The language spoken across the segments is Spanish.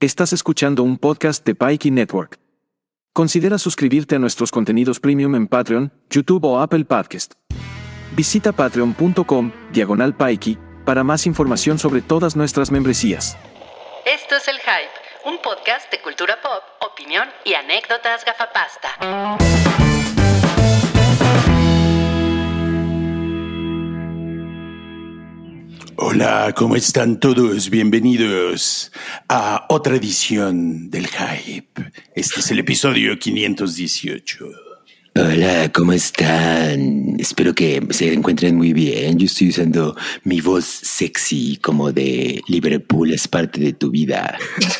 Estás escuchando un podcast de Pikey Network. Considera suscribirte a nuestros contenidos premium en Patreon, YouTube o Apple Podcast. Visita patreon.com, diagonal Pikey, para más información sobre todas nuestras membresías. Esto es El Hype, un podcast de cultura pop, opinión y anécdotas gafapasta. Hola, ¿cómo están todos? Bienvenidos a otra edición del Hype. Este es el episodio 518. Hola, ¿cómo están? Espero que se encuentren muy bien. Yo estoy usando mi voz sexy como de Liverpool es parte de tu vida.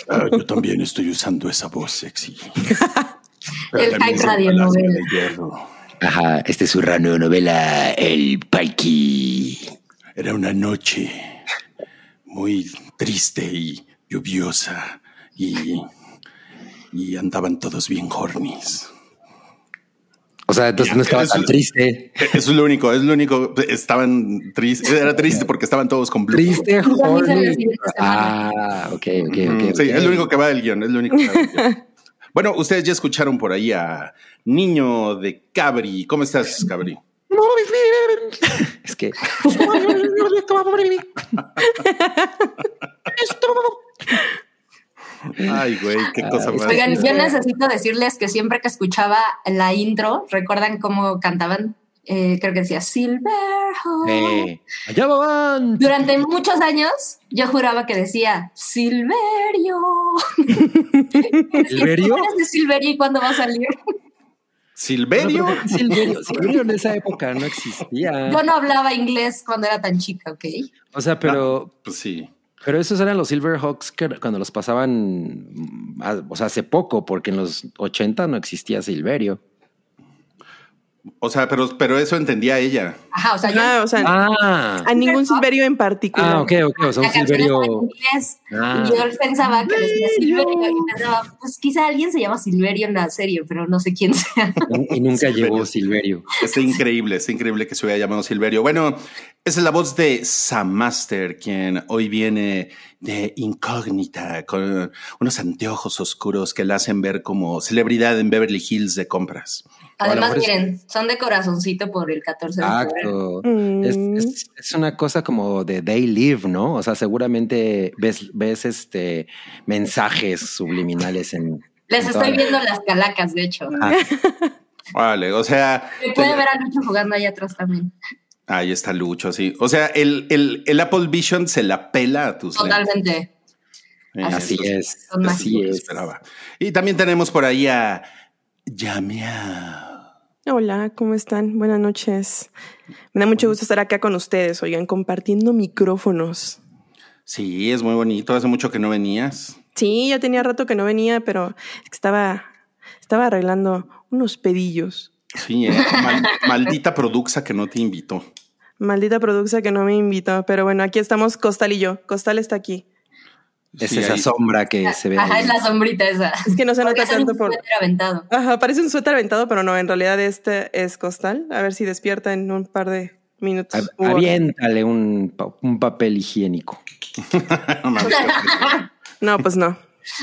Ah, yo también estoy usando esa voz sexy. El También Hype soy Radio Palacio Novela. de Hierro. Ajá, esta es su rano novela, El Paiki. Era una noche muy triste y lluviosa y, y andaban todos bien hornies. O sea, entonces no estaba tan triste. Eso es lo único, es lo único. Estaban tristes, era triste porque estaban todos con blue. Triste, Vamos a la horny. siguiente semana. Ah, ok, ok, Mm, ok. sí, ok. es lo único que va del guión, es lo único que va del guión. Bueno, ustedes ya escucharon por ahí a Niño de Cabri. ¿Cómo estás, Cabri? Es que Ay, güey, qué cosa más. Ah, Oigan, yo Sí. necesito decirles que siempre que escuchaba la intro, recuerdan cómo cantaban, Eh, creo que decía Silverhawk. Eh, allá van. Durante muchos años yo juraba que decía Silverio. ¿Silverio? ¿Cómo eres de Silverio y cuándo va a salir? Silverio. Silverio, Silverio en esa época no existía. Yo no hablaba inglés cuando era tan chica, ¿ok? O sea, pero, Pues sí. Pero esos eran los Silverhawks que cuando los pasaban, mm, a- o sea, hace poco, porque en los 80 no existía Silverio. O sea, pero, pero eso entendía ella. Ajá, o sea, yo Ajá, o sea, Ah, a ningún Silverio en particular. ah ok, ok, o sea, la un canción estaba en Silverio. inglés. Ah. Y yo pensaba que decía Silverio y pensaba, pues quizá alguien se llama Silverio en la serie, pero no sé quién sea. Y nunca Silverio. llegó Silverio. Está increíble, está increíble que se hubiera llamado Silverio. Bueno, esa es la voz de Sam Master, quien hoy viene de incógnita, con unos anteojos oscuros que la hacen ver como celebridad en Beverly Hills de compras. Además, mejor es- miren, son de corazoncito por el 14 de febrero. Exacto. Mm. Es, es- es una cosa como de They Live, ¿no? O sea, seguramente ves, ves este mensajes subliminales en. Les en estoy toda la- viendo las calacas, de hecho. Ah, Vale, o sea, Se puede ver a Lucho jugando allá atrás también. Ahí está Lucho, sí. O sea, el, el, el Apple Vision se la pela a tus Totalmente. lentes. así Eso es. Son eso lo Así que es. esperaba. Y también tenemos por ahí a Yamia. Hola, ¿cómo están? Buenas noches. Me da mucho gusto estar acá con ustedes, oigan, compartiendo micrófonos. Sí, es muy bonito. Hace mucho que no venías. Sí, ya tenía rato que no venía, pero es que estaba, estaba arreglando unos pedillos. Sí, ¿eh? Mal- maldita Produxa que no te invitó. Maldita produxa que no me invitó, pero bueno, aquí estamos Costal y yo. Costal está aquí. Es Sí, esa ahí- sombra que se ve. Ah, Ajá, ahí. es la sombrita esa. Es que no se Porque nota es un tanto por... suéter aventado. Ajá, parece un suéter aventado, pero no, en realidad este es Costal. A ver si despierta en un par de minutos. Ab- u horas. Aviéntale un, pa- un papel higiénico. No mames, No, pues no.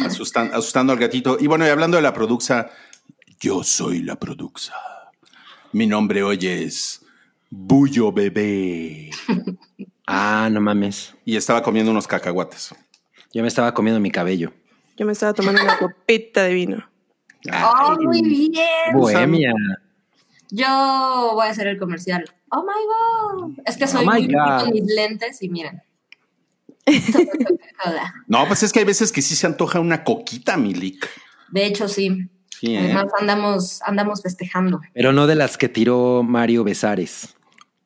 asustan- asustando al gatito. Y bueno, y hablando de la Produxa, yo soy la Produxa. Mi nombre hoy es Bullo Bebé. Ah, no mames. Y estaba comiendo unos cacahuates. Yo me estaba comiendo mi cabello. Yo me estaba tomando una copita de vino. Ah, ¡Oh, muy bien! Bohemia. Yo voy a hacer el comercial. ¡Oh, my God! Es que soy Oh, my muy cool God. con mis lentes y miren. Coca-Cola. No, pues es que hay veces que sí se antoja una coquita, Milik. De hecho, sí. Sí, ¿eh? Además, andamos, andamos festejando. Pero no de las que tiró Mario Besares.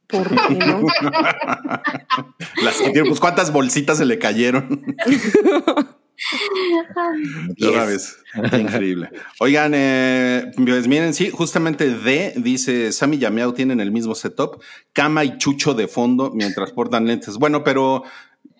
¿Por qué no? Las que tienen, pues cuántas bolsitas se le cayeron. Diez. Toda vez. Increíble. Oigan, eh, pues miren, sí, justamente D dice Sammy y Yameau tienen el mismo setup, cama y chucho de fondo mientras portan lentes. Bueno, pero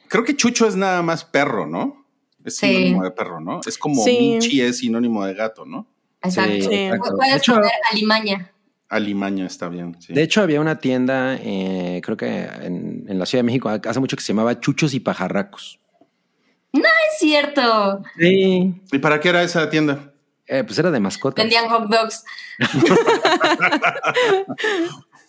creo que chucho es nada más perro, ¿no? Es Sí. sinónimo de perro, ¿no? Es como Sí. Michi es sinónimo de gato, ¿no? Exacto. Sí, exacto. Puedes De hecho- poner alimaña. Alimaña está bien. sí. De hecho, había una tienda, eh, creo que en, en la Ciudad de México, hace mucho que se llamaba Chuchos y Pajarracos. Es cierto. Sí. ¿Y para qué era esa tienda? Eh, pues era de mascota. Vendían hot dogs.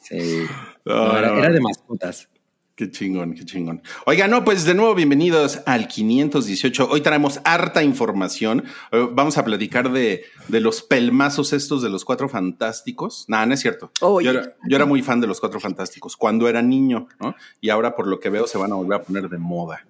Sí. Ah, No, era, era de mascotas. Qué chingón, qué chingón. Oiga, no, pues de nuevo bienvenidos al 518. Hoy traemos harta información. Eh, Vamos a platicar de, de los pelmazos estos de los cuatro fantásticos. Nada, no es cierto. Oye. Yo, era, yo era muy fan de los cuatro fantásticos cuando era niño, ¿no? Y ahora por lo que veo se van a volver a poner de moda.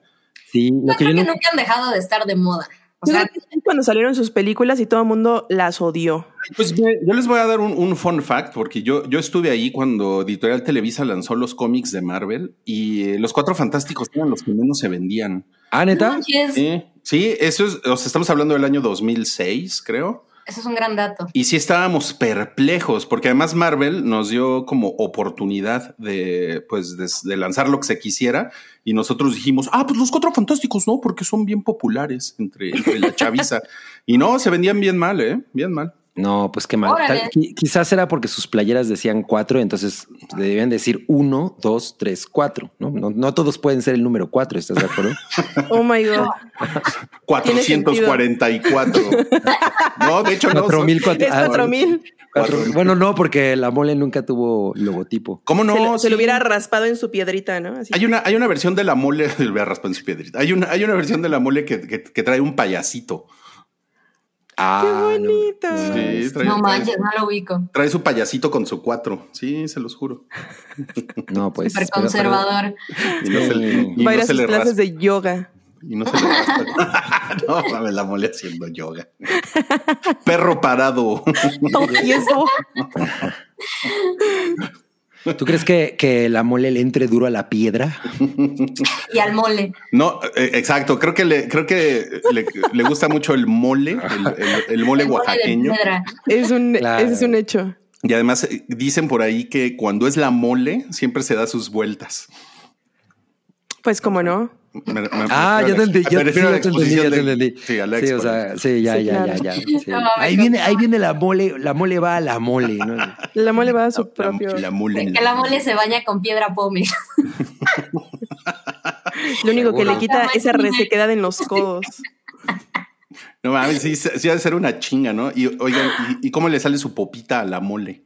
Sí, lo Yo que yo creo que nunca- nunca han dejado de estar de moda. O Yo sea, creo que cuando salieron sus películas y todo el mundo las odió. Pues yo yo les voy a dar un, un fun fact, porque yo, yo estuve ahí cuando Editorial Televisa lanzó los cómics de Marvel y eh, los cuatro fantásticos eran los que menos se vendían. Ah, no neta. manches, Sí, sí, eso es, o sea, estamos hablando del año 2006, creo. eso es un gran dato. Y sí estábamos perplejos, porque además Marvel nos dio como oportunidad de, pues, de, de lanzar lo que se quisiera. Y nosotros dijimos, ah, pues los cuatro fantásticos, ¿no? Porque son bien populares entre, entre la chaviza. y no, se vendían bien mal, ¿eh? Bien mal. No, pues qué mal. Órale. Tal- qui- quizás era porque sus playeras decían cuatro, entonces le debían decir uno, dos, tres, cuatro. No, no, no todos pueden ser el número cuatro, ¿estás de acuerdo? Oh my God. 444. no, de hecho, no. Cuatro son- mil cuatro. Es ah, cuatro mil. cuatro- Cuatro. Bueno, no, porque la mole nunca tuvo logotipo. ¿Cómo no? se, lo, se Sí. lo hubiera raspado en su piedrita, ¿no? Así. Hay una, hay una versión de la mole del Berraspa en su piedrita. Hay una, hay una versión de la mole que, que- que trae un payasito. Ah, no, bonito. no, Sí, es- trae, No trae- manches, no lo ubico. trae su payasito con su cuatro. Sí, se los juro. no, pues. Súper pero- conservador. Y no se, y no Va a ir a se sus le clases raspa. de yoga. Y no se le raspa. no, mames, la mole haciendo yoga. Perro parado. Oh, y eso. pero- ¿Tú crees que, que la mole le entre duro a la piedra? Y al mole. No, eh, exacto. Creo que le, creo que le, le gusta mucho el mole, el, el- el mole El mole de oaxaqueño. piedra. Es un, Claro. ese es un hecho. Y además eh, dicen por ahí que cuando es la mole, siempre se da sus vueltas. Pues como no. Me- me- Ah, me ya te refiero a la- entendí. me Ya, sí, refiero a la ya te entendí, ya exposición te de- entendí. Sí, a la Sí, o expo. sea, sí, ya, Sí, ya, ya, claro. ya, sí. No, Ahí viene, ahí viene la mole, la mole va a la mole, ¿no? La mole va a su La- propio. la mole. Que la mole se baña con piedra pome. lo único que le Seguro. quita esa resequedad en los codos. No mames, sí, sí ha de ser una chinga, ¿no? Y oigan, ¿y, y cómo le sale su popita a la mole?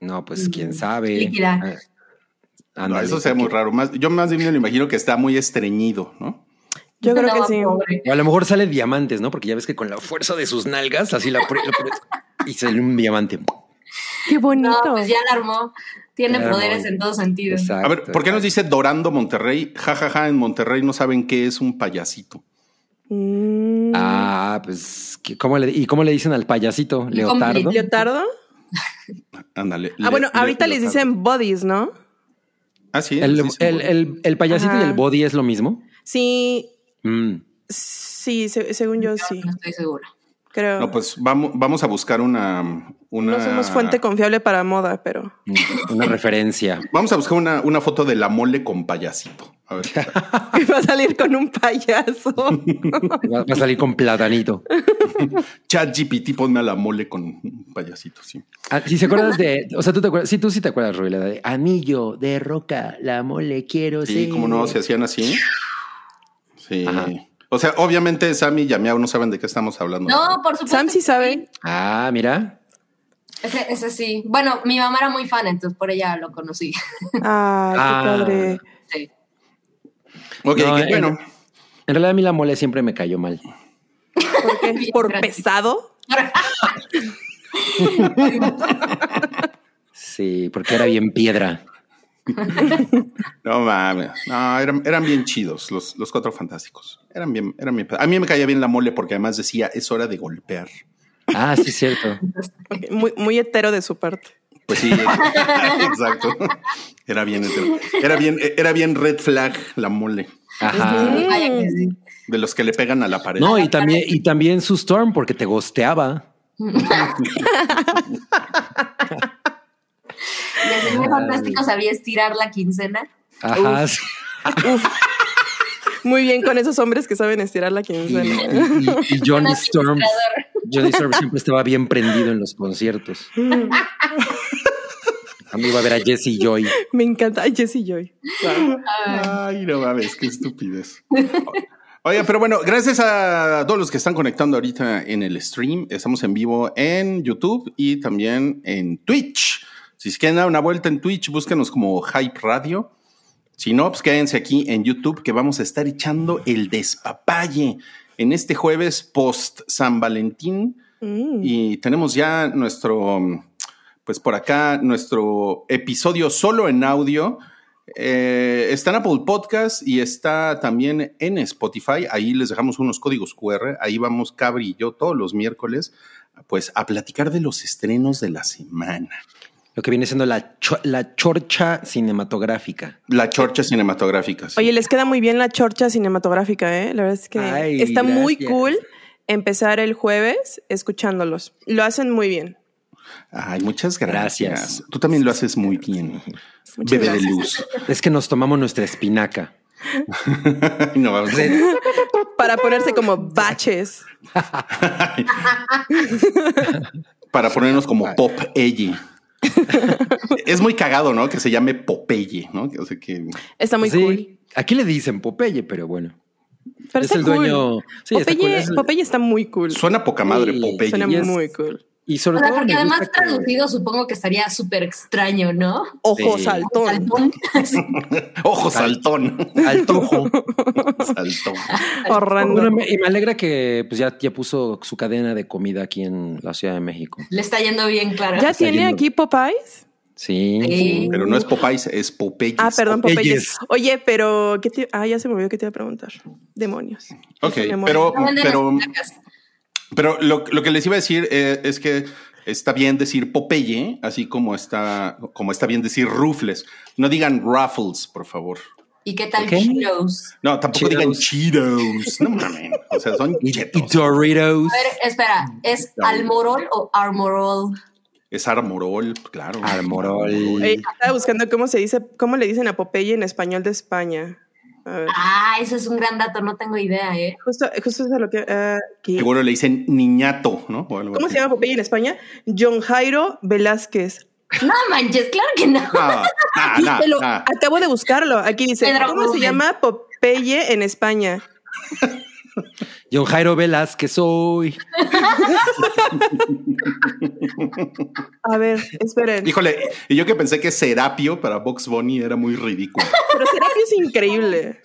No, pues quién sabe. Líquida. Ah, No, ándale, eso sería muy raro. Más, yo más bien me lo imagino que está muy estreñido, ¿no? Yo creo que No, sí. pobre. O a lo mejor sale diamantes, ¿no? Porque ya ves que con la fuerza de sus nalgas, así la pre- lo pre- y sale un diamante. Qué No, bonito. pues ya la armó. Tiene Ya la poderes armó. en todo sentido. Exacto. A ver, ¿por qué nos dice Dorando Monterrey? Ja, ja, ja, en Monterrey no saben qué es un payasito. Mm. Ah, pues, ¿qué- ¿cómo le, ¿y cómo le dicen al payasito? ¿Leotardo? ¿Leotardo? Ándale. Ah, le- bueno, le- ahorita le- les dicen bodies, ¿no? Ah, sí. ¿El, sí, sí, el- bueno. el- el payasito Ajá. y el body es lo mismo? Sí, Mm. sí, se- según yo sí. No estoy segura. Creo. No, pues vamos, vamos a buscar una, una. No somos fuente confiable para moda, pero. mm, Una referencia. Vamos a buscar una, una foto de la mole con payasito. A ver. Va a salir con un payaso. Va, va a salir con platanito. Chat GPT, ponme a la mole con un payasito, sí. Ah, Si se acuerdas de, o sea, tú te acuerdas, sí, tú sí te acuerdas, Rubila, de anillo de roca, la mole quiero Sí, ser. como no se hacían así. Sí. Ajá. O sea, obviamente Sammy y Yamiao no saben de qué estamos hablando. No, por supuesto. Sam sí que sabe. Ah, mira. Ese, ese sí. Bueno, mi mamá era muy fan, entonces por ella lo conocí. Ah, Ah. qué padre. Sí. Ok, No, que en- bueno. En realidad a mí la mole siempre me cayó mal. ¿Por qué? ¿Por pesado? Sí, porque era bien piedra. No mames. No, eran, eran bien chidos los, los cuatro fantásticos. Eran bien, eran bien. A mí me caía bien la mole porque además decía es hora de golpear. Ah, sí, cierto. Ok, Muy, muy hetero de su parte. Pues sí, exacto. Era bien, hetero. era bien, era bien red flag la mole Ajá. Vaya que sí. de los que le pegan a la pared. No, y también, y también su Storm, porque te gosteaba. Y el señor fantástico sabía estirar la quincena. Ajá. sí. Muy bien con esos hombres que saben estirar la Y, quincena. y- y- y Un Johnny Storm. administrador. Johnny Storm siempre estaba bien prendido en los conciertos. A mí iba a ver a Jesse Joy. Me encanta. Ay, Jesse Joy. Wow. Ay, no mames, qué estupidez. Oiga, pero bueno, gracias a todos los que están conectando ahorita en el stream. Estamos en vivo en YouTube y también en Twitch. Si se quieren dar una vuelta en Twitch, búsquenos como Hype Radio. Si no, pues quédense aquí en YouTube que vamos a estar echando el despapalle en este jueves post San Valentín. Mm. Y tenemos ya nuestro, pues por acá, nuestro episodio solo en audio. Eh, está en Apple Podcast y está también en Spotify. Ahí les dejamos unos códigos QR. Ahí vamos Cabri y yo todos los miércoles, pues a platicar de los estrenos de la semana. Lo que viene siendo la, cho- la chorcha cinematográfica. La chorcha cinematográfica. sí. Oye, les queda muy bien la chorcha cinematográfica, ¿eh? La verdad es que Ay, está muy gracias. cool empezar el jueves escuchándolos. Lo hacen muy bien. Ay, muchas gracias. Gracias. Tú también lo haces muy bien. Muchas Bebe de gracias. luz. Es que nos tomamos nuestra espinaca. Ay, no, vamos. Para ponerse como baches. Para ponernos como Pop Eye. es muy cagado, ¿no? Que se llame Popeye, ¿no? O sea que. Está muy Sí, cool. Aquí le dicen Popeye, pero bueno. Pero es está el cool. dueño. Sí, está Popeye, cool, es el- Popeye está muy cool. Suena poca madre, Sí, Popeye. Suena y es- muy cool. Y sobre O sea, todo porque me además gusta que- traducido supongo que estaría súper extraño, ¿no? Ojo Sí. saltón. Salmón. Ojo, saltón. al tujo. saltón. Horrendo. Bueno, me- y me alegra que pues, ya, ya puso su cadena de comida aquí en la Ciudad de México. Le está yendo bien, claro. ¿Ya Está tiene yendo. aquí Popeyes? Sí. Sí. Pero no es Popeye, es Popeye. Ah, perdón, Popeyes. Popeyes. Oye, pero ¿qué te... Ah, ya se me olvidó que te iba a preguntar. Demonios. Ok, Eso me muere. pero, No venden pero, espinacas. pero lo, lo que les iba a decir eh, es que está bien decir Popeye, así como está, como está bien decir Rufles. No digan Ruffles, por favor. ¿Y qué tal Ok. Cheetos? No, tampoco Cheetos. digan Cheetos. No mames. O sea, son Y, y chetos. Doritos. A ver, espera, ¿es Dale. Almorol o Armorol? Es Armorol, claro. Armorol. Oye, estaba buscando cómo se dice, cómo le dicen a Popeye en español de España. A ver. Ah, ese es un gran dato, no tengo idea, ¿eh? Justo, justo es a lo que. ah, aquí. Seguro le dicen niñato, ¿no? O algo ¿Cómo así. se llama Popeye en España? John Jairo Velázquez. No manches, claro que no. Ah, ah, Aquí ah, te lo- ah. Acabo de buscarlo. Aquí dice: Pedro ¿Cómo se Google. llama Popeye en España? John Jairo Velas, que soy. A ver, esperen. Híjole, y yo que pensé que Serapio para Box Bunny era muy ridículo. Pero Serapio es increíble.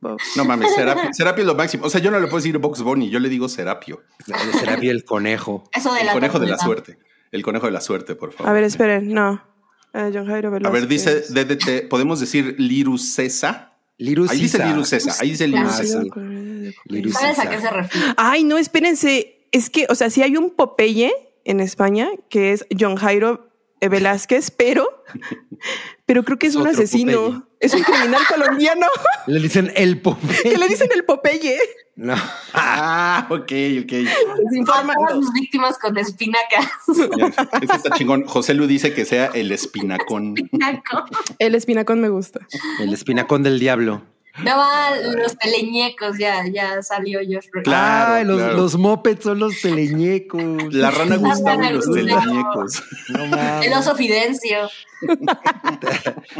Pop- No mames, Serapio, Serapio es lo máximo. O sea, yo no le puedo decir Box Bunny, yo le digo Serapio. Será bien el conejo. Eso de El la conejo de la tortuga. suerte. El conejo de la suerte, por favor. A ver, esperen. No. Ah, John Jairo A Velázquez. ver, dice DDT, ¿podemos decir Lirusesa? Lirus Ahí dice Isa. Lirusesa, ahí dice Claro. Ah, Lirusesa. sí. Lirus ¿Sabes a Isa. qué se refiere? Ay, no, espérense. Es que, o sea, sí hay un Popeye en España que es John Jairo eh, Velázquez, pero, pero creo que es, Es un otro asesino. Popeye. Es un criminal colombiano Le dicen el Popeye. que le dicen el Popeye. No. Ah, ok, ok. A todas sus víctimas con espinacas. Este está chingón. José Lu dice que sea el espinacón. El espinacón me gusta. El espinacón del diablo. No va los peleñecos, ya, ya salió Josh Brolin. Claro. Ay, los, claro. los mopeds son los teleñecos. La rana La Gustavo rana y los Gustavo. teleñecos. No mames. Ah, El oso Fidencio.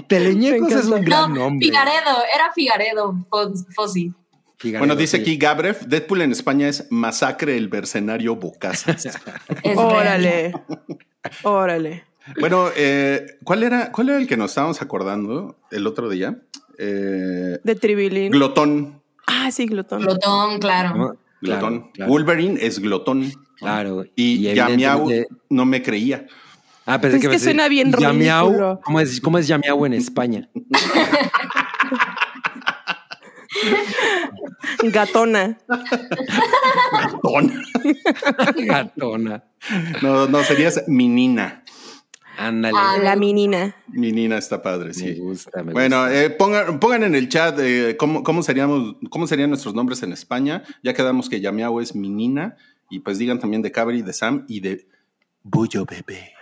Teleñecos Me es un encanta. gran no, nombre. Figaredo, era Figaredo, Fos- Fossi. Figaredo, Bueno, dice sí. aquí Gabrev, Deadpool en España es Masacre el Mercenario Bocazas. Es real. Órale. Órale. Bueno, eh, ¿cuál, era, ¿cuál era el que nos estábamos acordando el otro día? Eh, De Tribilín. glotón. ah, sí, glotón. Glotón, claro. ¿No? Claro, Glotón. claro. Wolverine es glotón. Claro. Y, Y Yamiau evidentemente- no me creía. Ah, pensé Es que me decía, suena bien Yamiau, ridículo. ¿Cómo es, ¿Cómo es Yamiau en España? Gatona. Glotón. Gatona. No, no, serías Minina. Ándale. Ah, La menina. Minina está padre, me sí. gusta, me Bueno, gusta. eh, pongan, pongan en el chat eh, cómo, cómo seríamos, cómo serían nuestros nombres en España. Ya quedamos que Yamiau es Minina. Y pues digan también de Cabri, de Sam y de Bullo Bebé.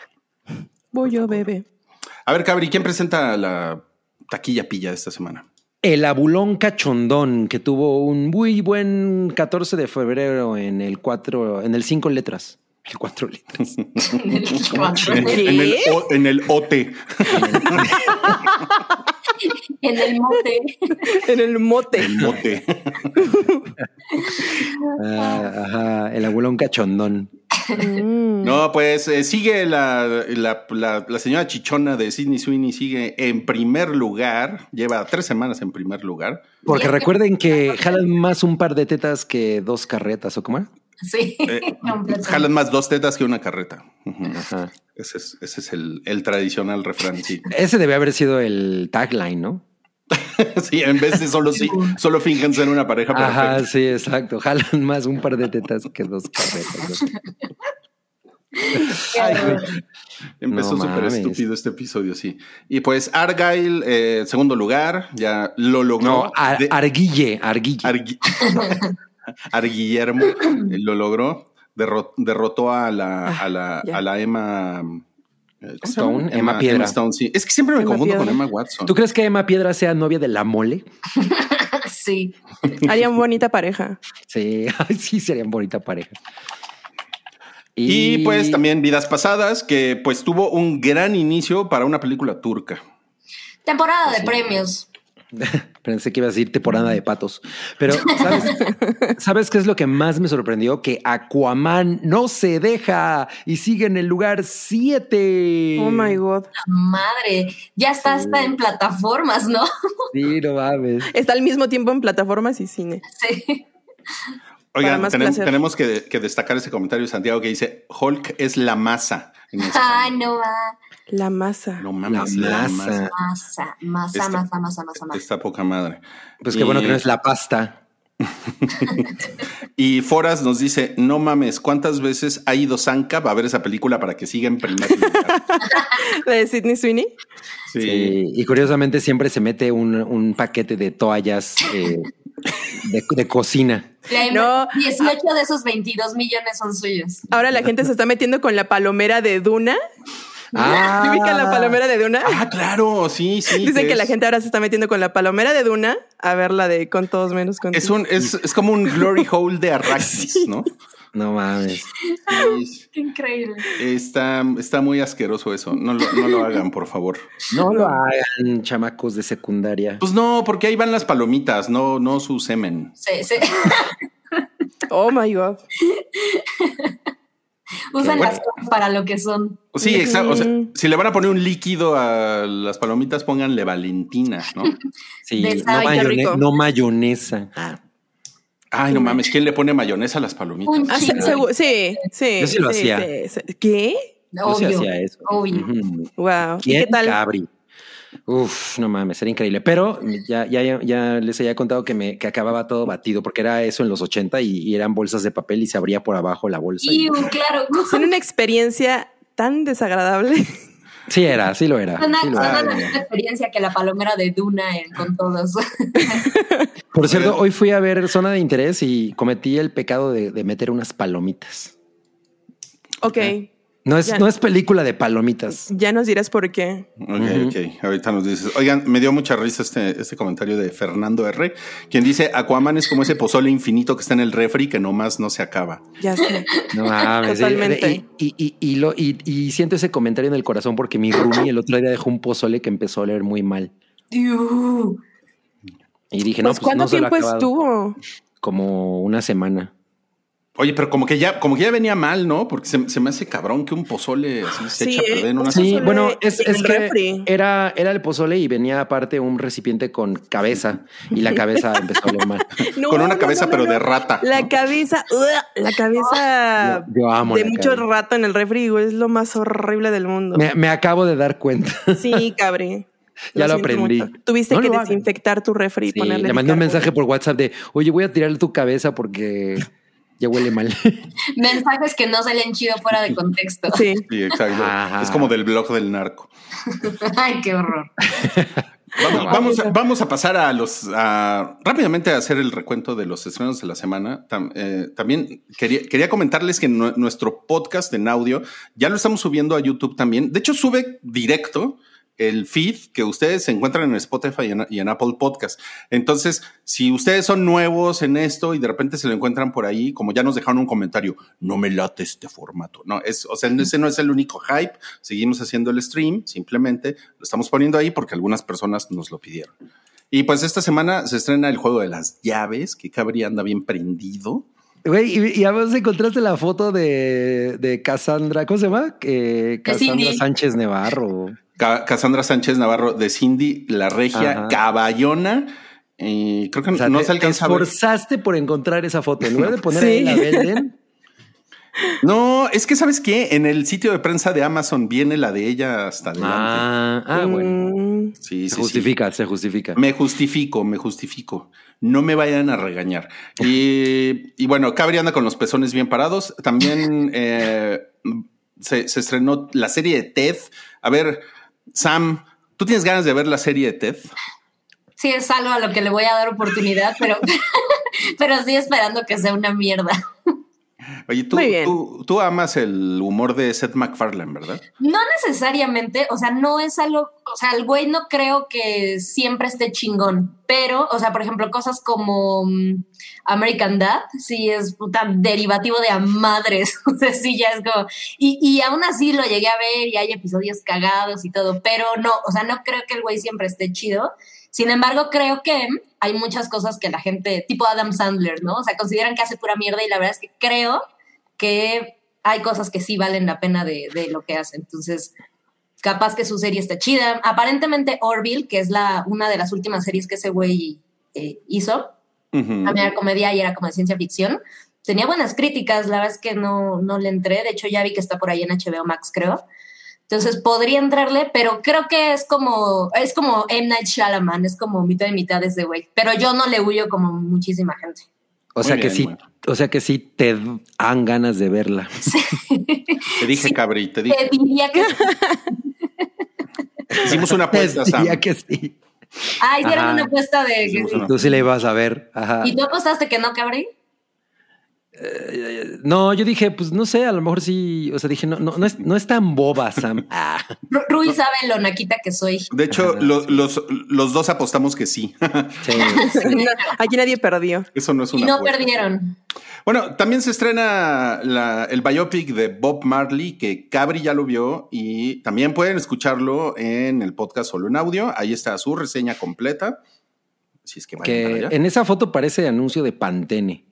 Voy yo, bebé. A ver, Cabri, ¿quién presenta la taquilla pilla de esta semana? El abulón cachondón que tuvo un muy buen 14 de febrero en el 4, en el 5 letras. El 4 letras. el cuatro. En el, o- en el OT. en el mote. en el mote. El mote. Ah, ajá, el abuelo un cachondón. Mm. No, pues eh, sigue la, la- la- la señora chichona de Sidney Sweeney, sigue en primer lugar, lleva tres semanas en primer lugar. Porque recuerden que jalan más un par de tetas que dos carretas, ¿o cómo era? Sí, Eh, completamente. jalan más dos tetas que una carreta. Ujú. Ajá. Ese es, ese es el, el tradicional refrán, sí. Ese debe haber sido el tagline, ¿no? Sí, en vez de solo sí, solo fingen ser una pareja Ajá, perfecta. sí, exacto. Jalan más un par de tetas que dos carretas. ¿no? Ay, güey. Empezó No súper mames. estúpido este episodio, sí. Y pues Argyle, eh, segundo lugar, ya lo logró. No, ar- De- arguille, arguille. Argui- Arguillermo eh, lo logró. Derro- derrotó a la, a la, Ah, ya. a la Emma eh, ¿cómo se Stone, llama? Emma Piedra. Stone, sí. Es que siempre me Emma confundo Piedra. con Emma Watson. ¿Tú crees que Emma Piedra sea novia de la mole? Ah, Sí. Harían bonita pareja. Sí, ay, sí, serían bonita pareja. Y pues también Vidas Pasadas, que pues tuvo un gran inicio para una película turca. Temporada de premios. Pensé que iba a decir temporada de patos. Pero, ¿sabes, ¿sabes qué es lo que más me sorprendió? Que Aquaman no se deja y sigue en el lugar 7. Oh my God. Madre, ya está hasta en plataformas, ¿no? Sí, no mames. Está al mismo tiempo en plataformas y cine. Sí. Oigan, más tenem- tenemos, placer. que, que destacar ese comentario de Santiago que dice Hulk es la masa. en Ay, español. no va. La masa. No mames, La la, masa. masa. Masa, masa, Esta- masa, masa, masa, masa. Está poca madre. Pues qué bueno Y- que no es la pasta. Y Foras nos dice, no mames, ¿cuántas veces ha ido Zanka a ver esa película para que siga en primer lugar? La de Sidney Sweeney. Sí. Sí, Y curiosamente siempre se mete un, un paquete de toallas eh, de, de cocina. Le- No. ah. 18 de esos 22 millones son suyos. Ahora la gente se está metiendo con la palomera de Duna. Ah. ¿Sí ubican la palomera de Duna? Ah, claro, sí, sí. Dicen que es- la gente ahora se está metiendo con la palomera de Duna a ver la de con todos menos con Es, un, es, es como un glory hole de arachnis, ¿no? No mames. Sí, Increíble. Está, está muy asqueroso eso. No lo, no lo hagan, por favor. No lo hagan, chamacos de secundaria. Pues no, porque ahí van las palomitas, no, no su semen. Sí, sí. Oh my God. Usan bueno. las cosas para lo que son. Sí, exacto. o sea, Mm. si le van a poner un líquido a las palomitas, pónganle Valentina, ¿no? Sí, De no, esa- Ay, qué mayone- rico. no mayonesa. Ah, Ay, no mames, ¿quién le pone mayonesa a las palomitas? Un Ah, se- Sí. segu- sí, sí. Yo sí lo hacía. sí. ¿Qué? Yo sí Obvio. hacía eso. obvio. Ujú. Wow. ¿Y ¿Quién? qué tal? Cabri. Uf, no mames, era increíble. Pero ya, ya, ya les había contado que me que acababa todo batido, porque era eso en los 80 y, y eran bolsas de papel y se abría por abajo la bolsa. y- Iu, claro. Son una experiencia tan desagradable. sí, era, sí lo era. Suena, sí lo suena era. la misma experiencia que la palomera de Duna en con todos. Por cierto, hoy fui a ver Zona de Interés y cometí el pecado de, de meter unas palomitas. Ok, No es, Ya. no es película de palomitas. ya nos dirás por qué. Ok, ok. Ahorita nos dices. Oigan, me dio mucha risa este, este comentario de Fernando R., quien dice: Aquaman es como ese pozole infinito que está en el refri que nomás no se acaba. Ya sé. No mames. sí. Totalmente. Y, y, y, y lo, y, y siento ese comentario en el corazón porque mi roomie el otro día dejó un pozole que empezó a oler muy mal. Iu. Y dije, Pues, no, pues ¿cuánto no se lo ha tiempo acabado. estuvo? Como una semana. Oye, pero como que ya, como que ya venía mal, ¿no? Porque se, se me hace cabrón que un pozole así se Sí, echa a perder en eh, una sí. salsa. pozole bueno, es, en es el que refri. era, era el pozole y venía aparte un recipiente con cabeza y la cabeza empezó a oler mal. No, Con no, una no, cabeza, no, pero no. de rata. La ¿no? cabeza, ¡Ugh! la cabeza Yo- yo amo Ah, de la mucho cabeza. rato en el refri, güey, es lo más horrible del mundo. Me, me acabo de dar cuenta. Sí, cabri. Ya lo siento aprendí. mucho. Tuviste No que lo hagan. desinfectar tu refri y Sí, ponerle. le mandé un bicarbonato. mensaje por WhatsApp de, oye, voy a tirarle tu cabeza porque ya huele mal. Mensajes que no salen chido fuera de contexto. Sí. Sí, exacto. Ajá. Es como del blog del narco. Ay, qué horror. Vamos, vamos a, vamos a pasar a los a- rápidamente a hacer el recuento de los estrenos de la semana. Tam- eh, también quería, quería comentarles que nue- nuestro podcast en audio ya lo estamos subiendo a YouTube también. De hecho, sube directo el feed que ustedes encuentran en Spotify y en, y en Apple Podcast. Entonces, si ustedes son nuevos en esto y de repente se lo encuentran por ahí, como ya nos dejaron un comentario, no me late este formato. No, es, o sea, ese no es el único hype. Seguimos haciendo el stream, simplemente lo estamos poniendo ahí porque algunas personas nos lo pidieron. Y pues esta semana se estrena el juego de las llaves, que Cabri anda bien prendido. Güey, y, y además encontraste la foto de, de Cassandra, ¿cómo se llama? Eh, Cassandra Cindy. Sánchez Nevarro. Ca- Cassandra Sánchez Navarro de Cindy, la regia Ajá. caballona. Eh, creo que O sea, no te- se alcanza te a ver. esforzaste por encontrar esa foto. En lugar de poner ahí Sí. la venden, No, es que sabes qué, en el sitio de prensa de Amazon viene la de ella hasta adelante. ah, ah, bueno. Mm, sí, sí, Se sí. justifica, se justifica. Me justifico, me justifico. No me vayan a regañar. Y, y bueno, Cabri anda con los pezones bien parados. También eh, se, se estrenó la serie de Ted. A ver, Sam, ¿tú tienes ganas de ver la serie de Ted? Sí, es algo a lo que le voy a dar oportunidad, pero, pero sí esperando que sea una mierda. Oye, tú, Muy bien. tú, tú amas el humor de Seth MacFarlane, ¿verdad? No necesariamente, o sea, no es algo, o sea, el güey no creo que siempre esté chingón, pero, o sea, por ejemplo, cosas como mm, American Dad, sí es puta derivativo de a madres, o sea, sí ya es como, y, y aún así lo llegué a ver y hay episodios cagados y todo, pero no, o sea, no creo que el güey siempre esté chido. Sin embargo, creo que hay muchas cosas que la gente, tipo Adam Sandler, ¿no? O sea, consideran que hace pura mierda y la verdad es que creo que hay cosas que sí valen la pena de, de lo que hace. Entonces, capaz que su serie está chida. Aparentemente Orville, que es la, una de las últimas series que ese güey eh, hizo, Ujú. también era comedia y era como de ciencia ficción, tenía buenas críticas, la verdad es que no, no le entré, de hecho ya vi que está por ahí en HBO Max, creo. Entonces podría entrarle, pero creo que es como, es como M. Night Shyamalan, es como mitad y mitad ese güey. Pero yo no le huyo como muchísima gente. O sea Muy que bien, sí, bueno. o sea que sí te dan ganas de verla. Te dije, Cabri, te Te dije. Eh, diría que... Hicimos una apuesta, Te Sam. diría que sí. Ah, hicieron Ajá. una apuesta de... Hicimos una Tú sí la ibas a ver. Ah. Ajá. ¿Y tú apostaste que no, Cabri? No, yo dije, pues no sé, a lo mejor sí. O sea, dije, no, no, no es, no es tan boba, Sam. Ah, Ru- Rui sabe lo naquita que soy. De hecho, lo- los, los dos apostamos que sí. sí. no, aquí nadie perdió. Eso no es una. Y no apuesta. perdieron. Bueno, también se estrena la- el biopic de Bob Marley, que Cabri ya lo vio y también pueden escucharlo en el podcast solo en audio. Ahí está su reseña completa. Si es que, vayan para Que allá. en esa foto parece anuncio de Pantene.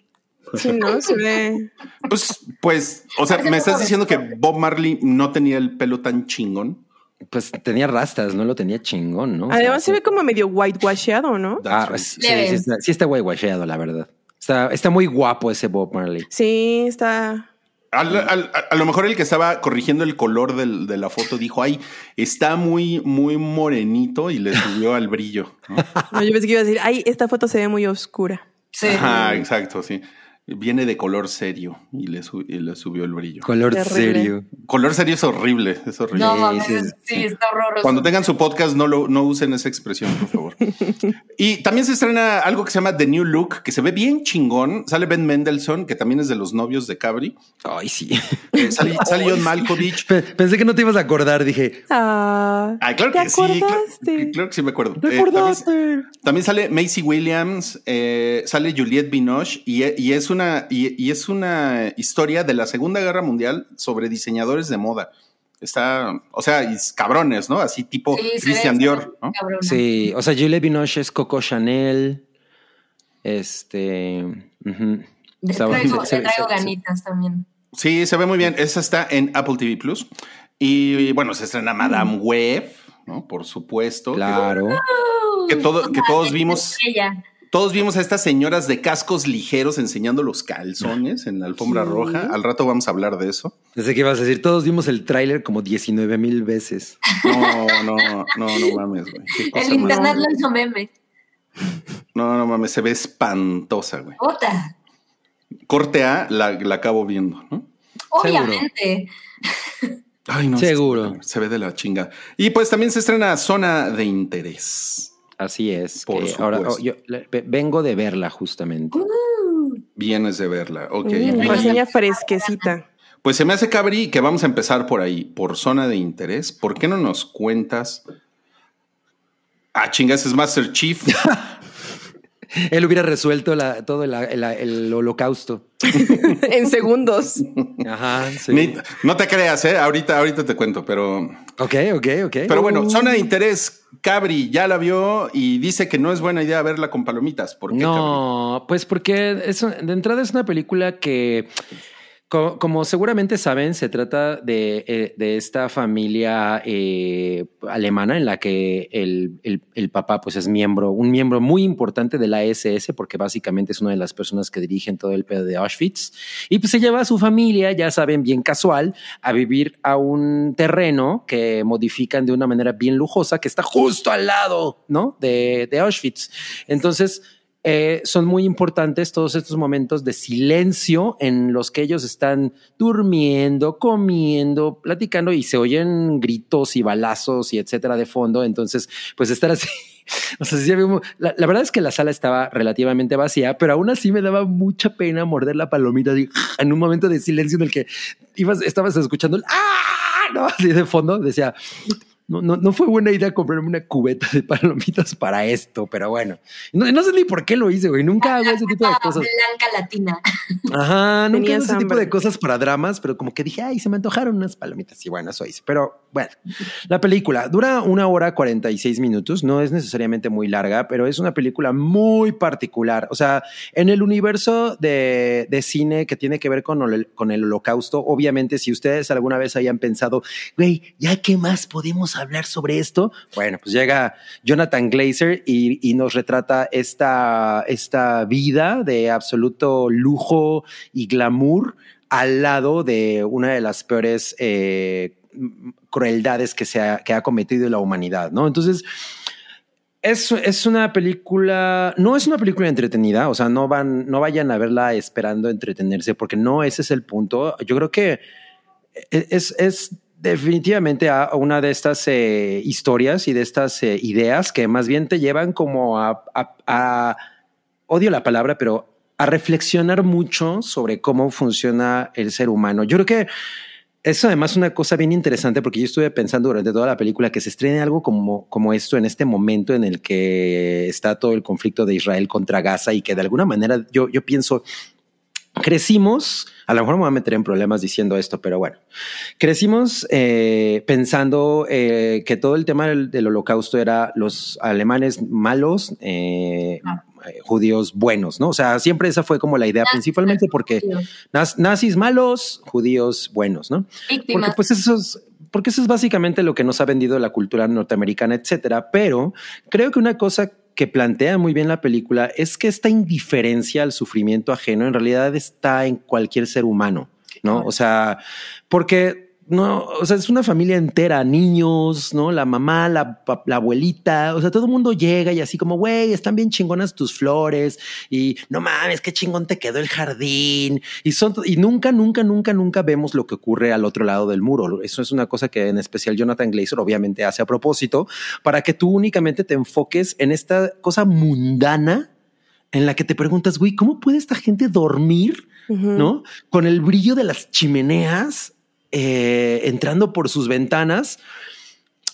Sí, no, se ve. Pues, pues, o sea, me estás diciendo que Bob Marley no tenía el pelo tan chingón. Pues tenía rastas, no lo tenía chingón, ¿no? O sea, Además se sí. ve como medio whitewasheado, ¿no? Ah, That's right. sí, Leve. sí está, sí está guayguacheado, la verdad. Está, está muy guapo ese Bob Marley. Sí, está. Al- al- a, a lo mejor el que estaba corrigiendo el color del- de la foto dijo, ay, está muy, muy morenito y le subió al brillo. ¿no? No, yo pensé que iba a decir, ay, esta foto se ve muy oscura. Sí. Ajá, exacto, sí. Viene de color serio y le, su- y le subió el brillo. Color Terrible. serio. Color serio es horrible, es horrible. No pues, Sí, mames, sí, sí, está horroroso. Cuando tengan su podcast, no, lo, no usen esa expresión, por favor. y también se estrena algo que se llama The New Look, que se ve bien chingón. Sale Ben Mendelssohn, que también es de los novios de Cabri. Ay, sí. Eh, sale, sale John Malkovich. Pe- Pensé que no te ibas a acordar, dije. Ah, Ah, claro ¿te que sí, claro, acordaste? claro que sí me acuerdo. Eh, también- ¿Recordaste? También sale Macy Williams, eh, sale Juliette Binoche y, y es una, y, y es una historia de la Segunda Guerra Mundial sobre diseñadores de moda. Está, o sea, y es cabrones, ¿no? Así tipo Sí, se ve Christian esa Dior, ¿no? cabrona. Sí, o sea, Juliette Binoche es Coco Chanel. Este. ujú. Le Está bueno. traigo, Se- le traigo se- se- ganitas también. Sí, se ve muy bien. Esa está en Apple TV Plus. Y, bueno, se estrena Madame Web, ¿no? Por supuesto. Mm. Claro. Que todo- que todos vimos- Ella. Todos vimos a estas señoras de cascos ligeros enseñando los calzones en la alfombra Sí. roja. Al rato vamos a hablar de eso. Pensé que ibas a decir, todos vimos el tráiler como 19 mil veces. No, no, no, no mames, güey. Qué cosa más- El internet lo hizo meme. No, no mames, se ve espantosa, güey. Puta. Corte A, la, la acabo viendo, ¿no? Obviamente. Ay, no. Seguro. Se ve de la chinga. Y pues también se estrena Zona de Interés. Así es. Por que ahora supuesto. oh, yo le- ve- vengo de verla justamente. Uh, Vienes de verla, ok. Mm, Muy bien. reseña fresquecita. Pues se me hace cabri que vamos a empezar por ahí, por Zona de Interés. ¿Por qué no nos cuentas Ah, chingas, es Master Chief. Él hubiera resuelto la- todo la- el, el holocausto. en segundos. Ajá, sí. Ni- no te creas, ¿eh? Ahorita, ahorita te cuento, pero. Ok, ok, ok. Pero bueno, zona de interés. Cabri ya la vio y dice que no es buena idea verla con palomitas. ¿Por qué, Cabri? No, pues porque es, de entrada es una película que, co- como, seguramente saben, se trata de, eh, de esta familia eh, alemana en la que el, el- el papá pues es miembro, un miembro muy importante de la SS, porque básicamente es una de las personas que dirigen todo el pedo de Auschwitz. Y pues se lleva a su familia, ya saben, bien casual, a vivir a un terreno que modifican de una manera bien lujosa, que está justo al lado, ¿no? De, de Auschwitz. Entonces, eh, son muy importantes todos estos momentos de silencio en los que ellos están durmiendo, comiendo, platicando y se oyen gritos y balazos y etcétera de fondo. Entonces, pues estar así. O sea, sí había mu- la, la verdad es que la sala estaba relativamente vacía, pero aún así me daba mucha pena morder la palomita así, en un momento de silencio en el que ibas, estabas escuchando el ¡Ah! ¿no? Así de fondo decía, no, no, no fue buena idea comprarme una cubeta de palomitas para esto, pero bueno. No, no sé ni por qué lo hice, güey. Nunca hago ese tipo de Ah, cosas. blanca latina. Ajá, nunca hago Tenías ese tipo hambre. de cosas para dramas, pero como que dije, ay, se me antojaron unas palomitas y bueno, eso hice. Pero bueno, la película dura una hora 46 minutos, no es necesariamente muy larga, pero es una película muy particular. O sea, en el universo de, de cine que tiene que ver con el, con el holocausto, obviamente, si ustedes alguna vez hayan pensado, güey, ¿ya qué más podemos hablar sobre esto? Bueno, pues llega Jonathan Glazer y, y nos retrata esta, esta vida de absoluto lujo y glamour al lado de una de las peores eh, m- crueldades que, se ha, que ha cometido la humanidad, ¿no? Entonces, es, es una película, no es una película entretenida, o sea, no, van, no vayan a verla esperando entretenerse, porque no ese es el punto. Yo creo que e, es, es definitivamente a- a una de estas eh, historias y de estas eh, ideas que más bien te llevan como a, a- a- odio la palabra, pero a reflexionar mucho sobre cómo funciona el ser humano. Yo creo que eso además es una cosa bien interesante porque yo estuve pensando durante toda la película que se estrene algo como, como esto en este momento en el que está todo el conflicto de Israel contra Gaza y que de alguna manera yo, yo pienso, crecimos, a lo mejor me voy a meter en problemas diciendo esto, pero bueno, crecimos eh, pensando eh, que todo el tema del, del holocausto era los alemanes malos, eh, eh, judíos buenos, ¿no? O sea, siempre esa fue como la idea, principalmente porque naz- nazis malos, judíos buenos, ¿no? Porque Víctimas. pues eso es, porque eso es básicamente lo que nos ha vendido la cultura norteamericana, etcétera. Pero creo que una cosa que plantea muy bien la película es que esta indiferencia al sufrimiento ajeno en realidad está en cualquier ser humano, ¿no? O sea, porque no, o sea, es una familia entera, niños, ¿no? La mamá, la, pa- la abuelita, o sea, todo el mundo llega y así como, güey, están bien chingonas tus flores y no mames, qué chingón te quedó el jardín. Y son, y nunca, nunca, nunca, nunca vemos lo que ocurre al otro lado del muro. Eso es una cosa que en especial Jonathan Glazer obviamente hace a propósito para que tú únicamente te enfoques en esta cosa mundana en la que te preguntas, güey, ¿cómo puede esta gente dormir? Ujú. ¿no? Con el brillo de las chimeneas eh, entrando por sus ventanas.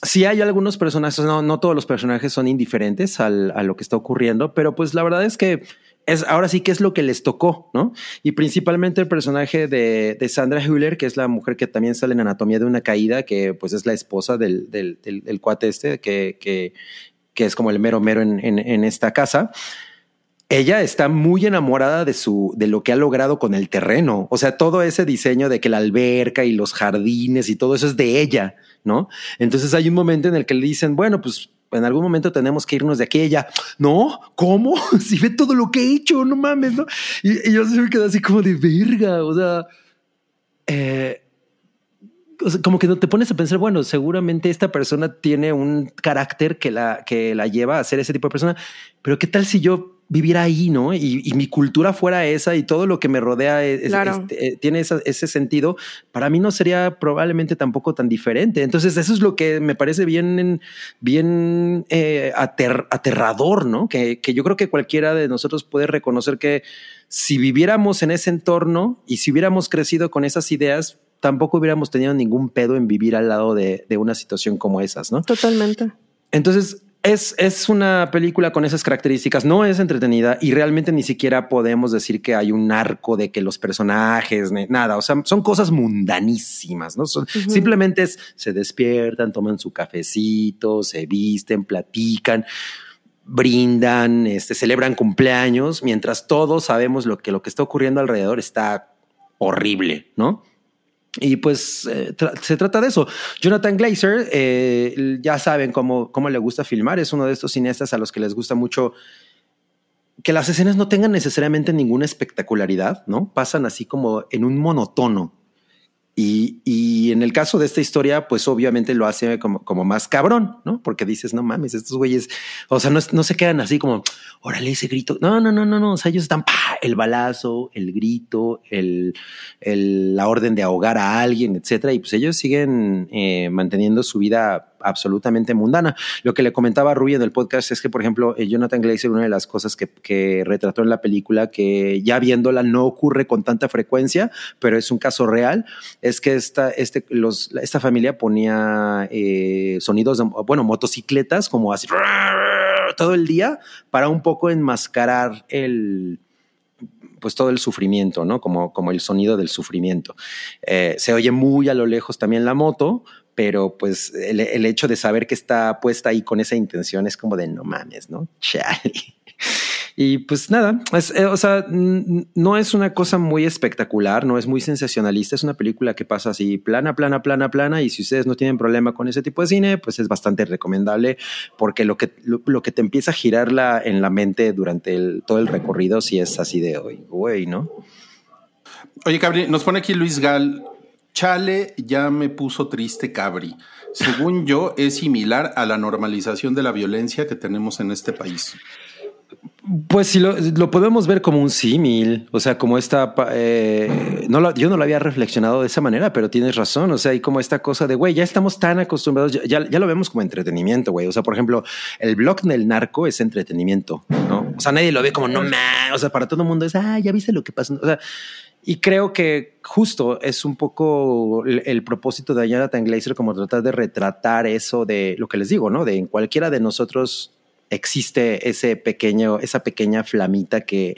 Sí hay algunos personajes, no, no todos los personajes son indiferentes al- a lo que está ocurriendo, pero pues la verdad es que es ahora sí que es lo que les tocó, ¿no? Y principalmente el personaje de, de Sandra Hüller, que es la mujer que también sale en Anatomía de una Caída, que pues es la esposa del, del- del- del cuate este, que, que, que es como el mero mero en- en- en esta casa ella está muy enamorada de su de lo que ha logrado con el terreno, o sea, todo ese diseño de que la alberca y los jardines y todo eso es de ella, ¿no? Entonces hay un momento en el que le dicen, bueno, pues en algún momento tenemos que irnos de aquí. Ella, no, ¿cómo? Si ve todo lo que he hecho, no mames, ¿no? Y, y yo se me quedo así como de verga, o sea, eh, o sea, como que no te pones a pensar, bueno, seguramente esta persona tiene un carácter que la, que la lleva a ser ese tipo de persona, pero ¿qué tal si yo viviera ahí, no? Y, y mi cultura fuera esa y todo lo que me rodea es- es- Claro. este, eh, tiene esa- ese sentido, para mí no sería probablemente tampoco tan diferente. Entonces, eso es lo que me parece bien, bien eh, ater- aterrador, ¿no? Que, que yo creo que cualquiera de nosotros puede reconocer que si viviéramos en ese entorno y si hubiéramos crecido con esas ideas, tampoco hubiéramos tenido ningún pedo en vivir al lado de, de una situación como esas, ¿no? Totalmente. Entonces, es, es una película con esas características, no es entretenida y realmente ni siquiera podemos decir que hay un arco de que los personajes, ni nada, o sea, son cosas mundanísimas, ¿no? Son- Ujú. Simplemente es, se despiertan, toman su cafecito, se visten, platican, brindan, este, celebran cumpleaños, mientras todos sabemos lo que, lo que está ocurriendo alrededor está horrible, ¿no? Y pues eh, tra- se trata de eso. Jonathan Glazer, eh, l- ya saben cómo, cómo le gusta filmar, es uno de estos cineastas a los que les gusta mucho que las escenas no tengan necesariamente ninguna espectacularidad, ¿no? Pasan así como en un monotono. Y, y en el caso de esta historia, pues obviamente lo hace como, como más cabrón, ¿no? Porque dices, no mames, estos güeyes, o sea, no, es- no se quedan así como, órale, ese grito. No, no, no, no, no. O sea, ellos están, ¡pah! el balazo, el grito, el, el- la orden de ahogar a alguien, etcétera. Y pues ellos siguen eh, manteniendo su vida absolutamente mundana. Lo que le comentaba a Rubio en el podcast es que, por ejemplo, eh, Jonathan Glazer, una de las cosas que, que retrató en la película, que ya viéndola no ocurre con tanta frecuencia, pero es un caso real, es que esta, este, los, esta familia ponía eh, sonidos, de, bueno, motocicletas como así todo el día para un poco enmascarar el pues todo el sufrimiento, ¿no? Como, como el sonido del sufrimiento. Eh, se oye muy a lo lejos también la moto, pero pues el, el hecho de saber que está puesta ahí con esa intención es como de no mames, ¿no? Chale. Y pues nada, es, eh, o sea, n- no es una cosa muy espectacular, no es muy sensacionalista, es una película que pasa así plana, plana, plana, plana, y si ustedes no tienen problema con ese tipo de cine, pues es bastante recomendable porque lo que, lo, lo que te empieza a girar la- en la mente durante el- todo el recorrido, si es así de hoy, güey, ¿no? Oye, Cabri, nos pone aquí Luis Gal. Chale, ya me puso triste, Cabri. Según yo, es similar a la normalización de la violencia que tenemos en este país. Pues si lo, lo podemos ver como un símil, o sea, como esta... pa- eh, no lo- yo no lo había reflexionado de esa manera, pero tienes razón, o sea, hay como esta cosa de, güey, ya estamos tan acostumbrados, ya- ya, ya lo vemos como entretenimiento, güey, o sea, por ejemplo, el blog del narco es entretenimiento, ¿no? O sea, nadie lo ve como, no, ma", o sea, para todo el mundo es, ah, ya viste lo que pasó, o sea, y creo que justo es un poco el, el propósito de Jonathan Glazer como tratar de retratar eso de lo que les digo, ¿no? De en cualquiera de nosotros existe ese pequeño, esa pequeña flamita que,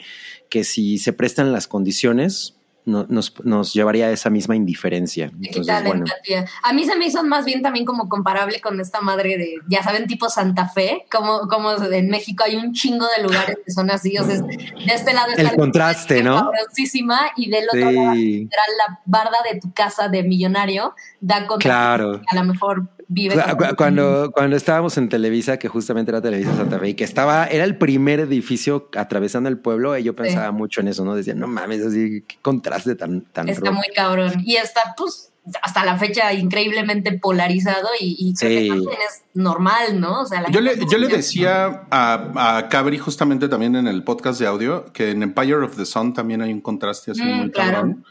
que si se prestan las condiciones no- nos, nos llevaría a esa misma indiferencia. Entonces, Quita la bueno. empatía. A mí se me hizo más bien también como comparable con esta madre de, ya saben, tipo Santa Fe, como, como en México hay un chingo de lugares que son así, o sea, es- de este lado está El la contraste, ¿no? cabrosísima y del otro lado Sí, literal, la barda de tu casa de millonario, da con claro. que a lo mejor vive. Cu- cu- Cuando, "Mm". cuando estábamos en Televisa, que justamente era Televisa Santa Fe, y que estaba, era el primer edificio atravesando el pueblo, y yo pensaba mucho en eso, ¿no? Decía, no mames, así, qué contraste tan, tan Está rudo". muy cabrón. Y está, pues, hasta la fecha increíblemente polarizado y, y creo Sí. que también es normal, ¿no? O sea, la Yo le, gente- yo le decía a, a Cabri justamente también en el podcast de audio que en Empire of the Sun también hay un contraste así Mm, muy claro. cabrón.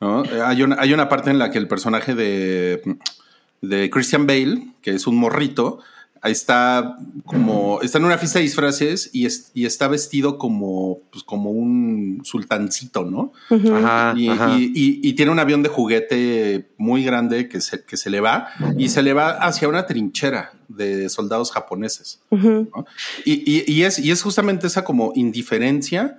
¿no? Eh, Hay, una, hay una parte en la que el personaje de, de Christian Bale, que es un morrito, ahí está como está en una fiesta de disfraces y, es- y está vestido como, pues, como un sultancito, ¿no? Ujú. Ajá, y, Ah, ajá. y- y- y tiene un avión de juguete muy grande que se, que se le va y se le va hacia una trinchera de soldados japoneses. Ujú. Y, y- y es, y es justamente esa como indiferencia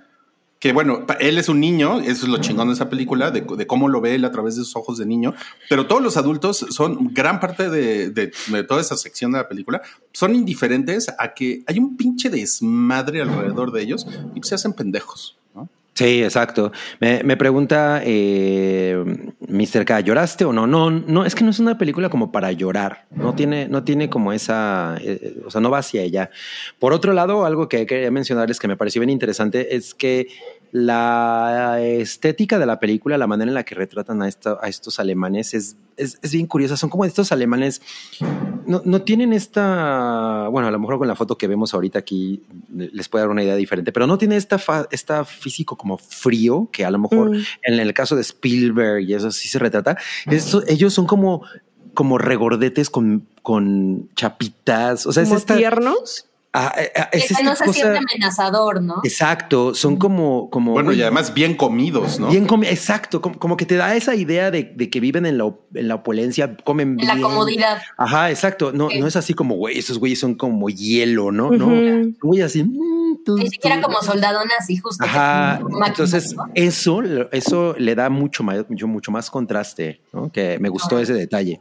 que, bueno, pa- él es un niño, eso es lo chingón de esa película, de, de cómo lo ve él a través de sus ojos de niño, pero todos los adultos son, gran parte de, de- de toda esa sección de la película, son indiferentes a que hay un pinche desmadre alrededor de ellos y pues, se hacen pendejos. ¿no? Sí, exacto. Me, me pregunta eh, Mr. K, ¿lloraste o no? No, no, es que no es una película como para llorar. No tiene, no tiene como esa, eh, o sea, no va hacia ella. Por otro lado, algo que quería mencionarles que me pareció bien interesante es que la estética de la película, la manera en la que retratan a, esta- a estos alemanes es, es, es bien curiosa. Son como estos alemanes no, no tienen esta, bueno, a lo mejor con la foto que vemos ahorita aquí les puede dar una idea diferente, pero no tiene esta, fa- esta físico como frío que a lo mejor Mm. en el caso de Spielberg y eso sí se retrata. Esto- ellos son como, como regordetes con, con chapitas, o sea, es Como esta, tiernos. Ah, eh, eh, es que esta no se cosa- siente amenazador, ¿no? Exacto, son como... como Bueno, y además bien comidos, ¿no? Bien comi- exacto, como, como que te da esa idea de, de que viven en la, op- en la opulencia, comen En la bien. comodidad. Ajá, exacto. No, Sí. no es así como, güey, esos güeyes son como hielo, ¿no? Ujú. No, güey, así. mm, tú- Ni siquiera tú- como soldado nazi, justo. Ajá. Como máquina, Entonces, ¿no? eso, eso le da mucho, mayor- mucho, mucho más contraste, ¿no? Que me gustó ese detalle.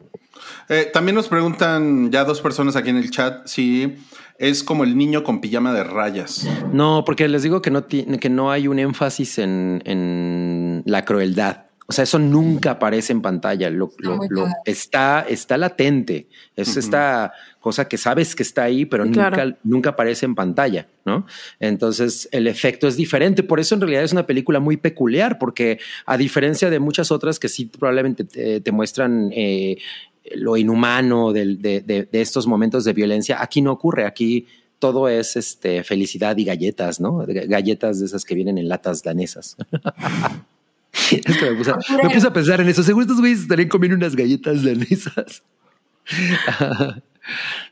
Eh, también nos preguntan ya dos personas aquí en el chat si es como el niño con pijama de rayas. No, porque les digo que no, ti- que no hay un énfasis en, en la crueldad. O sea, eso nunca aparece en pantalla. Lo, Está lo- muy lo- cagado. está, está latente. Es esta cosa que sabes que está ahí, pero Claro. nunca, nunca aparece en pantalla, ¿no? Entonces el efecto es diferente. Por eso en realidad es una película muy peculiar, porque a diferencia de muchas otras que sí probablemente te, te muestran eh, lo inhumano del- de, de- de estos momentos de violencia, aquí no ocurre. Aquí todo es este felicidad y galletas, ¿no? Ga- Galletas de esas que vienen en latas danesas. Es que me puse, me puse a pensar en eso. Seguro estos güeyes estarían comiendo unas galletas danesas.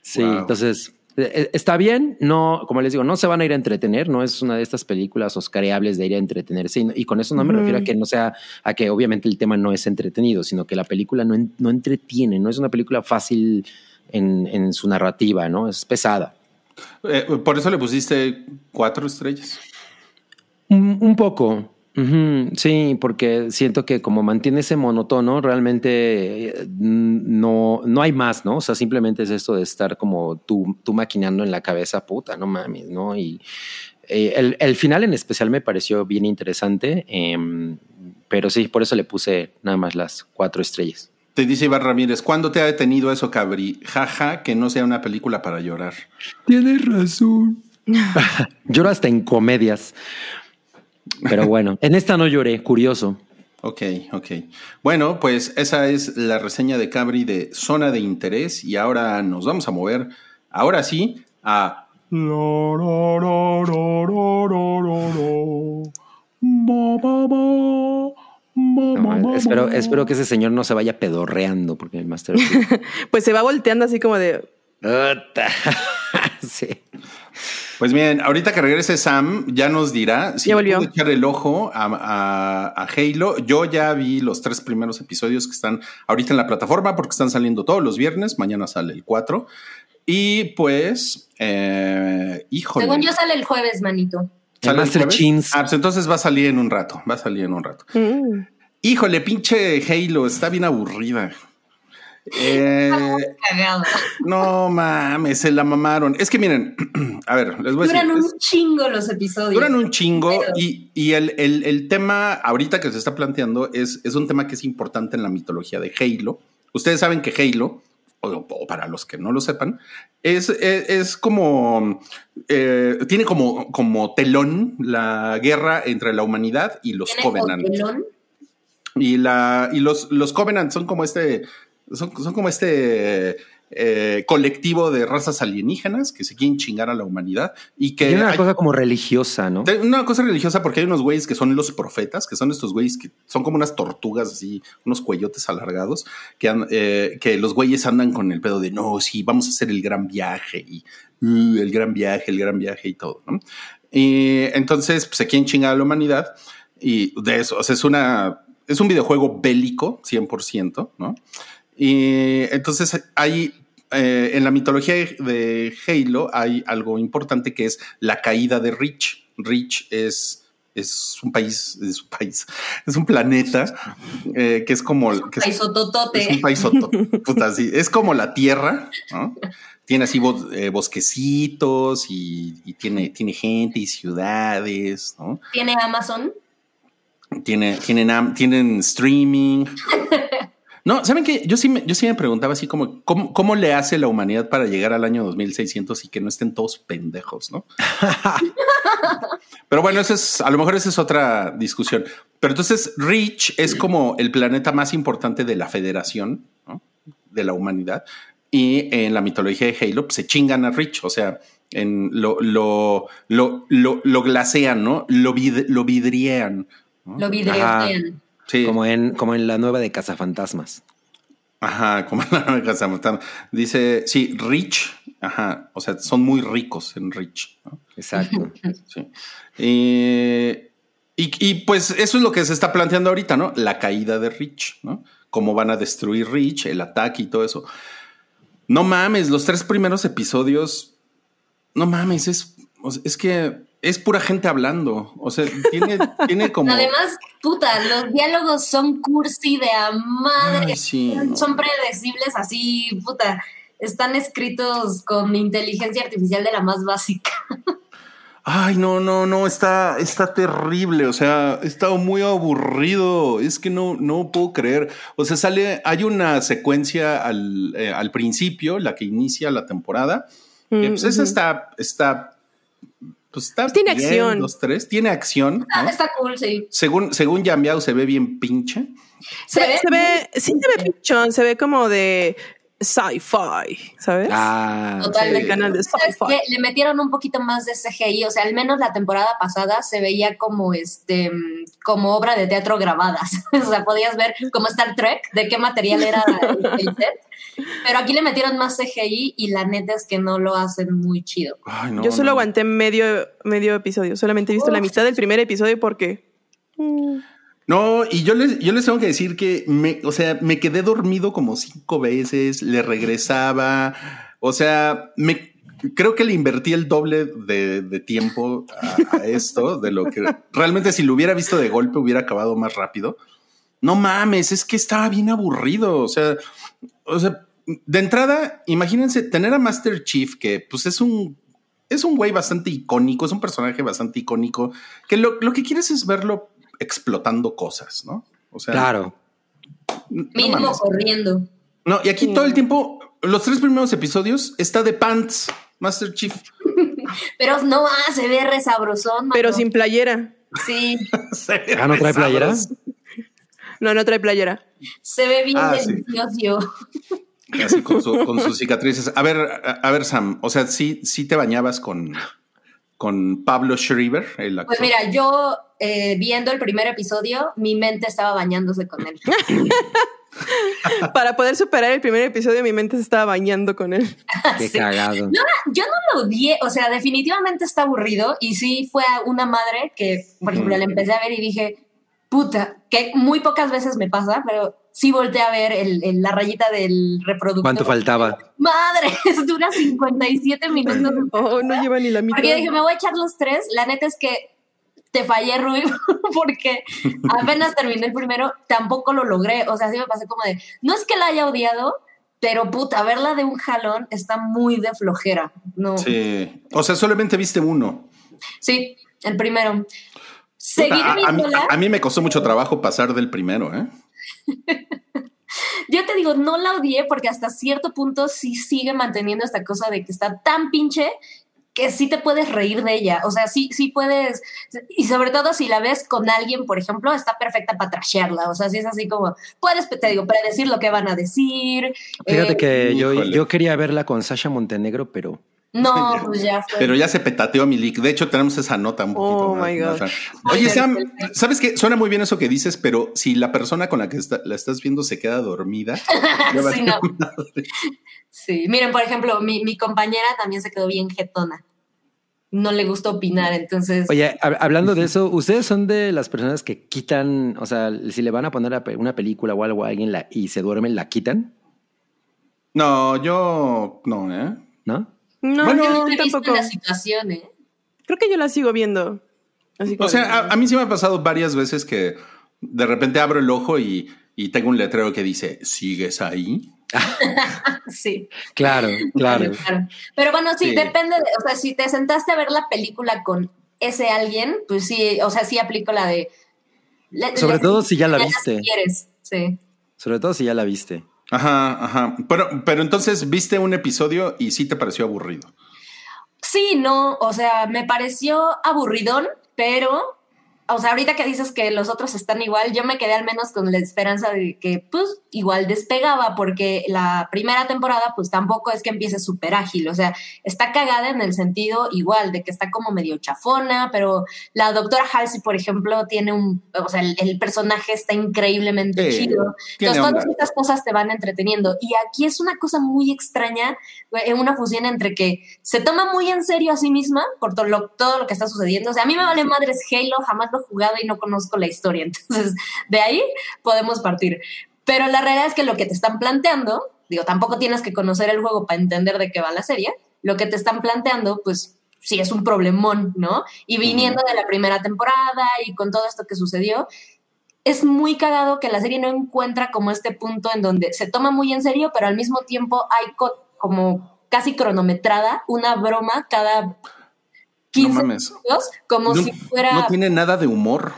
sí, Wow. entonces eh, eh, está bien. No, como les digo, no se van a ir a entretener. No es una de estas películas oscareables de ir a entretenerse. Y, y con eso no me Ujú. refiero a que no sea, a que obviamente el tema no es entretenido, sino que la película no, en- no entretiene. No es una película fácil en, en su narrativa, ¿no? Es pesada. Eh, por eso le pusiste cuatro estrellas. Un, un poco. Ujú, Sí, porque siento que como mantiene ese monotono, realmente eh, no, no hay más, ¿no? O sea, simplemente es esto de estar como tú, tú maquinando en la cabeza, puta, no mames, ¿no? Y eh, el, el final en especial me pareció bien interesante, em, pero sí, por eso le puse nada más las cuatro estrellas. Te dice Iván Ramírez, ¿cuándo te ha detenido eso, Cabri? Jaja, que no sea una película para llorar. Tienes razón. Lloro hasta en comedias. Pero bueno, en esta no lloré, curioso. Ok, ok. Bueno, pues esa es la reseña de Cabri de Zona de Interés y ahora nos vamos a mover, ahora sí, a... No, espero, espero que ese señor no se vaya pedorreando porque el Master. of- Pues se va volteando así como de. Ota. sí. Pues bien, ahorita que regrese Sam, ya nos dirá si Ya le volvió. pudo echar el ojo a, a- a Halo. Yo ya vi los tres primeros episodios que están ahorita en la plataforma porque están saliendo todos los viernes. Mañana sale el 4. Y pues, eh, híjole. Según yo sale el jueves, manito. ¿Sale El Master jueves? Chins. Ah, pues entonces va a salir en un rato. Va a salir en un rato. mm, Híjole, pinche Halo, está bien aburrida. Eh, Cagado. no mames, se la mamaron. Es que miren, a ver, les voy a decir. Duran es- un chingo los episodios. Duran un chingo Pero- y, y el, el- el tema ahorita que se está planteando es, es un tema que es importante en la mitología de Halo. Ustedes saben que Halo, o, o para los que no lo sepan, es, es, es como, eh, tiene como, como telón la guerra entre la humanidad y los Tiene Covenant. hotelón. Y, la, y los, los Covenant son como este, son, son como este eh, colectivo de razas alienígenas que se quieren chingar a la humanidad y que... Tiene una hay- cosa como religiosa, ¿no? de- Una cosa religiosa, porque hay unos güeyes que son los profetas, que son estos güeyes que son como unas tortugas así, unos cuellotes alargados, que, an- eh, que los güeyes andan con el pedo de no, sí, vamos a hacer el gran viaje y uh, el gran viaje, el gran viaje y todo. ¿no? Y entonces pues, se quieren chingar a la humanidad y de eso, o sea, es una, es un videojuego bélico 100%, ¿no? Y entonces hay, eh, en la mitología de Halo hay algo importante que es la caída de Rich. Rich es, es un país, es un país, es un planeta eh, que es como... que es- es Paisototote. un paisoto. Puta, sí. Es como la tierra, ¿no? Tiene así bo- eh, bosquecitos y, y tiene, tiene gente y ciudades, ¿no? Tiene Amazon. Tiene, tienen, am- tienen streaming. No, ¿saben qué? Yo sí me, yo sí me preguntaba así como, ¿cómo, ¿cómo le hace la humanidad para llegar al año 2600 y que no estén todos pendejos, no? Pero bueno, eso es, a lo mejor esa es otra discusión. Pero entonces Rich es como el planeta más importante de la federación, ¿no? de la humanidad. Y en la mitología de Halo pues, se chingan a Rich, o sea, en lo, lo, lo, lo, lo glasean, ¿no? Lo, vid- lo vidriean. ¿no? Lo vidreotean. Sí. Como en, como en la nueva de Cazafantasmas. Ajá, como la nueva casa Montana. Dice, sí, Rich Ajá, o sea, son muy ricos en Rich. ¿no? Exacto. Sí. Eh, y, y, pues eso es lo que se está planteando ahorita, ¿no? La caída de Rich, ¿no? Cómo van a destruir Rich, el ataque y todo eso. No mames, los tres primeros episodios, no mames, es, o sea, es que es pura gente hablando. O sea, tiene, tiene como... Además, puta, los diálogos son cursi de a madre. Ay, sí, no. Son predecibles así, puta. Están escritos con inteligencia artificial de la más básica. Ay, no, no, no, está, está terrible. O sea, he estado muy aburrido. Es que no, no puedo creer. O sea, sale, hay una secuencia al, eh, al principio, la que inicia la temporada. que, pues, esa Mm, ujú. está, está, pues está. Tiene bien, acción. Dos, tres. Tiene acción. Ah, ¿no? Está cool, sí. Según, según Yambiao se ve bien pinche. Se, ve, Pues, se ve, sí se ve pichón, se ve como de sci-fi, ¿sabes? Ah, Totalmente. El canal de ¿Sabes sci-fi. qué? Le metieron un poquito más de CGI, o sea, al menos la temporada pasada se veía como este mm, como obra de teatro grabadas. o sea, podías ver como Star Trek, de qué material era el, el set. Pero aquí le metieron más CGI y la neta es que no lo hacen muy chido. Ay, no, Yo solo no. aguanté medio, medio episodio, solamente he visto la Uf. Mm, mitad del primer episodio porque... No, y yo les, yo les tengo que decir que me, o sea, me quedé dormido como cinco veces, le regresaba. O sea, me creo que le invertí el doble de, de tiempo a, a esto, de lo que realmente si lo hubiera visto de golpe hubiera acabado más rápido. No mames, es que estaba bien aburrido. O sea, o sea, de entrada, imagínense tener a Master Chief, que pues es un es un güey bastante icónico, es un personaje bastante icónico, que lo, lo que quieres es verlo explotando cosas, ¿no? O sea, claro. no Mínimo mames. corriendo. No, y aquí Sí. todo el tiempo, los tres primeros episodios está de pants, Master Chief. Pero no, ah, se ve resabrosón. Pero mano. sin playera. Sí, Se ve Ah, ¿no trae pesado. playera? No, no trae playera. se ve bien Ah, sí. delicioso. Así con, su- con sus cicatrices. A ver, a, a ver, Sam, o sea, sí, sí te bañabas con, con Pablo Schreiber, el actor. Pues mira, yo eh, viendo el primer episodio, mi mente estaba bañándose con él. Para poder superar el primer episodio, mi mente se estaba bañando con él. Qué Sí. cagado. Yo no lo odié, o sea, definitivamente está aburrido y sí fue a una madre que, por ejemplo, Ujú. la empecé a ver y dije, puta, que muy pocas veces me pasa, pero sí volteé a ver el, el- la rayita del reproductor. ¿Cuánto faltaba? Madre, dura 57 minutos. Oh, no lleva ni la mitad. Porque yo dije, me voy a echar los tres. La neta es que te fallé, Rui, porque apenas terminé el primero, tampoco lo logré. O sea, sí me pasé como de, no es que la haya odiado, pero puta, verla de un jalón está muy de flojera. No. Sí. O sea, solamente viste uno. Sí, el primero. Seguir a, a mí, viéndola, a- a mí me costó mucho trabajo pasar del primero, ¿eh? yo te digo, no la odié porque hasta cierto punto sí sigue manteniendo esta cosa de que está tan pinche que sí te puedes reír de ella. O sea, sí, sí puedes. Y sobre todo si la ves con alguien, por ejemplo, está perfecta para trashearla. O sea, si es así como, puedes, te digo, predecir lo que van a decir. Fíjate eh, que yo, Híjole. yo quería verla con Sasha Montenegro, pero No, pues ya fue. Pero ya se petateó a mi leak. De hecho, tenemos esa nota un poquito. Oh, ¿no? my God. Oye, Sam, ¿sabes qué? Suena muy bien eso que dices, pero si la persona con la que está- la estás viendo se queda dormida. ya va a Sí, ser no. madre. Sí, miren, por ejemplo, mi, mi compañera también se quedó bien jetona. No le gusta opinar, entonces. Oye, hab- hablando de eso, ¿ustedes son de las personas que quitan, o sea, si le van a poner a pe- una película o algo a alguien la- y se duermen, la quitan? No, yo no, ¿eh? ¿No? No, Bueno, yo Yo tampoco. la situación, ¿eh? Creo que yo la sigo viendo. Así O como- sea, a, a mí sí me ha pasado varias veces que de repente abro el ojo y, y tengo un letrero que dice, ¿sigues ahí? Sí, Claro, claro. Pero bueno, sí, Sí. depende, de- o sea, si te sentaste a ver la película con ese alguien, pues sí, o sea, sí aplico la de... le- Sobre le- todo si ya la si viste. quieres, sí. Sobre todo si ya la viste. Ajá, ajá. Pero, pero entonces viste un episodio y sí te pareció aburrido. Sí, no, o sea, me pareció aburridón, pero o sea, ahorita que dices que los otros están igual, yo me quedé al menos con la esperanza de que, pues, igual despegaba, porque la primera temporada, pues, tampoco es que empiece súper ágil, o sea, está cagada en el sentido igual, de que está como medio chafona, pero la doctora Halsey, por ejemplo, tiene un, o sea, el, el personaje está increíblemente Sí, chido. tiene Entonces, todas onda. estas cosas te van entreteniendo. Y aquí es una cosa muy extraña, eh, una fusión entre que se toma muy en serio a sí misma por todo lo, todo lo que está sucediendo. O sea, a mí me vale madres Halo, jamás lo he jugado y no conozco la historia. Entonces, de ahí podemos partir. Pero la realidad es que lo que te están planteando, digo, tampoco tienes que conocer el juego para entender de qué va la serie. Lo que te están planteando, pues sí es un problemón, ¿no? Y viniendo de la primera temporada y con todo esto que sucedió, es muy cagado que la serie no encuentra como este punto en donde se toma muy en serio, pero al mismo tiempo hay co- como casi cronometrada una broma cada 15 mames. minutos, como no, si fuera... no tiene nada de humor.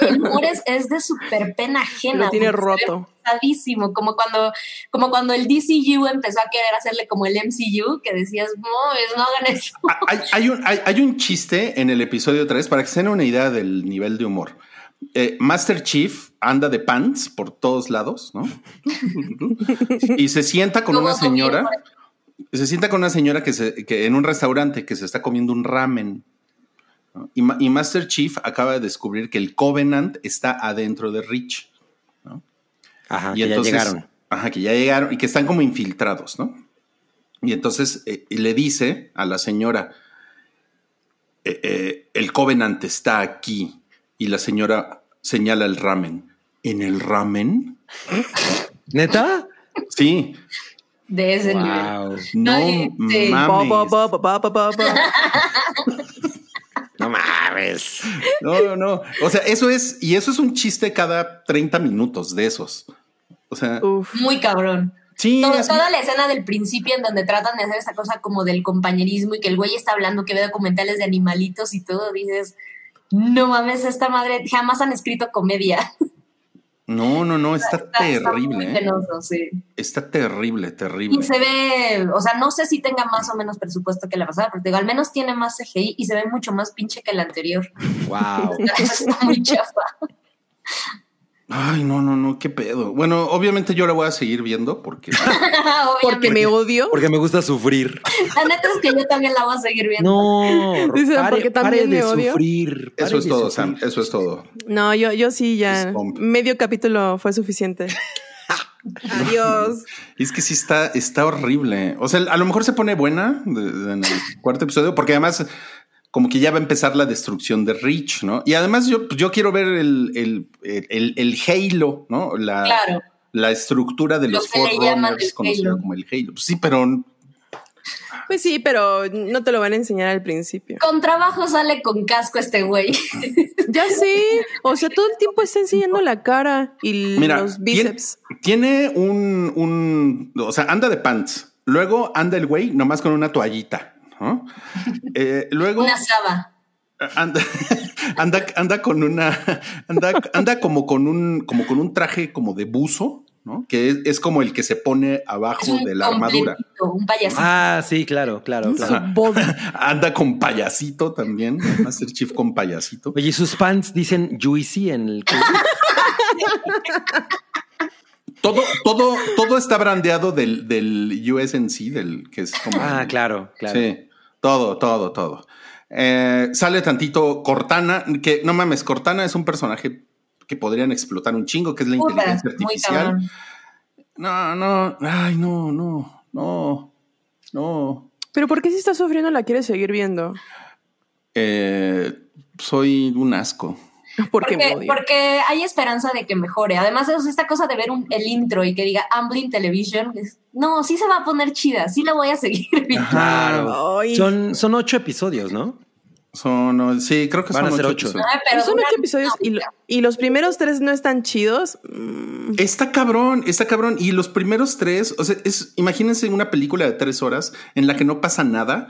El humor es, es de súper pena ajena. Lo tiene güey. roto. Es pesadísimo, como cuando, como cuando el DCU empezó a querer hacerle como el MCU, que decías, no, es- no hagan eso. Ah, Hay, hay un, hay- hay un chiste en el episodio 3 para que se den una idea del nivel de humor. Eh, Master Chief anda de pants por todos lados, ¿no? y se sienta con Como una comiendo, señora. Se sienta con una señora que, se, que en un restaurante que se está comiendo un ramen. ¿no? Y, Ma- y Master Chief acaba de descubrir que el Covenant está adentro de Rich. Ajá, y Ah, que entonces, ya llegaron. Ajá, que ya llegaron y que están como infiltrados, ¿no? Y entonces eh, y le dice a la señora, eh, eh, el Covenant está aquí. Y la señora señala el ramen. ¿En el ramen? ¿Neta? Sí. De ese nivel. Wow. No Ay, sí. Ba, ba, mames. ba, ba, ba, ba, ba. No mames. No, no, no. O sea, eso es, y eso es un chiste cada 30 minutos de esos. O sea, Uf. Muy cabrón. sí. Todo- así- toda la escena del principio en donde tratan de hacer esta cosa como del compañerismo y que el güey está hablando que ve documentales de animalitos y todo, dices, no mames, esta madre, jamás han escrito comedia. No, no, no, está, Está- está terrible. muy eh. penoso, sí. Está terrible, Y terrible. se ve, o sea, no sé si tenga más o menos presupuesto que la pasada, pero te digo, al menos tiene más CGI y se ve mucho más pinche que la anterior. Wow. Está muy chafa. Ay, no, no, no, qué pedo. Bueno, obviamente yo la voy a seguir viendo porque Porque Obviamente. me odio. Porque me gusta sufrir. La neta es que yo también la voy a seguir viendo. No, Dice, pare, porque pare también de me odio. sufrir. pare eso es de todo, sufrir. Sam. Eso es todo. No, yo, yo sí ya. Stomp. Medio capítulo fue suficiente. Adiós. Es que sí está, está horrible. O sea, a lo mejor se pone buena de- de- en el cuarto episodio, porque además como que ya va a empezar la destrucción de Rich, ¿no? Y además yo, pues, yo quiero ver el, el, el- el Halo, ¿no? La, Claro. la estructura de Lo los que le llaman Forerunners, el conocido Halo. como el Halo. Pues sí, pero Pues sí, pero no te lo van a enseñar al principio. Con trabajo sale con casco este güey. Ya sé. O sea, todo el tiempo está enseñando la cara y Mira, los tiene- bíceps. Tiene, un, un- o sea, anda de pants. Luego anda el güey nomás con una toallita. ¿no? Eh, luego Una saba. anda, anda, anda con una, anda, anda como con un, como con un traje como de buzo, ¿no? Que es, es como el que se pone Es abajo un de la armadura. completito, Un payasito. Ah, sí, claro, claro, claro. Su body. Anda con payasito también. Va a ser chief con payasito. Oye, ¿y sus pants dicen juicy en el culo? Todo, todo, todo está brandeado del, del USNC, del que es como. Ah, el- claro, claro. Sí, todo, todo, todo. Eh, sale tantito Cortana, que no mames, Cortana es un personaje que podrían explotar un chingo, que es la Puta, inteligencia muy artificial. cabrón. No, no, ay, no, no, no, no. Pero ¿por qué si está sufriendo la quieres seguir viendo? Eh, soy un asco. Porque me Porque, odio. porque hay esperanza de que mejore. Además, es esta cosa de ver un- el intro y que diga Amblin Television. es, No, sí se va a poner chida. Sí la voy a seguir viendo. Claro. Ay. Son, son ocho episodios, ¿no? Son, no, sí, creo que Van a son ser ocho ocho. episodios. Ay, pero son ocho duran episodios una y, lo- hora. y los primeros tres no están chidos. Mm, Está cabrón, está cabrón. Y los primeros tres, o sea, es, imagínense una película de tres horas en la que no pasa nada.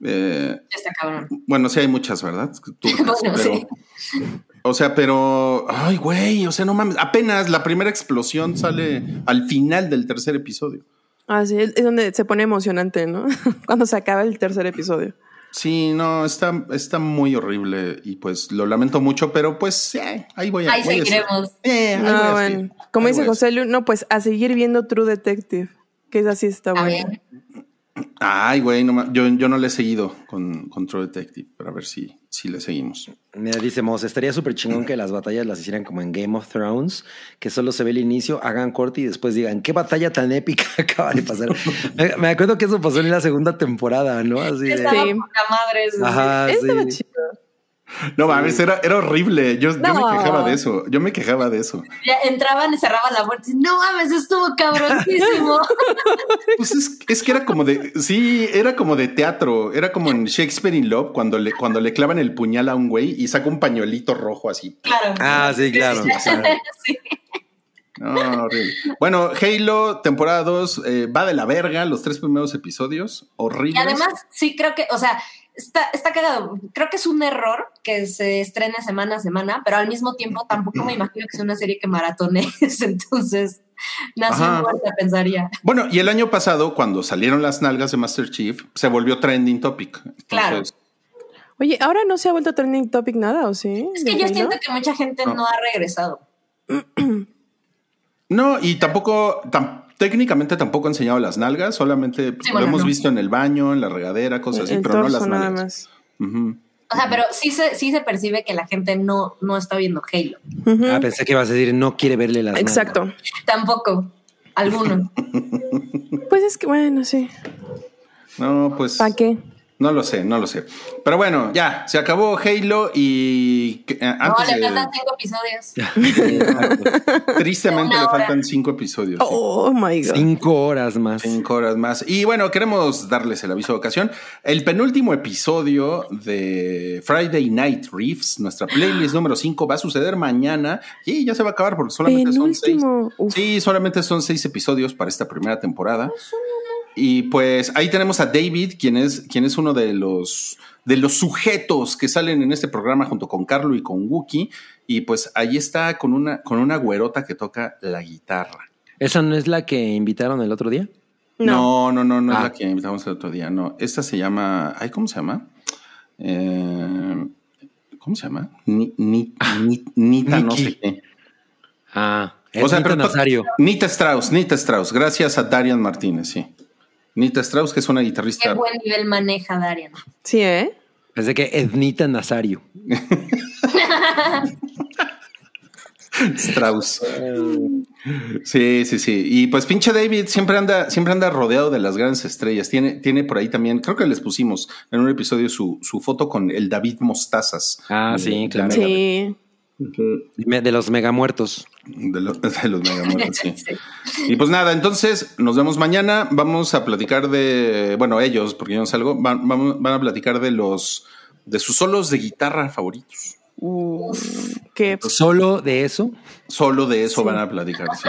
Eh, Está cabrón. Bueno, sí hay muchas, ¿verdad? Turcas, Bueno, pero, sí. O sea, pero. Ay, güey, o sea, no mames. Apenas la primera explosión sale al final del tercer episodio. Ah, Así es, es donde se pone emocionante, ¿no? Cuando se acaba el tercer episodio. Sí, no, está, está muy horrible y pues lo lamento mucho, pero pues eh, ahí voy a Ahí voy a seguiremos. seguir. Eh, ahí voy No, a Ah, bueno. seguir. Como Ahí dice voy a José Lu, no, pues a seguir viendo True Detective, que esa sí está A buena. ver, seguir. Ay, güey, no ma- yo, yo no le he seguido con, con True Detective, pero a ver si, si le seguimos. Mira, dice Moss, estaría súper chingón que las batallas las hicieran como en Game of Thrones, que solo se ve el inicio, hagan corte y después digan, qué batalla tan épica acaba de pasar. me, me acuerdo que eso pasó en la segunda temporada, ¿no? Así de- estaba Sí. poca madre. eso sí. Ajá, Estaba sí. chido. No mames, era, era horrible. Yo, yo No. me quejaba de eso. Yo me quejaba de eso. Ya entraban y cerraban la puerta. y, No mames, estuvo cabronísimo. Pues es, es que era como de, sí, era como de teatro, era como en Shakespeare in Love cuando le, cuando le clavan el puñal a un güey y saca un pañuelito rojo así. claro. Ah, sí, claro. Sí. No, horrible. Bueno, Halo, temporada 2, eh, va de la verga, los tres primeros episodios, Y horribles. además, sí, creo que, o sea, está, está cagado. Creo que es un error que se estrene semana a semana, pero al mismo tiempo tampoco me imagino que es una serie que maratones. Entonces, nació Ajá. muerta, pensaría. Bueno, y el año pasado, cuando salieron las nalgas de Master Chief, se volvió trending topic. Claro. Entonces, Oye, ahora no se ha vuelto trending topic nada, ¿o sí? Es que ¿De yo Halo? siento que mucha gente no, No. ha regresado. No, y tampoco, tam- técnicamente tampoco ha enseñado las nalgas, solamente pues, Sí, bueno, lo hemos no. visto en el baño, en la regadera, cosas así, El pero no torso las nada nalgas. más. Ujú. O sea, pero sí se, sí se percibe que la gente no, no está viendo Halo. Ujú. Ah, pensé que ibas a decir, no quiere verle las nalgas". Exacto. Tampoco. Alguno. Pues es que, bueno, sí. No, pues. ¿Para qué? No lo sé, no lo sé. Pero bueno, ya, se acabó Halo y que- eh, antes no, le de- faltan cinco episodios. tristemente Una le hora. faltan cinco episodios. sí. Oh my god. Cinco horas más. Cinco horas más. Y bueno, queremos darles el aviso de ocasión. El penúltimo episodio de Friday Night Reefs, nuestra playlist número 5, va a suceder mañana y ya se va a acabar porque solamente Penúltimo. son seis. Uf. Sí, solamente son seis episodios para esta primera temporada. Y pues ahí tenemos a David, quien es, quien es uno de los, de los sujetos que salen en este programa junto con Carlo y con Wookie. Y pues ahí está con una, con una güerota que toca la guitarra. ¿Esa no es la que invitaron el otro día? No. No, no, no, no es Ah. la que invitamos el otro día, no. Esta se llama, ay, ¿cómo se llama? Eh, ¿Cómo se llama? Ni, ni, ni- Nita, no Nikki. sé qué. Ah, es O sea, Nita pero to- Nazario. Nita Strauss, Nita Strauss, gracias a Darian Martínez, sí. Nita Strauss, que es una Qué guitarrista. buen nivel maneja Darian. Sí, ¿eh? Pensé que Ednita Nazario. Strauss. Sí, sí, sí. Y pues pinche David siempre anda, siempre anda rodeado de las grandes estrellas. Tiene, tiene por ahí también, creo que les pusimos en un episodio su, su foto con el David Mostazas. Ah, De- sí, de claro. Mega Man. Sí. Me- De los megamuertos. De, los- de los Mega Man, sí. Sí. Y pues nada, entonces nos vemos mañana. Vamos a platicar de, bueno, ellos, porque yo no salgo, van, van- van a platicar de los, de sus solos de guitarra favoritos. Uf. Qué Solo de eso. Solo de eso Sí. van a platicar, sí.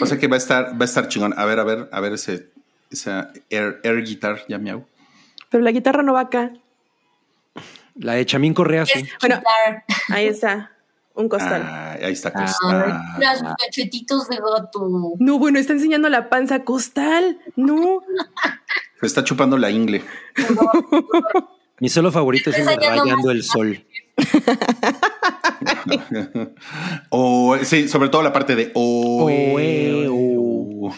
O sea que va a estar, va a estar chingón. A ver, a ver, a ver ese, esa air, air guitar, ya me hago. Pero la guitarra no va acá. La de Chamín Correa, sí. Es Bueno. quitar Ahí está. Un costal. Ah, ahí está ah, Costa. los cachetitos de gato. No, bueno, está enseñando la panza costal. No. Se está chupando la ingle. Mi solo favorito es el de Estoy saliendo Rayando más. el Sol. O, sí, sobre todo la parte de oh, Oe, E, eh, oh. oh.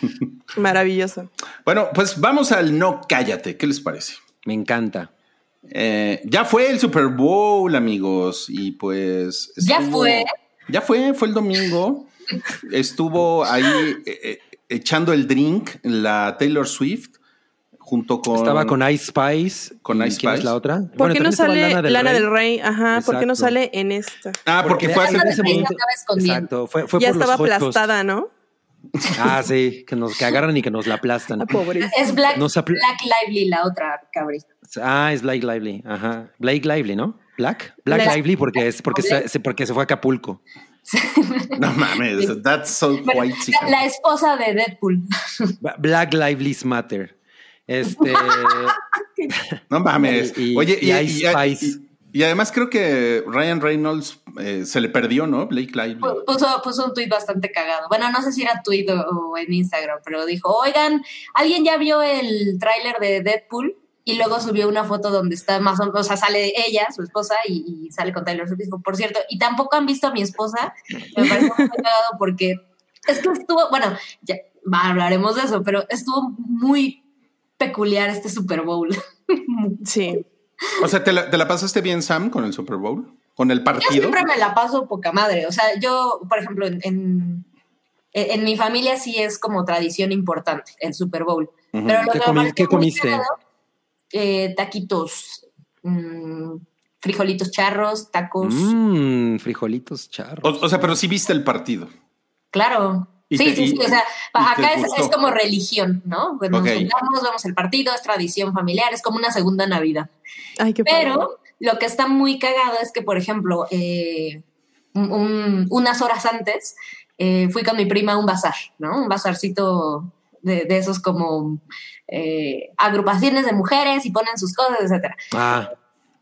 Maravilloso. Bueno, pues vamos al no cállate. ¿Qué les parece? Me encanta. Eh, ya fue el Super Bowl, amigos, y pues... Ya fue. Ya fue, fue el domingo. Estuvo ahí eh, eh, echando el drink la Taylor Swift junto con... Estaba con Ice Spice. Con ¿Y Ice quién es Spice. la otra? ¿Por qué no sale Lana del, Rey? Ajá, ¿por qué no Exacto. sale en esta? Ah, porque, fue hace... Lana del Rey estaba escondiendo. Exacto. Fue, fue ya por los estaba hot toast. aplastada, ¿no? Ah, sí. Que nos que agarran y que nos la aplastan. La Ah, pobre. Es Black, No se apl- Black Lively, la otra cabrita. Ah, es Blake Lively. Ajá. Blake Lively, ¿no? Black. Black, Black. Lively porque es porque se, se- porque se fue a Acapulco. No mames, that's so Bueno, white la, la esposa de Deadpool. Ba- Black Livelys Matter. Este No mames. Y- y- Oye, y Ice Spice. y- y además creo que Ryan Reynolds eh, se le perdió, ¿no? Blake Lively. Pu- Puso, puso un tuit bastante cagado. Bueno, no sé si era tuit o, o en Instagram, pero dijo, oigan, ¿alguien ya vio el tráiler de Deadpool? y luego subió una foto donde está más o menos, o sea, sale ella, su esposa, y, y sale con Taylor Swift. Dijo, por cierto, y tampoco han visto a mi esposa. Me parece muy cagado porque es que estuvo, bueno, ya va, hablaremos de eso, pero estuvo muy peculiar este Super Bowl. Sí. O sea, ¿te la, te la pasaste bien, Sam, con el Super Bowl? ¿Con el Yo partido? siempre me la paso poca madre. O sea, yo, por ejemplo, en, en, en mi familia sí es como tradición importante el Super Bowl. Ujú. Pero lo ¿Qué que me comi- pareció qué muy comiste? cagado, eh, taquitos, mm, frijolitos charros, tacos. Mm. Mmm, frijolitos charros. O, o sea, pero sí viste el partido. Claro. Y Sí, te- sí, sí. y- O sea, y te acá es, gustó. es como religión, ¿no? Pues Ok. Nos juntamos, vemos el partido, es tradición familiar, es como una segunda Navidad. Ay, qué padre. Pero lo que está muy cagado es que, por ejemplo, eh, un- un- unas horas antes eh, fui con mi prima a un bazar, ¿no? Un bazarcito de, de esos como eh, agrupaciones de mujeres y ponen sus cosas, etcétera. Ah,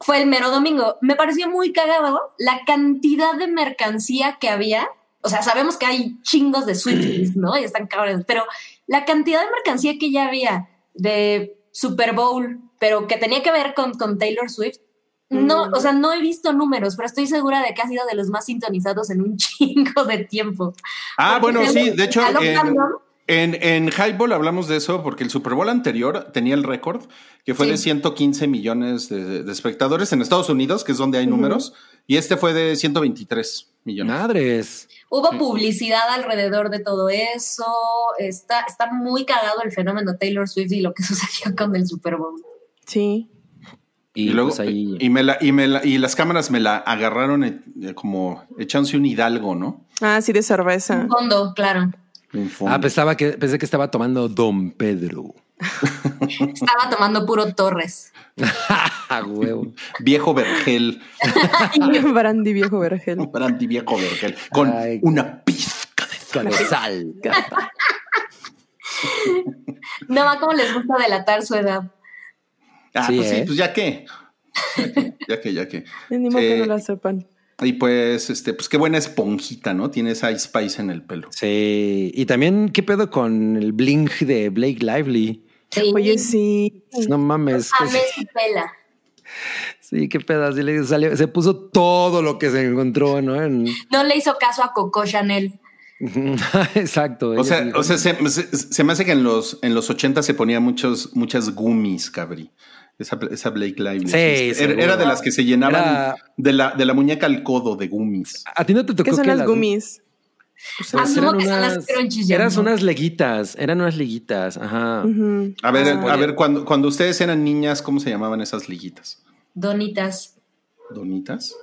Fue el mero domingo. Me pareció muy cagado la cantidad de mercancía que había. O sea, sabemos que hay chingos de Swifties, ¿no? Y están cabrones, pero la cantidad de mercancía que ya había de Super Bowl, pero que tenía que ver con, con Taylor Swift, no, Mm. o sea, no he visto números, pero estoy segura de que ha sido de los más sintonizados en un chingo de tiempo. Ah, Porque bueno, se- sí. De hecho, eh, jaló en, fandom. en, en Highball hablamos de eso porque el Super Bowl anterior tenía el récord que fue Sí. de 115 millones de, de espectadores en Estados Unidos, que es donde hay números, y este fue de 123 millones. Ah, madres. Hubo publicidad alrededor de todo eso. Está, está muy cagado el fenómeno Taylor Swift y lo que sucedió con el Super Bowl. Sí. Y, Y, luego, pues ahí. y, me la, y, me la- y las cámaras me la agarraron eh, eh, como echándose un hidalgo, ¿no? Ah, sí, de cerveza. Un fondo, claro. Un fondo. ah, pensaba que, pensé que estaba tomando Don Pedro. Estaba tomando puro Torres. A huevo. Viejo vergel. Brandy viejo vergel. Brandy viejo vergel. Con Ay. una pizca de Con sal. No, va como les gusta delatar su edad. Ah, Sí, pues sí, ¿eh? pues ya qué. Ya que, ya que. Ni modo que Eh, no la sepan. Y pues, este, pues qué buena esponjita, ¿no? Tiene esa Spice en el pelo. Sí. Y también, ¿qué pedo con el bling de Blake Lively? Sí. Oye, sí. No mames. que Amé sí. su pela. Sí, qué pedo. sí le salió- se puso todo lo que se encontró, ¿no? En- No le hizo caso a Coco Chanel. Exacto. O ella sea, dijo, o sea se, se- se me hace que en los, en los 80 se ponía muchos, muchas gummies, cabri. Esa, esa Blake Lively. Sí, era, seguro. era de las que se llenaban Era- de, la, de la muñeca al codo de gummies. A ti no te tocó ¿Qué son que las gummies? Pues Asumo eran que son las unas- crunchies, ya, Eras ¿no? unas leguitas, eran unas liguitas, ajá. Ujú. A ver, Ah. a ver, cuando, cuando ustedes eran niñas, ¿cómo se llamaban esas liguitas? Donitas. ¿Donitas?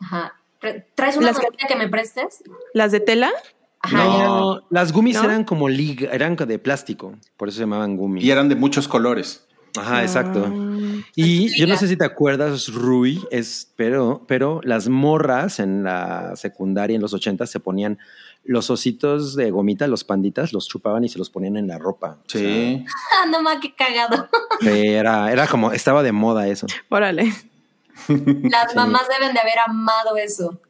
Ajá. Pre- ¿Traes una Las que- donita que... me prestes? ¿Las de tela? Ajá. ya. No, las gummies ¿No? eran como liga, eran de plástico, por eso se llamaban gummies. Y eran de muchos colores. Ajá, exacto. Ah. Y yo no sé si te acuerdas, Rui, es, pero, pero las morras en la secundaria en los 80 se ponían los ositos de gomita, los panditas, los chupaban y se los ponían en la ropa. O sea, Sí. Ah, no más, qué cagado. Era, era como, estaba de moda eso. Órale. Las mamás deben de haber amado eso.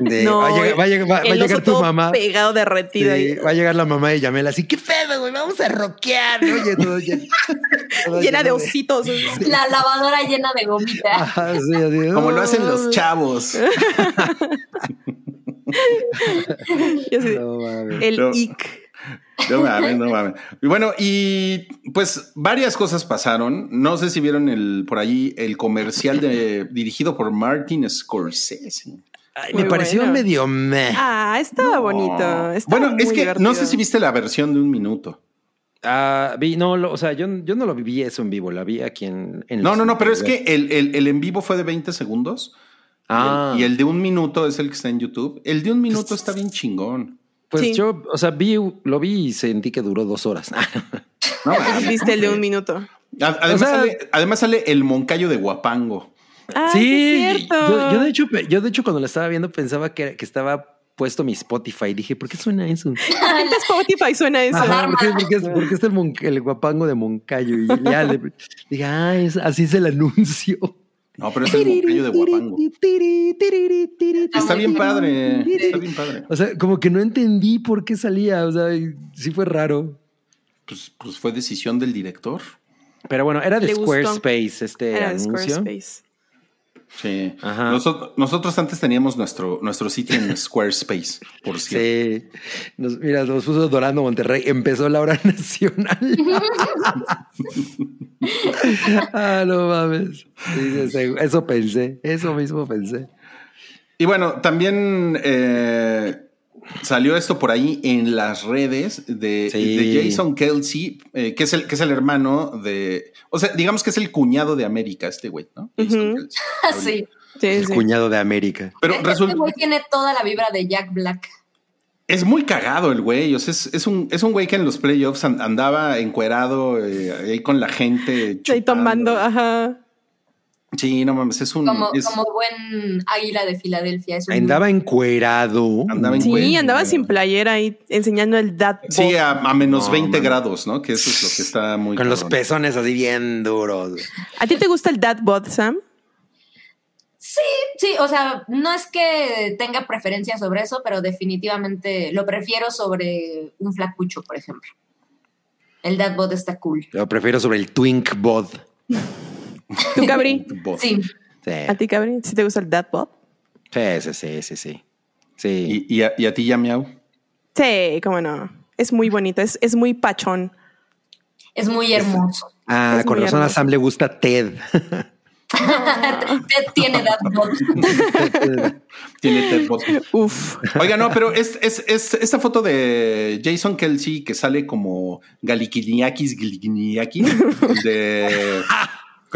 De, No, va a llegar, va a llegar- va- va a el llegar oso tu todo mamá. Pegado derretido. Sí, ahí. va a llegar la mamá de Yamel así, ¿qué pedo, güey? Vamos a rockear. ¿no? Oye, todo llen- todo llena de lleno ositos. La lavadora llena de gomita. Ajá, sí, así, Como lo hacen los chavos. Yo así de- No mames. el No. ic. No mames, no mames. Y bueno, y pues varias cosas pasaron. No sé si vieron el por ahí el comercial de, dirigido por Martin Scorsese. Ay, Muy me pareció bueno. medio meh. Ah, estaba bonito. Oh. estaba Bueno, es muy que no sé divertido. si viste la versión de un minuto. Ah, vi, no, lo- o sea, yo, yo no lo vi eso en vivo, la vi aquí en. en No, los- no, no, pero es que el, el- el en vivo fue de 20 segundos Ah, y, el, y el de un minuto es el que está en YouTube. El de un minuto está bien chingón. pues Sí. Ah, yo, o sea, vi, lo vi y sentí que duró dos horas. No mames. Viste el de un minuto. Ad- Además, O sea- sale, además sale el Moncayo de Guapango. Ah, es cierto. Yo, yo de hecho, pe- yo de hecho cuando la estaba viendo pensaba que, que estaba puesto mi Spotify. Dije, ¿por qué suena eso? ¿Por qué en Spotify suena eso? Ajá, porque, porque, es, porque es el, mon- el guapango de Moncayo. Y ya le dije, ah, es- así es el anuncio. No, pero es el Moncayo de Guapango. Está bien padre. Está bien padre. O sea, como que no entendí por qué salía. O sea, y sí fue raro. Pues, pues fue decisión del director. Pero bueno, era de Le gustó. Squarespace este Era de anuncio. Squarespace. Sí. Ajá. Nosot- nosotros antes teníamos nuestro, nuestro sitio en Squarespace, por cierto. Sí. Nos- mira, nos puso Dorando Monterrey. Empezó la hora nacional. ah, no mames. Sí, sí, sí. eso pensé. Eso mismo pensé. Y bueno, también eh, salió esto por ahí en las redes de, Sí. de Jason Kelsey, eh, que, es el, que es el hermano de. O sea, digamos que es el cuñado de América, este güey, ¿no? Jason Ujú. Kelce. Sí. Sí, El sí. cuñado de América. Pero Este resulta. güey tiene toda la vibra de Jack Black. Es muy cagado el güey. O sea, es, es un, es un güey que en los playoffs an- andaba encuerado eh, ahí con la gente. Ahí chupando. tomando, ajá. Sí, no mames, Mm, es un. Como, es- como buen águila de Filadelfia. es un- Andaba encuerado. Andaba en- Sí, Güey, andaba güey. sin playera ahí enseñando el dat. sí, ah. a, a menos No, 20 man. grados, ¿no? Que eso es lo que está muy. Con los cabrón. pezones así bien duros. ¿A ti te gusta el dad bod, Sam? Sí, o sea, no es que tenga preferencia sobre eso, pero definitivamente lo prefiero sobre un flacucho, por ejemplo. El Dadbot está cool. Lo prefiero sobre el Twink Bod. ¿Tú, Cabri? Bo- Sí. Sí. ¿A ti, Cabri? ¿Sí te gusta el dad bod? Sí, sí, sí, sí, sí. Sí. Y, y a, y a ti ya miau. Sí, cómo no. Es muy bonito, es, es muy pachón. Es muy hermoso. ah, es con muy razón a hermoso. Sam le gusta Ted. Ted Este tiene Dadbot. Tiene Ted Bot. Uf. Oiga, no, pero es, es, es- esta foto de Jason Kelsey que sale como Galiquiniakis Giliquiniaki de.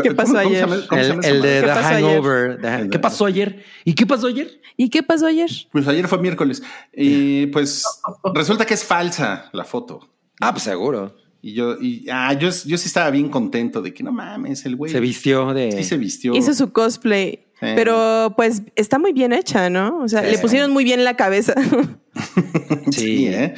¿Qué pasó ¿Cómo- cómo se ayer? llama- cómo se El, llama esa el de madre? The ¿Qué pasó ayer? Hangover. The Han- El de- ¿Qué pasó ayer? ¿Y qué pasó ayer? ¿Y qué pasó ayer? Pues ayer fue miércoles. Y pues resulta que es falsa la foto. Ah, pues seguro. Y yo, y, ah, yo, yo sí estaba bien contento de que no mames, el güey. Se vistió de. Sí se vistió. Hizo su cosplay. Sí. Pero pues está muy bien hecha, ¿no? O sea, Sí. le pusieron muy bien la cabeza. Sí, ¿eh?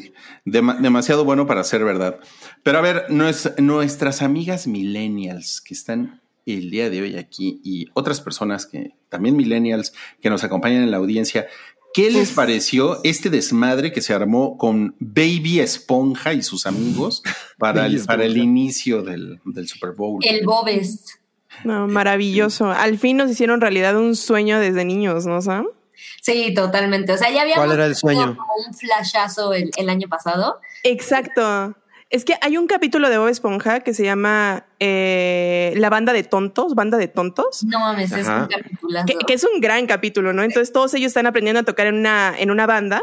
Sí. Dema- demasiado bueno para ser verdad. Pero a ver, nues- nuestras amigas millennials que están el día de hoy aquí y otras personas que también millennials que nos acompañan en la audiencia, ¿qué les pareció este desmadre que se armó con Baby Esponja y sus amigos para, Baby el, para el Esponja. inicio del, del Super Bowl? El Bobes. No, maravilloso. Al fin nos hicieron realidad un sueño desde niños, ¿no, Sam? Sí, totalmente. O sea, ya habíamos ¿Cuál era el tenido sueño? como un flashazo el, el año pasado. Exacto. Es que hay un capítulo de Bob Esponja que se llama eh, La banda de tontos, banda de tontos. No mames, es Ajá. un capitulazo. que, que es un gran capítulo, ¿no? Entonces todos ellos están aprendiendo a tocar en una, en una banda.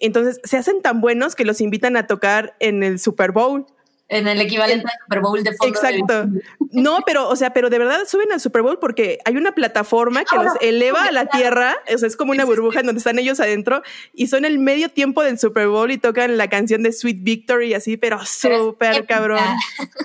Entonces se hacen tan buenos que los invitan a tocar en el Super Bowl. En el equivalente al Super Bowl de fondo. de- Exacto. No, pero, o sea, pero de verdad suben al Super Bowl porque hay una plataforma que los eleva a la tierra. O sea, es como una burbuja en donde están ellos adentro y son el medio tiempo del Super Bowl y tocan la canción de Sweet Victory así, pero súper épica. cabrón.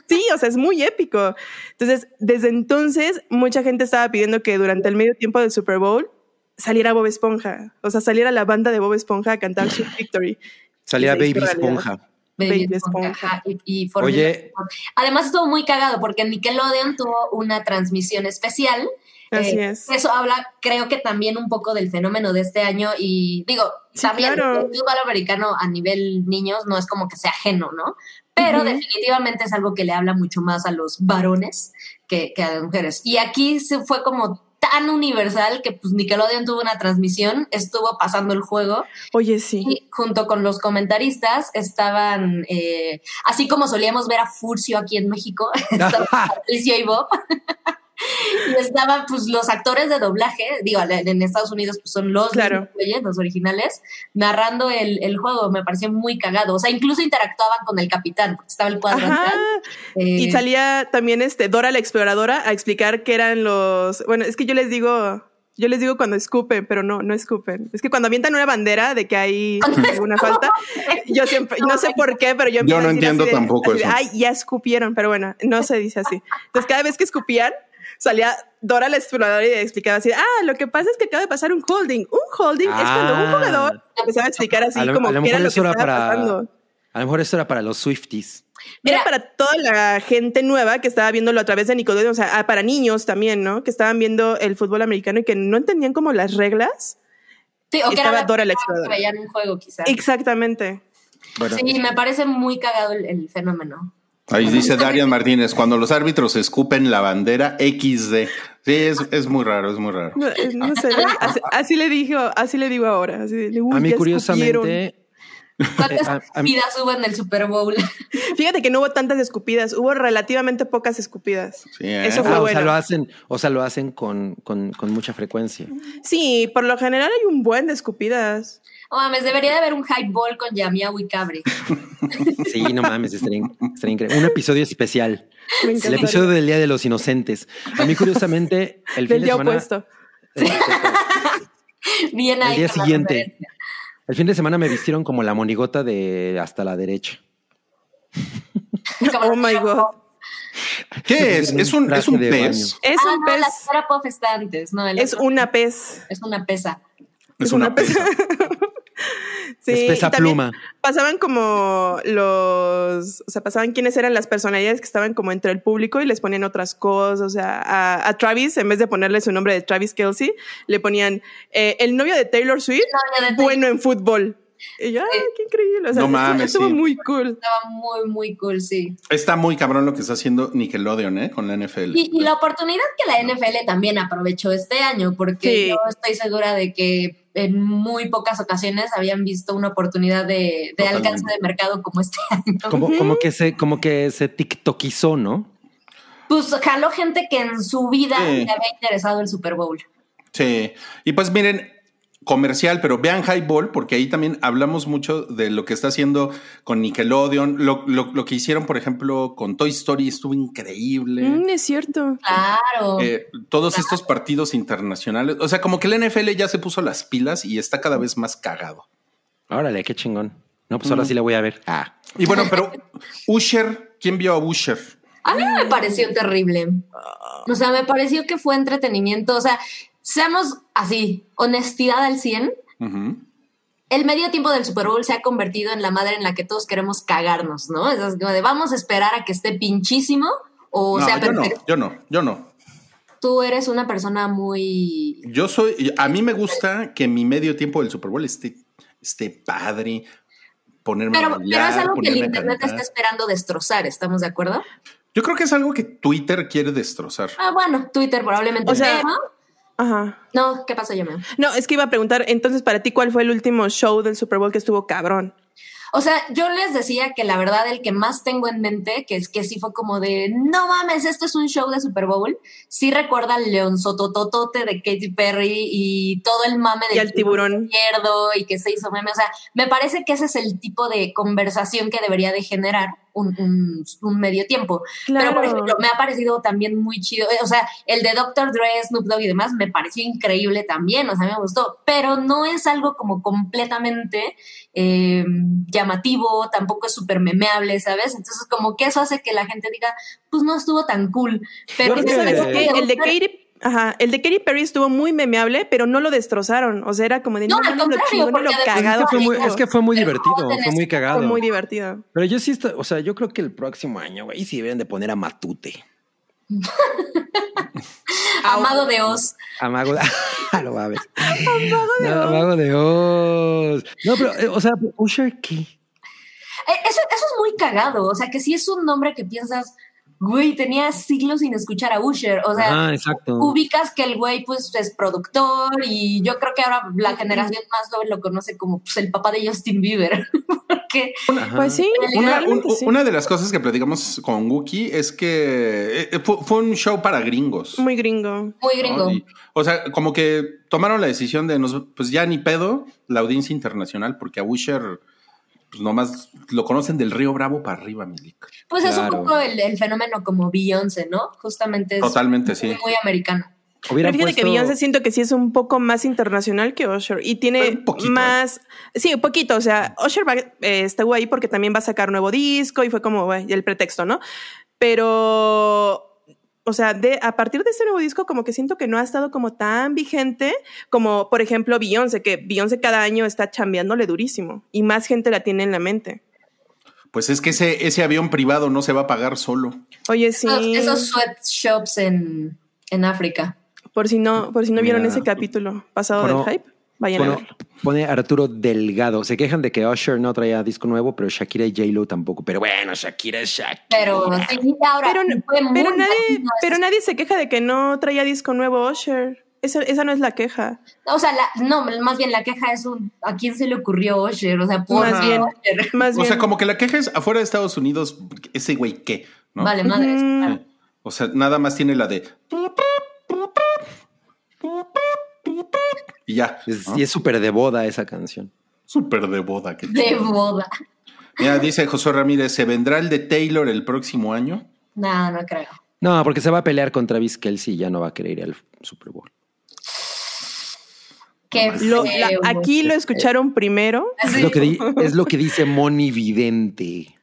Sí, o sea, es muy épico. Entonces, desde entonces, mucha gente estaba pidiendo que durante el medio tiempo del Super Bowl saliera Bob Esponja. O sea, saliera la banda de Bob Esponja a cantar Sweet Victory. Salía Se hizo Baby realidad. Esponja. Baby Baby Esponja, Esponja. ajá, y- y Fórmula Oye, Además estuvo muy cagado porque Nickelodeon tuvo una transmisión especial. Así Eh, es. Eso habla, creo que también un poco del fenómeno de este año y digo, Sí, también claro. el fútbol americano a nivel niños no es como que sea ajeno, ¿no? Pero Ujú. definitivamente es algo que le habla mucho más a los varones que, que a las mujeres. Y aquí se fue como tan universal que pues Nickelodeon tuvo una transmisión, estuvo pasando el juego Oye, sí. y junto con los comentaristas estaban, eh, así como solíamos ver a Furcio aquí en México, estaban Patricio y Bob. y estaban pues los actores de doblaje, digo, en Estados Unidos pues, son los, Claro. mismos güeyes, los originales, narrando el, el juego, me pareció muy cagado. O sea, incluso interactuaban con el capitán, porque estaba el Ajá. cuadrantal. eh, Y salía también este Dora la exploradora a explicar qué eran los. Bueno, es que yo les digo. Yo les digo cuando escupen, pero no, no escupen. Es que cuando avientan una bandera de que hay alguna falta, yo siempre, no sé por qué, pero yo empiezo no a decir entiendo así de- tampoco así de, eso. Ay, ya escupieron, pero bueno, no se dice así. Entonces, cada vez que escupían, salía Dora la exploradora y explicaba así, ah, lo que pasa es que acaba de pasar un holding. Un holding es cuando un Ah. jugador empezaba a explicar así a lo, como a lo qué era mejor lo que eso era estaba para. pasando. A lo mejor eso era para los Swifties. Mira. Era para toda la gente nueva que estaba viéndolo a través de Nickelodeon, o sea, ah, para niños también, ¿no? Que estaban viendo el fútbol americano y que no entendían como las reglas. sí, o que era estaba la Dora primera vez que la exploradora. veían un juego quizás. Exactamente. Bueno, Sí, me parece muy cagado el- el fenómeno. Ahí dice Darian Martínez, cuando los árbitros escupen la bandera XD. Sí, es, es muy raro, es muy raro. No, eh, no sé, así, así le digo, así le digo ahora. así de, "Uy, A mí, ya escupieron". curiosamente, ¿Cuántas Eh, a- a mí- vidas hubo en el Super Bowl? Fíjate que no hubo tantas escupidas, hubo relativamente pocas escupidas. Sí, ¿eh? Eso fue ah, o bueno. sea, lo hacen, o sea, lo hacen con, con- con mucha frecuencia. Sí, por lo general hay un buen de escupidas. No Oh, mames, debería de haber un hype ball con Yamiau y Cabre. Sí, no mames, estaría, in- estaría increíble. Un episodio especial. Me El encantaría. episodio del Día de los Inocentes. A mí, curiosamente, el fin del de día semana. opuesto. Bien El ahí. día con la siguiente. referencia. El fin de semana me vistieron como la monigota de hasta la derecha. Como- Oh my god. ¿Qué es? ¿Es un, es un Traje de pez? Es ah, un no, pez. la Sara Puff está antes. No, el Es otro- una pez. es una pesa. Es una pesa. Sí, Espesa y también pluma. Pasaban como los, o sea, pasaban quiénes eran las personalidades que estaban como entre el público y les ponían otras cosas. O sea, a, a Travis, en vez de ponerle su nombre de Travis Kelsey, le ponían eh, el novio de Taylor Swift, No, yo bueno en fútbol. Y yo, ay, qué increíble. O sea, No estuvo- mames, estuvo sí. muy cool. estaba muy, muy cool, sí. Está muy cabrón lo que está haciendo Nickelodeon, ¿eh? Con la NFL. Y, y la oportunidad que la NFL también aprovechó este año, porque Sí. yo estoy segura de que en muy pocas ocasiones habían visto una oportunidad de, de Totalmente. alcance de mercado como este año. Como, como que se, como que se tiktokizó, ¿no? Pues jaló gente que en su vida Sí. le había interesado el Super Bowl. Sí. Y pues miren, comercial, pero vean Highball, porque ahí también hablamos mucho de lo que está haciendo con Nickelodeon. Lo, lo- lo que hicieron, por ejemplo, con Toy Story estuvo increíble. Mm, es cierto. Claro. Eh, todos estos partidos internacionales. O sea, como que la NFL ya se puso las pilas y está cada vez más cagado. Órale, qué chingón. No, pues ahora sí la voy a ver. Ah. Y bueno, pero Usher, ¿quién vio a Usher? A mí no me pareció Mm. terrible. O sea, me pareció que fue entretenimiento. O sea, seamos así, honestidad al 100. Ujú. El medio tiempo del Super Bowl se ha convertido en la madre en la que todos queremos cagarnos, ¿no? Es así como de vamos a esperar a que esté pinchísimo o no, sea yo no, perfecto. yo no, yo no. Tú eres una persona muy... Yo soy, a mí me gusta que mi medio tiempo del Super Bowl esté, esté padre, ponerme a Pero, pero bailar, es algo que el ponerme a Internet cantar. está esperando destrozar, ¿estamos de acuerdo? Yo creo que es algo que Twitter quiere destrozar. Ah, bueno, Twitter probablemente. O sea- pero- Ajá. No, ¿qué pasó, Yameo? No, es que iba a preguntar, entonces, para ti, ¿cuál fue el último show del Super Bowl que estuvo cabrón? O sea, yo les decía que la verdad el que más tengo en mente, que es que sí fue como de, no mames, esto es un show de Super Bowl, sí recuerda al león sotototote de Katy Perry y todo el mame Y del al tiburón. izquierdo y que se hizo meme. O sea, me parece que ese es el tipo de conversación que debería de generar un, un- un medio tiempo. Pero, por ejemplo, me ha parecido también muy chido. eh, O sea, el de Dr. Dre, Snoop Dogg y demás me pareció increíble también. O sea, me gustó. Pero no es algo como completamente eh, llamativo, tampoco es súper memeable, ¿sabes? Entonces, como que eso hace que la gente diga, pues no estuvo tan cool. Yo Pero Porque, creo ¿sabes que- qué? El de Katy. Ajá, el de Katy Perry estuvo muy memeable, pero no lo destrozaron. O sea, era como de No, al mames, lo contrario, chingón y lo porque además- Es que cagado. fue muy, hizo". es que fue muy Pero divertido, jóvenes, fue muy Fue cagado. muy divertido. Pero yo sí, estoy- o sea, yo creo que el próximo año, güey, sí deberían de poner a Matute. Amado de Oz. A Mago de... Ah, lo va a ver. No, A Mago de Oz. No, pero, eh, o sea, Usher, ¿qué? Eh, Eso, eso es muy cagado. O sea, que sí es un nombre que piensas, güey, tenía siglos sin escuchar a Usher. O sea, Ah, exacto. ubicas que el güey pues es productor y yo creo que ahora la generación más joven lo conoce como pues, el papá de Justin Bieber porque Ajá. Pues sí, Una, un- realmente sí. una de las cosas que platicamos con Wookie es que eh, eh, fue, fue un show para gringos. Muy gringo. muy ¿no? gringo Y- o sea, como que tomaron la decisión de, nos, pues ya ni pedo, la audiencia internacional, porque a Usher, pues nomás lo conocen del Río Bravo para arriba, Milik. pues es un Claro. poco el, el fenómeno como Beyoncé no justamente es Totalmente, sí. muy, muy americano Pero Hubieran fíjate que puesto- Beyoncé siento que sí es un poco más internacional que Usher y tiene Un poquito, ¿eh? más, sí, un poquito, o sea, Usher va, eh, estuvo ahí porque también va a sacar nuevo disco y fue como güey, el pretexto, ¿no? Pero, o sea, de, a partir de este nuevo disco como que siento que no ha estado como tan vigente como, por ejemplo, Beyoncé, que Beyoncé cada año está chambeándole durísimo y más gente la tiene en la mente. Pues es que ese, ese avión privado no se va a pagar solo. Oye, sí, esos, Ah, esos sweatshops en en África por si no, por si no vieron Mira. ese capítulo pasado Pero- del hype. Vayan a Bueno, verlo. pone Arturo Delgado. Se quejan de que Usher no traía disco nuevo, pero Shakira y J-Lo tampoco. Pero bueno, Shakira es Shakira. Pero sí, ahora Pero, fue muy pero nadie, latino pero eso. nadie se queja de que no traía disco nuevo Usher. Esa, esa no es la queja. O sea, la- no, más bien la queja es un ¿a quién se le ocurrió Osher? O sea, por Más bien. Usher. Más O bien. sea, como que la queja es afuera de Estados Unidos, ese güey qué, ¿no? Vale, madre. Ujú. claro. Sí. O sea, nada más tiene la de. Y ya. Es- ¿no? Y es súper de boda esa canción. Súper de boda. qué De chido. boda. Mira, dice José Ramírez, ¿se vendrá el de Taylor el próximo año? No, no creo. No, porque se va a pelear con Travis Kelsey y ya no va a querer ir al Super Bowl. Qué Lo- feo, la- güey. aquí lo escucharon primero. Así, Es, lo que di- es lo que dice Moni Vidente.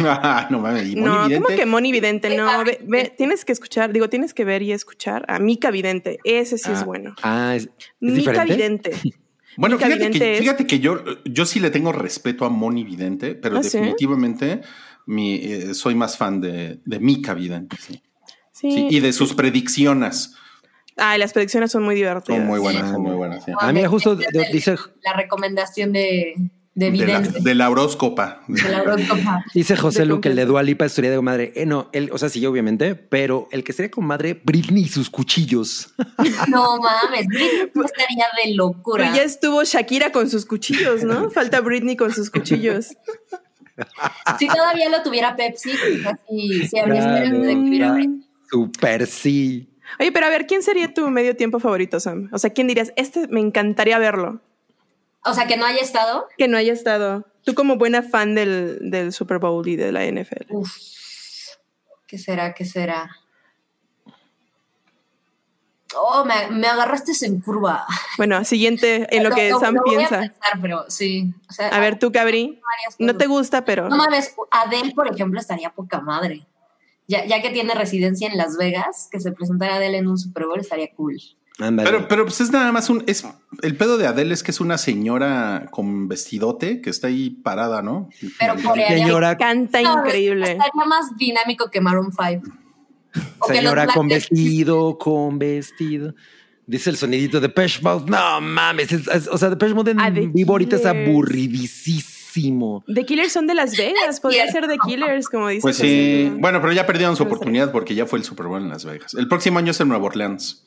Ah, no mames. y Moni No, Vidente, ¿cómo que Moni Vidente? No, Ay, ve- ve- tienes que escuchar, digo, tienes que ver y escuchar a Mica Vidente. Ese sí Ah, es bueno. Ah, es, es Mica diferente? Vidente. Bueno, Mica fíjate Vidente que, es- fíjate que yo, yo sí le tengo respeto a Moni Vidente, pero ¿Ah, sí? definitivamente mi, eh, soy más fan de, de Mica Vidente. sí. Sí. Sí, y de sus predicciones. Ay, las predicciones son muy divertidas. Son muy buenas, Sí. son muy buenas. sí. Ah, mira, justo de- de- dice, La recomendación de, de De la, Vidente. de la horóscopa. de la Eurocopa. dice José De Lu que el de confianza. Dua Lipa estaría de madre. Eh, no, él, o sea, sí, obviamente, pero el que estaría con madre, Britney y sus cuchillos. No mames, Britney estaría de locura. Pero ya estuvo Shakira con sus cuchillos, ¿no? Falta Britney con sus cuchillos. Si todavía lo tuviera Pepsi, así se habría Claro, esperado de que hubiera claro. Mm. Britney. Super sí. Oye, pero a ver, ¿quién sería tu medio tiempo favorito, Sam? O sea, ¿quién dirías, este me encantaría verlo? O sea, que no haya estado. Que no haya estado. Tú como buena fan del, del Super Bowl y de la NFL. Uf. ¿Qué será? ¿Qué será? Oh, me, me agarraste en curva. Bueno, siguiente en lo que Sam lo voy piensa. A, pensar, pero sí. O sea, A ver, tú, Cabri. varias No cosas. te gusta, pero. No mames, Adele, por ejemplo, estaría poca madre. Ya, ya que tiene residencia en Las Vegas, que se presentara Adele en un Super Bowl estaría cool. Ándale. Pero, pero pues es nada más un. Es, el pedo de Adele es que es una señora con vestidote que está ahí parada, ¿no? Pero coreana. Señora, Canta No, increíble. Estaría más dinámico que Maroon 5. O que los señora con Blackberries. vestido, con vestido. Dice el sonidito de Pesh Mode. No mames. es- es- o sea, de Pesh Mode Ah, de en vivo ahorita es Killers. aburridísimo. The Killers son de Las Vegas. Podría ser cierto. The Killers, como dices. Pues sí. Bueno. Bueno, pero ya perdieron su oportunidad porque ya fue el Super Bowl en Las Vegas. El próximo año es en Nueva Orleans.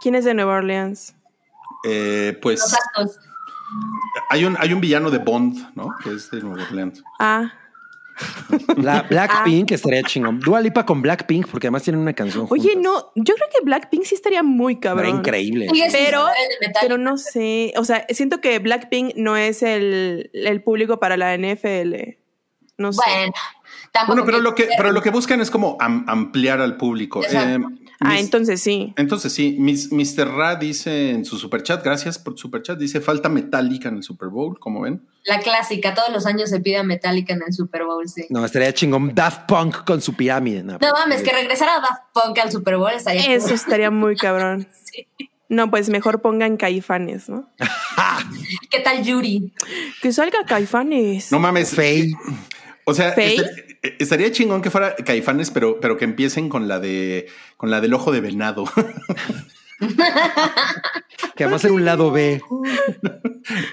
¿Quién es de Nueva Orleans? Eh, pues Los actos. hay un, hay un villano de Bond, ¿no? Que es de Nueva Orleans. Ah. La Blackpink estaría chingón. Dua Lipa con Blackpink, porque además tienen una canción. Oye, juntas. no. Yo creo que Blackpink sí estaría muy Era cabrón. increíble. Sigue sin Pero- saber de metal. Pero no sé, o sea, siento que Blackpink no es el, el público para la NFL. No sé. Bueno, tampoco. Bueno, pero lo que, quiero pero lo que buscan es como am- ampliar al público. Eh, Exacto. ah, mis- entonces sí. Entonces sí, mis- Mr. Ra dice en su superchat, gracias por tu superchat, dice falta metálica en el Super Bowl, como ven. La clásica, todos los años se pide a Metallica en el Super Bowl, sí. No, estaría chingón. Daft Punk con su pirámide. No, No mames, que regresara Daft Punk al Super Bowl estaría cool. Eso estaría muy cabrón. No, pues mejor pongan caifanes, ¿no? ¿Qué tal Yuri? Que salga caifanes. No mames. Faye. O sea, Faye. este- eh, estaría chingón que fuera Caifanes, pero, pero que empiecen con la de con la del ojo de venado. Que además era un lado B.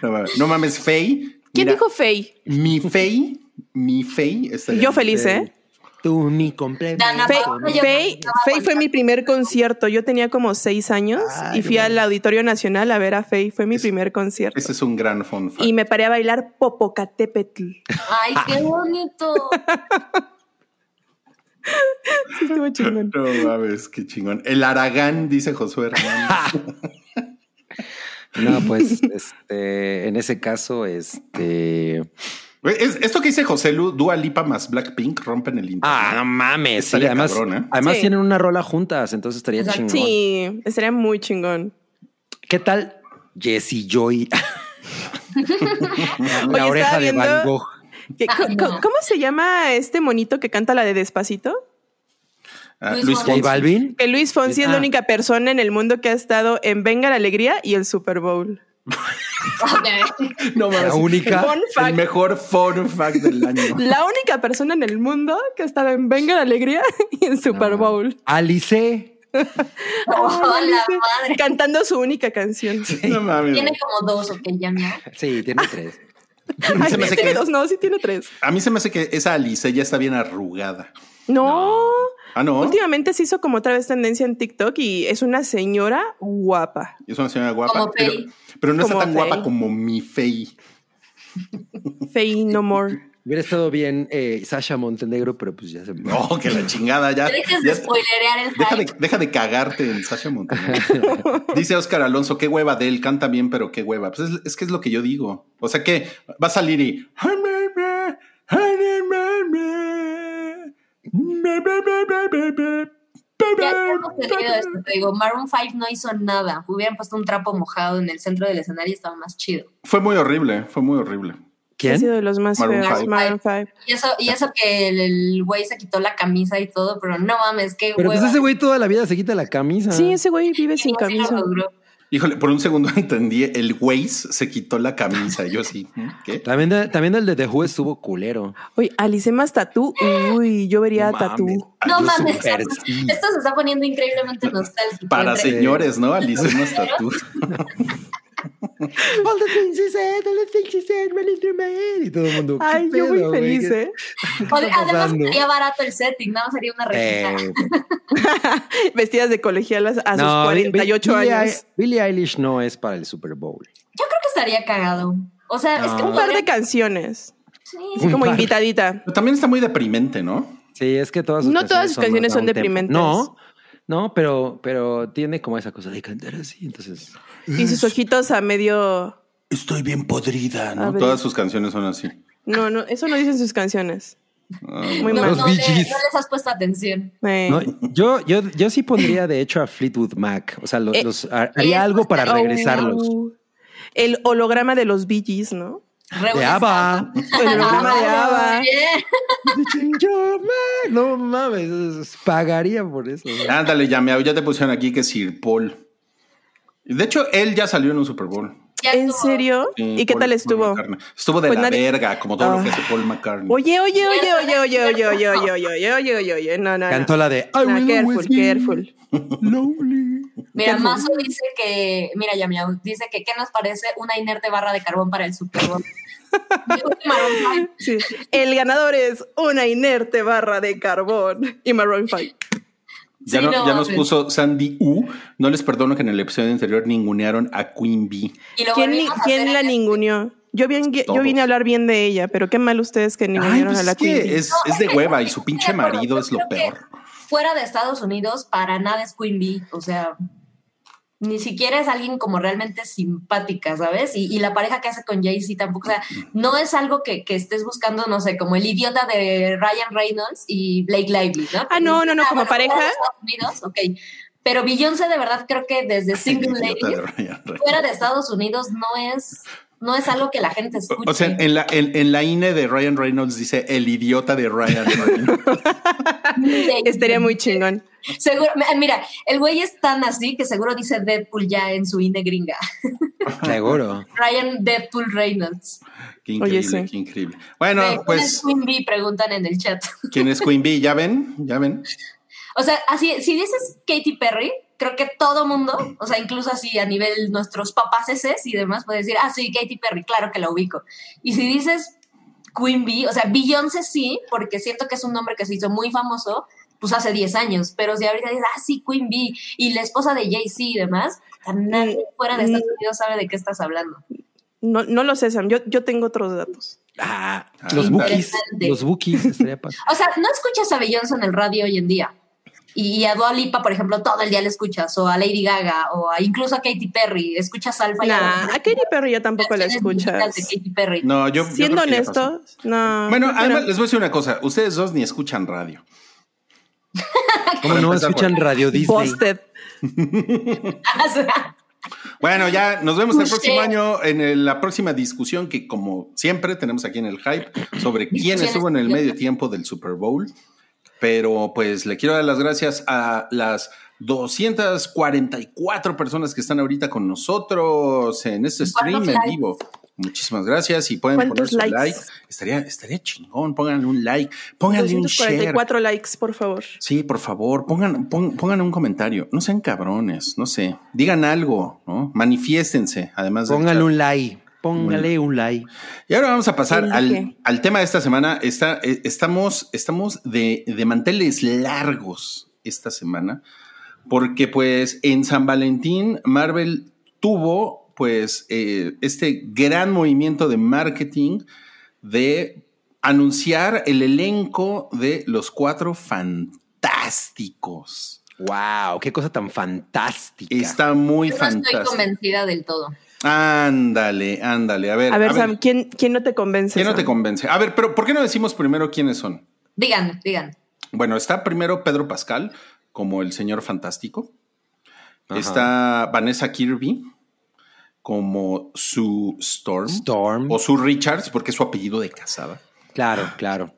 no, mames, no mames, Fey. ¿Quién Mira, dijo Fey? Mi Fey, mi Fey. estaría- Yo feliz, ¿eh? Tú mi complemento. Dana Fey, Paola, Ah, yo Fey- estaba Fey fue mi primer concierto. Yo tenía como seis años Ay, y fui bueno. al Auditorio Nacional a ver a Fey. Fue mi Ah, Es- primer concierto. Ese es un gran fun fact. Y me paré a bailar Popocatépetl. Ay, qué bonito. Sí, estuvo chingón. No mames, qué chingón. El Aragán, dice Josué Hernández. No, pues, este, en ese caso, este. Güey, es- esto que dice José Lu, Dua Lipa más Blackpink rompen el internet. Ah, no mames. sí, Estaría además, cabrón, ¿eh? además Sí. tienen una rola juntas, entonces estaría Exacto. chingón. Sí, estaría muy chingón. ¿Qué tal Jessie Joy? La Oye, oreja estaba de Van viendo- Gogh. ¿Qué- Ay, co- Ah, no. ¿Cómo se llama este monito que canta la de Despacito? Ah, Luis Luis Fonsi. J Fonsi. Balvin. Que Luis Fonsi es Ah. la única persona en el mundo que ha estado en Venga la Alegría y el Super Bowl. Ok. No mames. La única. Fun El fact. mejor fun fact del año. La Ah. única persona en el mundo que ha estado en Venga la Alegría y el Super Bowl. Alice. Oh, Ay, la Alice, madre. Cantando su única canción. No mames. Tiene güey. como dos, ok, ya no. Sí, tiene tres. Ay, Se me hace tiene que- dos, no, sí tiene tres. A mí se me hace que esa Alice ya está bien arrugada. No. Ah, no. Últimamente se hizo como otra vez tendencia en TikTok y es una señora guapa. Es una señora guapa. Como pero, Fey. pero no está Como tan guapa Fey. como mi Fey. Fey no more. Hubiera estado bien eh, Sasha Montenegro, pero pues ya se murió. No, que la chingada ya. Te dejes ya- de spoilerear el deja, hype. de, deja de cagarte en Sasha Montenegro. Dice Oscar Alonso, qué hueva de él, canta bien, pero qué hueva. Pues es, es que es lo que yo digo. O sea que va a salir y. Ya hemos tenido esto, te digo, Maroon 5 no hizo nada. Hubieran puesto un trapo mojado en el centro del escenario y estaba más chido. Fue muy horrible, fue muy horrible. Ha sido ¿Quién? de los más Maroon feos. five. Maroon five. Y eso, y eso que el- el güey se quitó la camisa y todo, pero no mames, qué Pero pues hueva. ese güey toda la vida se quita la camisa. Sí, ese güey vive Sí, sin sí lo camisa. logró. Híjole, por un segundo entendí, el Waze se quitó la camisa. Yo sí. ¿Qué? También, de- también el de The Who estuvo culero. Oye, Alice más tatú. Uy, yo vería No tatú. mames. No Yo mames, súper esto- sí. esto se está poniendo increíblemente nostálgico. Para Entre- señores, ¿no? Alice, una estatura. All the things she said, all the things she said, running through my head. Y todo el mundo. Ay, ¿qué yo pedo, muy güey? feliz, ¿Qué- ¿eh? qué está Además, pasando? sería barato el setting, nada más sería una rejita. Eh, Vestidas de colegialas a sus no, Bi- Bi- 48 Billie años. Eil- Billie Eilish no es para el Super Bowl. Yo creo que estaría cagado. O sea, es que No. Un par de canciones. Sí. Así como par. invitadita. Pero También está muy deprimente, ¿no? Sí, es que todas sus No todas sus canciones más a son un tempo. deprimentes. No, no, pero, pero tiene como esa cosa de cantar así. Entonces, Y sus ojitos a medio. Estoy bien podrida, A ¿no? ver. Todas sus canciones son así. No, no, eso no dicen sus canciones. Ah, Muy No, mal. Los no, Bee le- Gees. no les has puesto atención. Eh. no, yo, yo, yo sí pondría de hecho a Fleetwood Mac. O sea, lo- Eh, los, har- haría eh, algo para Oh, regresarlos. El holograma de los Bee Gees, ¿no? De Reúnes- ABBA. El holograma de Ava. Bien. Yo, man, no mames, es- pagaría por eso. güey. Ándale, ya me ya te pusieron aquí que Sir Paul. De hecho, él ya salió en un Super Bowl. Ya ¿En estuvo. serio? Sí, ¿Y qué Paul- tal Paul estuvo? McCartney. Estuvo de Pues la nadie- verga, como todo lo que Ah. hace Paul McCartney. Oye, oye, oye, oye, oye, oye, oye, oye, oye, oye, oye, oye, oye, no, no. Cantó no. la de No, will careful, always be careful. lonely. Mira, Qué Mazo dice que, mira, ya miau, dice que qué nos parece una inerte barra de carbón para el Super Bowl. Yo creo que Maroon five. Sí. El ganador es una inerte barra de carbón y Maroon 5. ya sí, no- no ya nos mames. pues. puso Sandy U. No les perdono que en el episodio anterior ningunearon a Queen Bee. Y lo ¿Quién, ni- volvimos a quién hacer la en- ninguneó? Yo, bien, yo Todos. vine a hablar bien de ella, pero qué mal ustedes que Ay, ningunearon pues a la es que Queen Bee. es, es de No, hueva y su estoy pinche de acuerdo. marido Yo es lo creo que peor. Fuera de Estados Unidos, para nada es Queen Bee. O sea, ni siquiera es alguien como realmente simpática, ¿sabes? Y, y la pareja que hace con Jay-Z tampoco. O sea, no es algo que, que estés buscando, no sé, como el idiota de Ryan Reynolds y Blake Lively, ¿no? Ah, no, no, no, como fuera de pareja. Estados Unidos, ok. Pero Beyoncé, de verdad, creo que desde Single Idiota de Ladies, Ryan Reynolds. fuera de Estados Unidos, no es, no es algo que la gente escuche. O sea, eh, en la, en, en la INE de Ryan Reynolds dice el idiota de Ryan Reynolds. Estaría muy chingón. Seguro, me- mira, el güey es tan así que seguro dice Deadpool ya en su INE gringa. Ah, Seguro. Ryan Deadpool Reynolds. Qué Oye, increíble, sí. qué increíble. Bueno, Eh, ¿quién es pues, Queen Bee? Preguntan en el chat. ¿quién es Queen Bee? ¿Ya ven? ¿Ya ven? O sea, así, si dices Katy Perry, creo que todo mundo, o sea, incluso así a nivel nuestros papás eses y demás, puede decir, ah, sí, Katy Perry, claro que la ubico. Y si dices Queen Bee, o sea, Beyoncé sí, porque siento que es un nombre que se hizo muy famoso, pues hace 10 años, pero si ahorita dices, ah, sí, Queen Bee, y la esposa de Jay-Z y demás, o sea, nadie fuera de Estados Unidos sabe de qué estás hablando. No, no lo sé, Sam. Yo, yo tengo otros datos. Ah, Ah, los bookies. interesante. Los bookies estaría padre. O sea, no escuchas a Beyoncé en el radio hoy en día. Y, y a Dua Lipa, por ejemplo, todo el día la escuchas, o a Lady Gaga, o a, incluso a Katy Perry, escuchas Alfa y Nah, Omega. a Katy Perry yo tampoco la Versiones escuchas. digitales de Katy Perry. No, yo. yo Siendo creo que ya pasó. honestos, no. Bueno, pero- además les voy a decir una cosa. Ustedes dos ni escuchan radio. ¿Cómo Para no empezar, escuchan Radio Disney? Busted. O sea, Bueno, ya nos vemos el Ustedes. próximo año en el- la próxima discusión que, como siempre, tenemos aquí en el hype sobre quién Discusiones estuvo en el idiotas. medio tiempo del Super Bowl. Pero pues le quiero dar las gracias a las 244 personas que están ahorita con nosotros en este stream en likes? vivo. Muchísimas gracias y pueden poner ¿Cuántos su likes? like. Estaría, estaría chingón. Pónganle un like, pónganle un share. 244 likes, por favor. Sí, por favor, pongan, pon- pongan un comentario. No sean cabrones, no sé. Digan algo, ¿no? Manifiéstense, además del Póngale chat. un like. Póngale un like. Y ahora vamos a pasar Sí, al, dije. al tema de esta semana. Está, eh, estamos estamos de, de manteles largos esta semana, porque pues en San Valentín Marvel tuvo pues eh, este gran movimiento de marketing de anunciar el elenco de los cuatro fantásticos. Wow, qué cosa tan fantástica. Está muy Yo no estoy fantástico. convencida del todo. ándale, ándale. A ver, A ver, Sam, ¿quién, quién no te convence? ¿quién no te Sam? convence? A ver, pero ¿por qué no decimos primero quiénes son? Digan, digan. Bueno, está primero Pedro Pascal como el señor fantástico. Ajá. Está Vanessa Kirby como su Storm, Storm. o su Richards, porque es su apellido de casada. Claro, claro.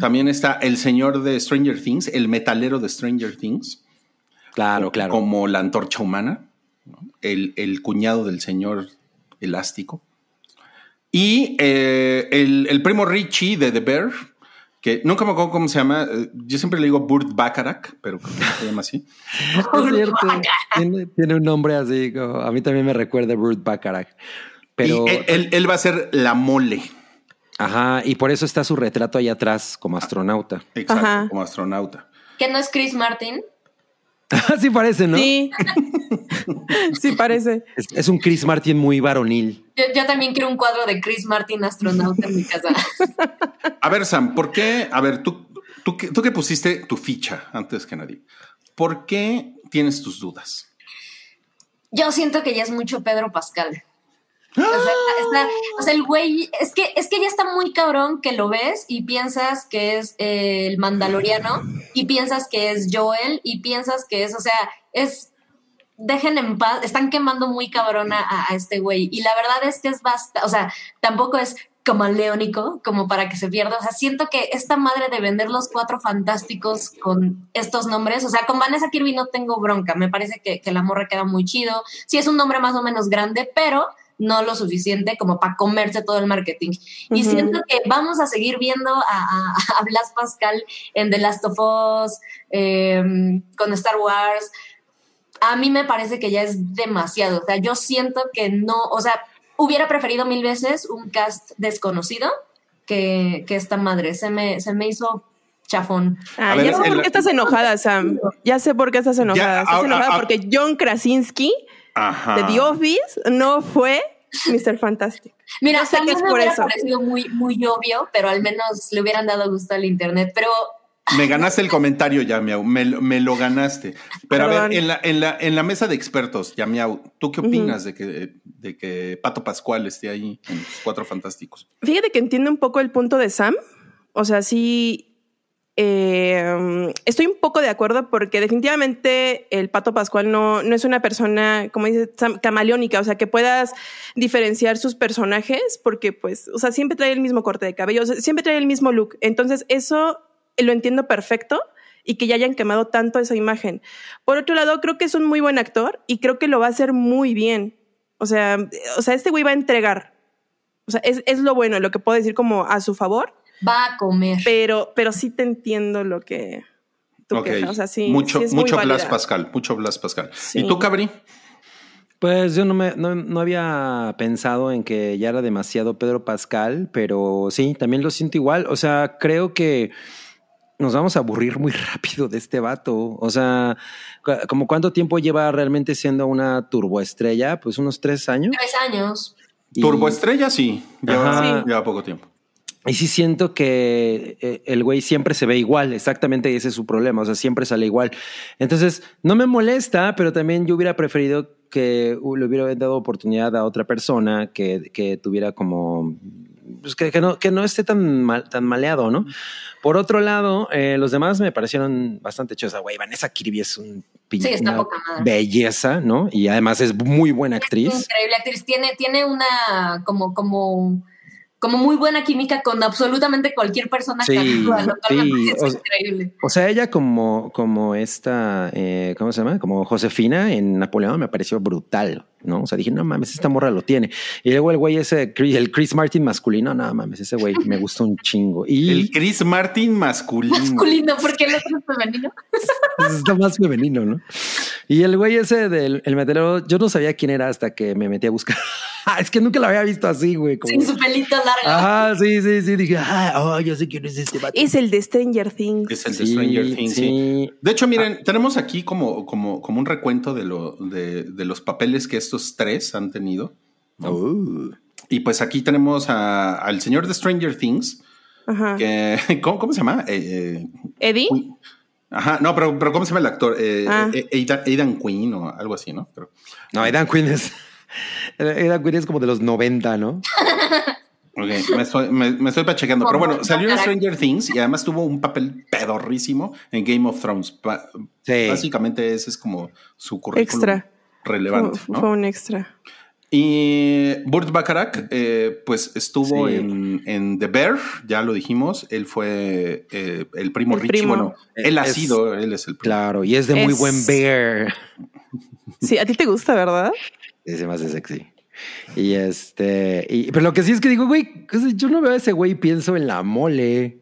También está el señor de Stranger Things, el metalero de Stranger Things, Claro, claro. como la antorcha humana, ¿no? el, el cuñado del señor elástico. Y eh, el, el primo Richie de The Bear, que nunca me acuerdo cómo se llama. eh, Yo siempre le digo Burt Bacharach, pero creo que se llama así. Es cierto. Tiene, tiene un nombre así. como- a mí también me recuerda a Ruth Bacharach. Pero, y él, él- él va a ser la mole. ajá, y por eso está su retrato ahí atrás como astronauta. Exacto, Ajá. como astronauta. ¿Que no es Chris Martin? Así parece, ¿no? Sí. sí, parece. Es, es un Chris Martin muy varonil. Yo, yo también quiero un cuadro de Chris Martin astronauta en mi casa. A ver, Sam, ¿por qué? A ver, tú, tú, que- tú que pusiste tu ficha antes que nadie, ¿por qué tienes tus dudas? Yo siento que ya es mucho Pedro Pascal. O sea, está- o sea, el güey, es que, es que ya está muy cabrón que lo ves y piensas que es eh, el mandaloriano y piensas que es Joel y piensas que es, o sea, es, dejen en paz, están quemando muy cabrón a, a este güey y la verdad es que es basta, o sea, tampoco es camaleónico como para que se pierda, o sea, siento que esta madre de vender los cuatro fantásticos con estos nombres, o sea, con Vanessa Kirby no tengo bronca, me parece que, que la morra queda muy chido, sí es un nombre más o menos grande, pero no lo suficiente como para comerse todo el marketing. Y Ujú. siento que vamos a seguir viendo a, a- a Blas Pascal en The Last of Us, eh, con Star Wars. A mí me parece que ya es demasiado. O sea, yo siento que no, o sea, hubiera preferido mil veces un cast desconocido que, que esta madre. Se me, se me hizo chafón. Ah, A ver, ya sé el- por qué estás enojada, Sam. Ya sé por qué estás enojada. estás ahora- enojada ahora- Ah. porque John Krasinski Ajá. de The Office no fue Mr. Fantastic. Mira, Yo sé que también es me por hubiera eso. parecido muy, muy obvio, pero al menos le hubieran dado gusto al internet. Pero Me ganaste el comentario, Yamiau. Me, lo- me lo ganaste. Pero a Perdón. ver, en la, en, la, en la mesa de expertos, Yamiau, ¿tú qué opinas de, que, de que Pato Pascual esté ahí en los Cuatro Fantásticos? Fíjate que entiendo un poco el punto de Sam. O sea, sí. eh, estoy un poco de acuerdo porque definitivamente el Pato Pascual no, no es una persona, como dice Sam, camaleónica, o sea, que puedas diferenciar sus personajes porque, pues, o sea, siempre trae el mismo corte de cabello, o sea, siempre trae el mismo look. Entonces, eso lo entiendo perfecto y que ya hayan quemado tanto esa imagen. Por otro lado, creo que es un muy buen actor y creo que lo va a hacer muy bien. O sea, eh, o sea este güey va a entregar. O sea, es, es lo bueno, lo que puedo decir como a su favor, va a comer. pero, pero sí te entiendo lo que tú Ok. quejas. O sea, sí, mucho sí es muy mucho Blas válida. Pascal, mucho Blas Pascal. Sí. ¿Y tú, Cabri? Pues yo no, me, no, no había pensado en que ya era demasiado Pedro Pascal, pero sí, también lo siento igual. O sea, creo que nos vamos a aburrir muy rápido de este vato. O sea, cu- como cuánto tiempo lleva realmente siendo una turboestrella, pues unos tres años. Tres años. Y- Turboestrella, sí. Lleva, Ajá. Sí. lleva poco tiempo. Y sí siento que eh, el güey siempre se ve igual, exactamente ese es su problema, o sea, siempre sale igual. Entonces, no me molesta, pero también yo hubiera preferido que uh, le hubiera dado oportunidad a otra persona que, que tuviera como... pues, que, que no, que no esté tan, mal, tan maleado, ¿no? Por otro lado, eh, los demás me parecieron bastante chidos. O sea, Güey, Vanessa Kirby es un pin- Sí, está una poca madre. belleza, ¿no? Y además es muy buena actriz. Increíble actriz. Tiene, tiene una como, como como muy buena química con absolutamente cualquier persona que Sí, actúa, lo cual me sí, parece o- increíble. O sea, ella como, como esta, eh, ¿cómo se llama? Como Josefina en Napoleón me pareció brutal, ¿no? O sea, dije, no mames, esta morra lo tiene. Y luego el güey ese, Chris- el Chris Martin masculino, no mames, ese güey me gusta un chingo. El Y Chris Martin masculino. Masculino, porque el otro es femenino. pues, está más femenino, ¿no? Y el güey ese del el metalero, yo no sabía quién era hasta que me metí a buscar. es que nunca lo había visto así, güey. Como... Sin su pelito largo. Ajá, sí, sí, sí. Dije, ah, oh, yo sé quién es este vato. Es el de Stranger Things. Es el de Sí, Stranger Things. sí. sí. De hecho, miren, Ah. tenemos aquí como, como, como un recuento de, lo, de, de los papeles que estos tres han tenido. Uh. Y pues aquí tenemos a- al señor de Stranger Things, Ajá. que, ¿cómo, cómo se llama? Eh, eh, ¿Eddie? Uy. ajá, no, pero, pero ¿cómo se llama el actor? Eh, Ah. eh, Aidan, Aidan Quinn o algo así, ¿no? Pero- No, Aidan Quinn es. Aidan Quinn es como de los 90, ¿no? ok, me estoy, me, me estoy pachequeando. Pero bueno, salió en Stranger Things y además tuvo un papel pedorrísimo en Game of Thrones. Pa- Sí. Ah, Básicamente ese es como su currículum Extra. relevante. Fue- ¿no? Fue un extra. Y Burt Bacharach, eh, pues estuvo Sí. en, en The Bear, ya lo dijimos. Él fue eh, el primo El Richie. primo. Bueno, él ha Es- sido, él es el primo. Claro, y es de muy Es- buen bear. Sí, a ti te gusta, ¿verdad? Ese más de sexy. Y este. y- pero lo que sí es que digo, güey, o sea, yo no veo a ese güey y pienso en la mole.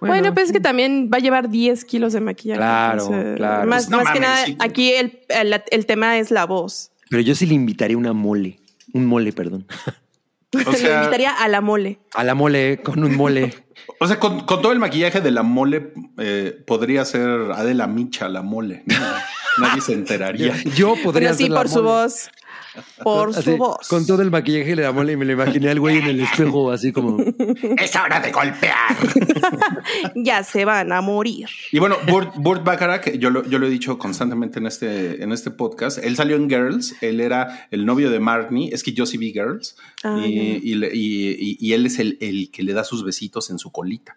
Bueno, pues es que también va a llevar 10 kilos de maquillaje. Claro, claro. Más, Pues no más que mames, nada, sí. aquí el, el- el tema es la voz. Pero yo sí le invitaría una mole. Un mole, perdón. O Lo sea, invitaría a la mole. A la mole, con un mole. o sea, con, con todo el maquillaje de la mole, eh, podría ser Adela Micha la mole. ¿no? Nadie se enteraría. Yo podría Pero sí, ser la por su mole. voz. Por Así, su voz. Con todo el maquillaje de la mole y me lo imaginé al güey en el espejo, así como. es hora de golpear. Ya se van a morir. Y bueno, Burt, Burt Bacharach, yo lo, yo lo he dicho constantemente en este, en este podcast, él salió en Girls, él era el novio de Marnie, es que yo sí vi Girls, Ah, y, y le- y- y- y él es el, el que le da sus besitos en su colita.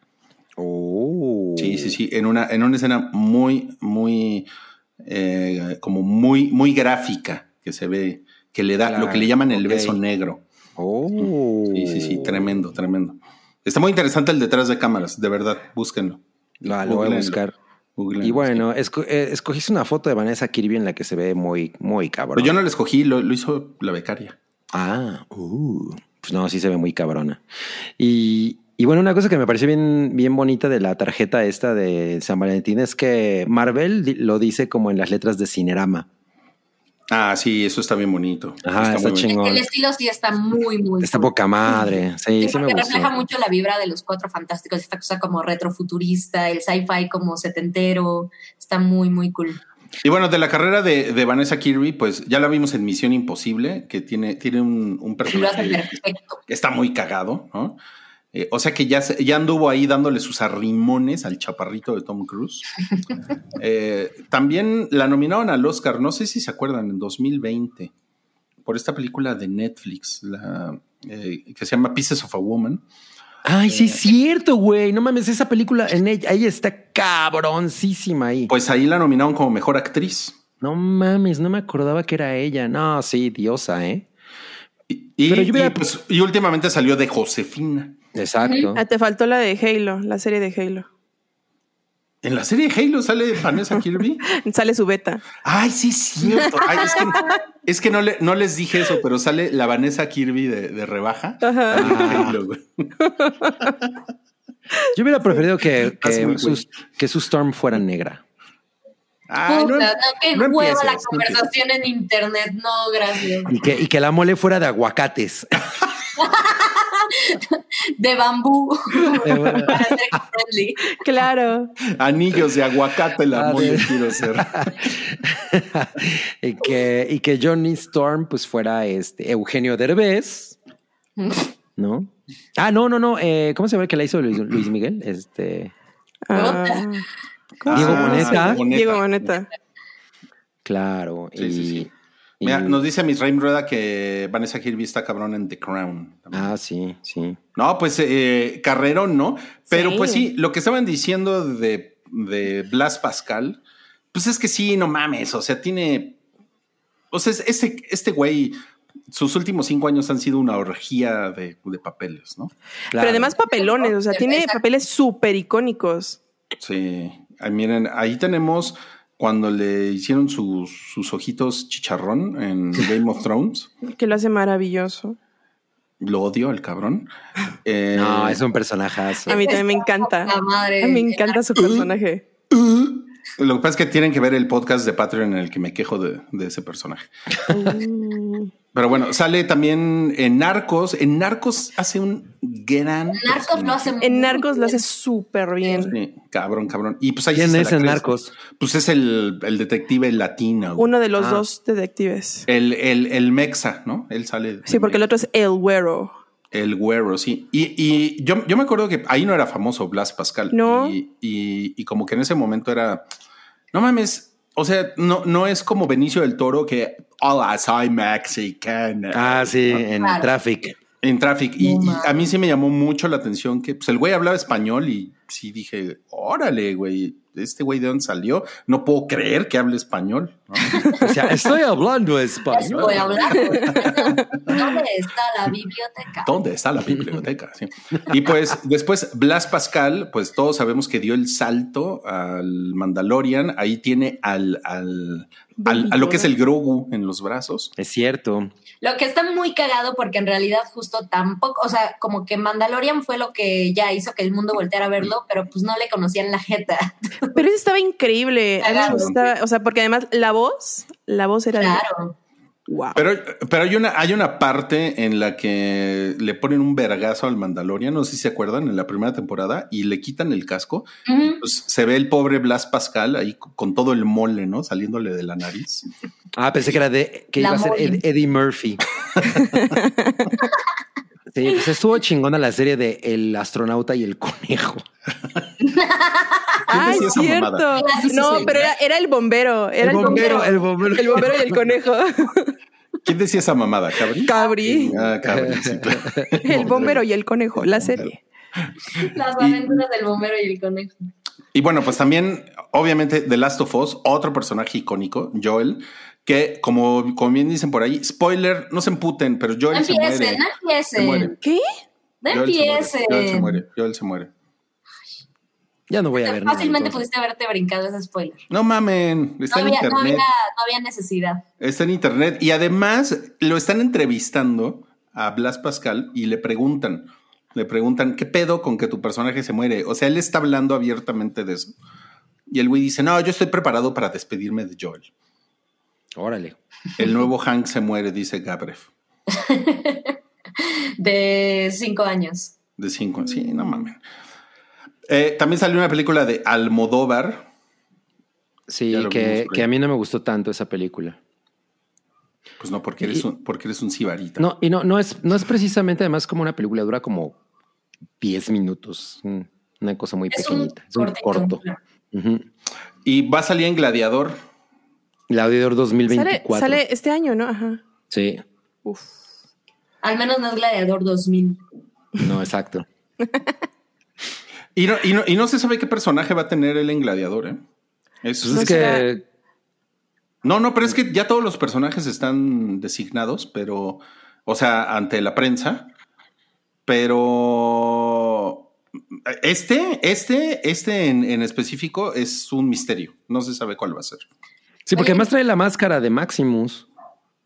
Oh. Sí, sí, sí, en una, en una escena muy, muy, eh, como muy, muy gráfica que se ve, que le da lo que le llaman el Ok. beso negro. Oh. Sí, sí, sí, Uh. tremendo, tremendo. Está muy interesante el detrás de cámaras, de verdad, búsquenlo. La, lo voy a Googleenlo, buscar. googleenlo, Y sí. bueno, esco- eh, escogiste una foto de Vanessa Kirby en la que se ve muy, muy cabrón. Pero yo no la escogí, lo, lo hizo la becaria. Ah, uh, pues no, sí se ve muy cabrona. Y, y bueno, una cosa que me pareció bien, bien bonita de la tarjeta esta de San Valentín es que Marvel di- lo dice como en las letras de Cinerama. Ah, sí, eso está bien bonito. Ajá, está, muy bien. chingón. El estilo sí está muy, muy Está cool. poca madre. Sí, Sí, sí, me porque gustó. refleja mucho la vibra de los cuatro fantásticos, esta cosa como retrofuturista, el sci-fi como setentero, está muy, muy cool. Y bueno, de la carrera de, de Vanessa Kirby, pues ya la vimos en Misión Imposible, que tiene, tiene un, un Y lo hace personaje perfecto. que está muy cagado, ¿no? Eh, o sea que ya, se- ya anduvo ahí dándole sus arrimones al chaparrito de Tom Cruise. Eh, también la nominaron al Oscar, no sé si se acuerdan, en 2020, por esta película de Netflix, la, eh, que se llama Pieces of a Woman. Ay, sí, es cierto, güey. No mames, esa película en ella, ahí está cabroncísima ahí. Pues ahí la nominaron como mejor actriz. No mames, no me acordaba que era ella. No, sí, diosa, ¿eh? Y, y- Pero yo hubiera- y, pues, y últimamente salió de Josefina. Exacto. Ah, te faltó la de Halo, la serie de Halo. En la serie de Halo sale Vanessa Kirby. Sale su beta. Ay, sí, es cierto. Ay, es que, es que no, le- no les dije eso, pero sale la Vanessa Kirby de, de rebaja. Ajá. Sale Ah. en Halo, güey. Yo hubiera preferido que, Estás muy que, güey. sus- que su Storm fuera negra. Ay, Puta, no, qué Ah, no hueva empieces, la no empieces. conversación en internet, no, gracias. Y que, y que la mole fuera de aguacates. De bambú. Para ser friendly. Claro. Anillos de aguacate, la Ah, mole de- quiero ser. y, que, y que Johnny Storm pues fuera este Eugenio Derbez, ¿no? Ah, no, no, no. eh, ¿Cómo se llama el que la hizo Luis, Luis Miguel? Este, Ah, Diego Ah, Boneta. Diego Boneta. claro. Sí, y- sí, sí. y- Mira, nos dice Miss Raim Rueda que Vanessa Kirby está cabrón en The Crown. también. Ah, sí, sí. No, pues eh, carrerón, ¿no? Pero Sí. pues sí, lo que estaban diciendo de, de Blas Pascal, pues es que sí, no mames, o sea, tiene... O sea, es- este, este güey sus últimos cinco años han sido una orgía de, de papeles, ¿no? Pero además papelones, o sea, tiene Exacto. papeles súper icónicos. Sí. Ay, miren, ahí tenemos cuando le hicieron sus, sus ojitos chicharrón en Game of Thrones. Que lo hace maravilloso. Lo odio al cabrón. Eh, No, es un personajazo. A mí también me encanta. Poca madre. A mí me encanta su personaje. Lo que pasa es que tienen que ver el podcast de Patreon en el que me quejo de, de ese personaje. Mm. Pero bueno, sale también en Narcos. En Narcos hace un gran. Narcos lo hace En muy Narcos lo hace bien. súper bien. Sí, cabrón, cabrón. Y pues ahí ¿Quién sí se es la en crees. Narcos? Pues es el, el detective latino. güey. Uno de los Ah. dos detectives. El, el, el Mexa, ¿no? Él sale. de Sí, porque el Mexa. otro es El Güero. El güero, sí. Y, y yo, yo me acuerdo que ahí no era famoso Blas Pascal. No. Y, y- y como que en ese momento era. No mames. O sea, no, no es como Benicio del Toro que. Hola, soy mexicana. Ah, sí, en Claro. Traffic. En Traffic. Y, No y mames. a mí sí me llamó mucho la atención que pues, el güey hablaba español y sí dije, órale, güey, este güey de dónde salió. No puedo creer que hable español. ¿no? O sea, estoy hablando español. Estoy hablando. ¿Dónde está la biblioteca? ¿Dónde está la biblioteca? Sí. Y pues después Blas Pascal, pues todos sabemos que dio el salto al Mandalorian. Ahí tiene al, al, al- a lo que es el Grogu en los brazos. Es cierto. Lo que está muy cagado porque en realidad justo tampoco, o sea, como que Mandalorian fue lo que ya hizo que el mundo volteara a verlo, pero pues no le conocían la jeta. Pero eso estaba increíble. A mí me Claro. gustaba, O sea, porque además la voz, la voz era. de- Claro. Wow. Pero, pero hay, una, hay una parte en la que le ponen un vergazo al Mandalorian, no sé si se acuerdan, en la primera temporada, y le quitan el casco. Ujú. Pues se ve el pobre Blas Pascal ahí co- con todo el mole, ¿no? Saliéndole de la nariz. Ah, pensé que era de que La iba a ser Ed- Molly. Eddie Murphy. Sí, pues estuvo chingona la serie de El astronauta y el conejo. Ay, decía esa cierto. mamada? Sí, sí, No, sí. pero era, era el bombero. Era el, bombero. el bombero. El bombero y el conejo. ¿Quién decía esa mamada, cabrón? Cabri. Ah, cabrón, sí, claro. El bombero y el conejo. La serie. Las Pues, Y- aventuras del bombero y el conejo. Y bueno, pues también, obviamente, The Last of Us, otro personaje icónico, Joel, que como, como bien dicen por ahí, spoiler, no se emputen, pero No Joel se muere. empiecen, no Se muere. empiecen. ¿Qué? No Joel se muere, Joel se empiecen. muere, Joel se muere. Ya no voy a ver. nada, Fácilmente entonces. pudiste haberte brincado ese spoiler. No mamen, No está en había, no, internet. había, no había necesidad. Está en internet. Y además lo están entrevistando a Blas Pascal y le preguntan, le preguntan, ¿qué pedo con que tu personaje se muere? O sea, él está hablando abiertamente de eso. Y el güey dice, no, yo estoy preparado para despedirme de Joel. Órale. El nuevo Hank se muere, dice Gabref. De cinco años. De cinco. Sí, no mames. Eh, también salió una película de Almodóvar. Sí, Ya lo vimos que, por ahí. que a mí no me gustó tanto esa película. Pues no, porque eres Y- un, porque eres un cibarita. No, y no, no es, no es precisamente además como una película, dura como 10 minutos. Mm, Una cosa muy Es un pequeñita. Es un cortito, corto. claro. Ujú. Y va a salir en Gladiador. El Auditor Sale, 2024. sale este año, ¿no? Ajá. Sí, Uf. Al menos no es Gladiador 2000. no, exacto. Y no, y no, y no se sabe qué personaje va a tener él en Gladiador, ¿eh? Eso Pues No es que No, no, pero es que ya todos los personajes están designados, pero, o sea, ante la prensa, pero este, este, este en, en específico es un misterio. No se sabe cuál va a ser. sí, porque Oye. además trae la máscara de Maximus.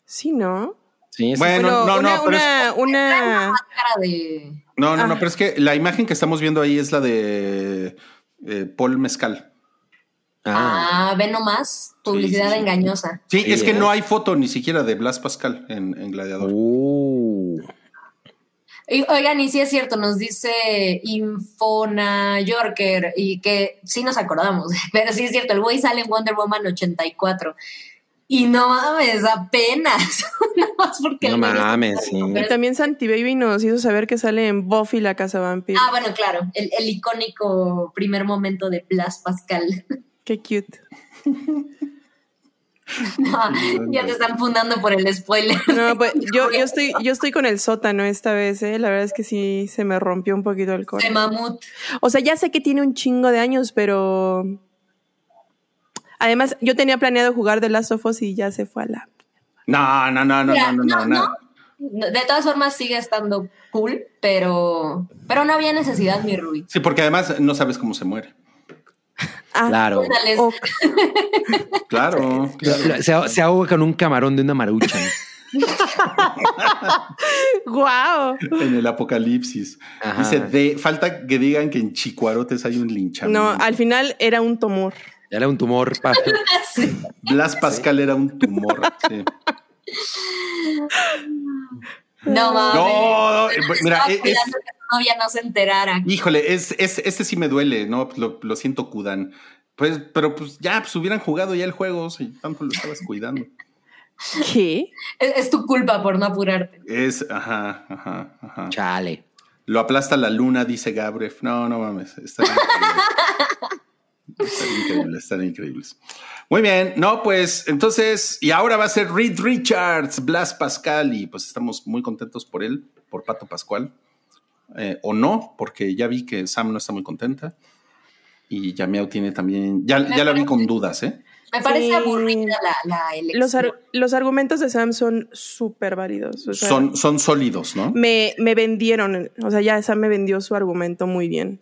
Sí, ¿no? Sí, esa- Bueno, no, una, no, pero es- una, una- Cara de. No, no, no, Ah. pero es que la imagen que estamos viendo ahí es la de eh, Paul Mezcal. Ah, Ah, ve nomás. Publicidad Sí, sí, sí. engañosa. Sí, Sí, es que ¿eh? no hay foto ni siquiera de Blas Pascal en, en Gladiador. Uh. Y, oigan, y sí es cierto, nos dice Infona Yorker y que sí nos acordamos, pero sí es cierto, el güey sale en Wonder Woman 84. Y no mames, apenas. no más porque no el güey es- mames. sí. Y también Santi Baby nos hizo saber que sale en Buffy la Casa Vampiro. Ah, bueno, claro, el, el icónico primer momento de Blas Pascal. Qué cute. ya te están fundando por el spoiler. No, pues yo, yo estoy, yo estoy con el sótano esta vez, ¿eh? La verdad es que sí se me rompió un poquito el De corazón. mamut. O sea, ya sé que tiene un chingo de años, pero. Además, yo tenía planeado jugar The Last of Us y ya se fue a la. No, no, no, no, Mira, no, no, no, nada. no. De todas formas sigue estando cool, pero, pero no había necesidad, mi Ruby. Sí, porque además no sabes cómo se muere. Ah, Claro. Ándales. Oh, ok. Claro, claro. Se, se ahoga con un camarón de una marucha. Guau. En el apocalipsis. Ajá. Dice, de, falta que digan que en Chicuarotes hay un linchamiento. No, al final era un tumor. Era un tumor. pa- Sí. Blas Pascal era un tumor. sí. No mames. No, eh, mira, Estaba es- cuidando que tu novia no se enterara. Híjole, es, es, este sí me duele, ¿no? Lo, lo siento, Kudan. Pues, pero pues ya, pues hubieran jugado ya el juego, si tanto lo estabas cuidando. ¿Qué? Es, es tu culpa por no apurarte. Es, ajá, ajá, ajá. Chale. Lo aplasta la luna, dice Gabref. No, no mames. Están increíbles. están increíbles, están increíbles. Muy bien, no, pues entonces, y ahora va a ser Reed Richards, Blas Pascal, y pues estamos muy contentos por él, por Pato Pascual. Eh, o no, porque ya vi que Sam no está muy contenta. Y Yamiao tiene también, ya, ya la vi con dudas, ¿eh? Me parece Sí. aburrida la, la elección. Los, ar- los argumentos de Sam son súper válidos. o sea, Son, son sólidos, ¿no? Pues, Me, me vendieron, o sea, ya Sam me vendió su argumento muy bien.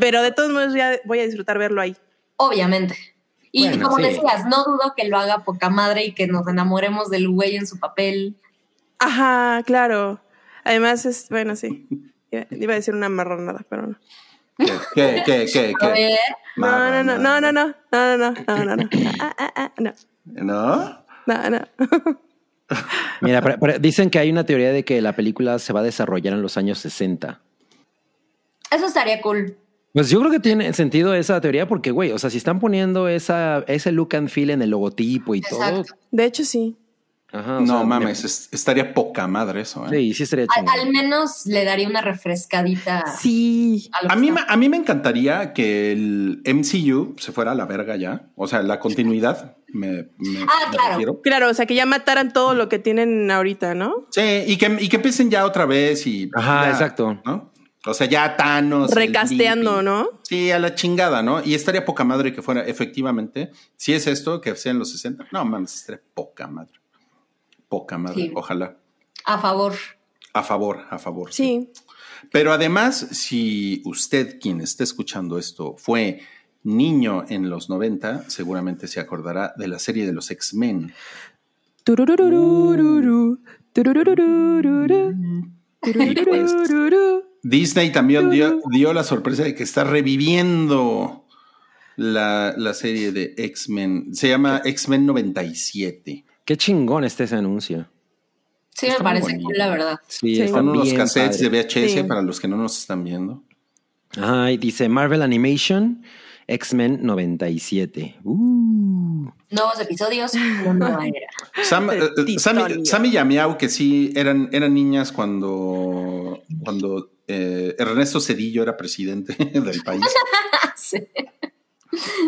Pero de todos modos ya voy a disfrutar verlo ahí. Obviamente. Y Bueno, como sí. decías, no dudo que lo haga poca madre y que nos enamoremos del güey en su papel. Ajá, claro. Además es, bueno, sí. Iba iba a decir una marronada, pero no. ¿Qué, qué, qué, qué? qué? A ver, No, no, no, no, no, no, no, no, no, no, no, Ah, ah, ah, no, ¿No? no, no. Mira, pero- pero dicen que hay una teoría de que la película se va a desarrollar en los años 60. eso estaría cool. Pues yo creo que tiene sentido esa teoría porque, güey, o sea, si están poniendo esa, ese look and feel en el logotipo y todo. Exacto. De hecho, sí. Ajá, o sea, No me- mames, es- estaría poca madre eso, ¿eh? Sí, sí estaría Al, chingón. al menos le daría una refrescadita. Sí. a lo A que mí, está. me- a mí me encantaría que el MCU se fuera a la verga ya. O sea, la continuidad. Me, me- Ah, me claro. refiero. Claro, o sea, que ya mataran todo lo que tienen ahorita, ¿no? Sí, y que, y que empiecen ya otra vez y. Ajá, ya, exacto. ¿no? O sea, ya Thanos. el Recasteando, Limpy. ¿no? Sí, a la chingada, ¿no? Y estaría poca madre que fuera, efectivamente. Si es esto, que sea en los 60. No mames, estaría poca madre. Poca madre, Sí. ojalá. A favor. A favor, a favor. Sí. Pero además, si usted, quien está escuchando esto, fue niño en los 90, seguramente se acordará de la serie de los X-Men. Tururururururu, tururururururu, tururururururu. Disney también dio, dio la sorpresa de que está reviviendo la, la serie de X-Men. Se llama X-Men 97. Qué chingón está ese anuncio. Sí, me Está muy parece bonito. cool, la verdad. Sí, Sí. están Son unos bien cassettes padres. de VHS Sí. para los que no nos están viendo. Ajá, y dice Marvel Animation X-Men 97. Uh. Nuevos episodios, una nueva era. Ah, Sam, eh, eh, Sam, Titanio. Sam y Yamiau, que sí eran, eran niñas cuando, cuando eh, Ernesto Cedillo era presidente del país. Sí.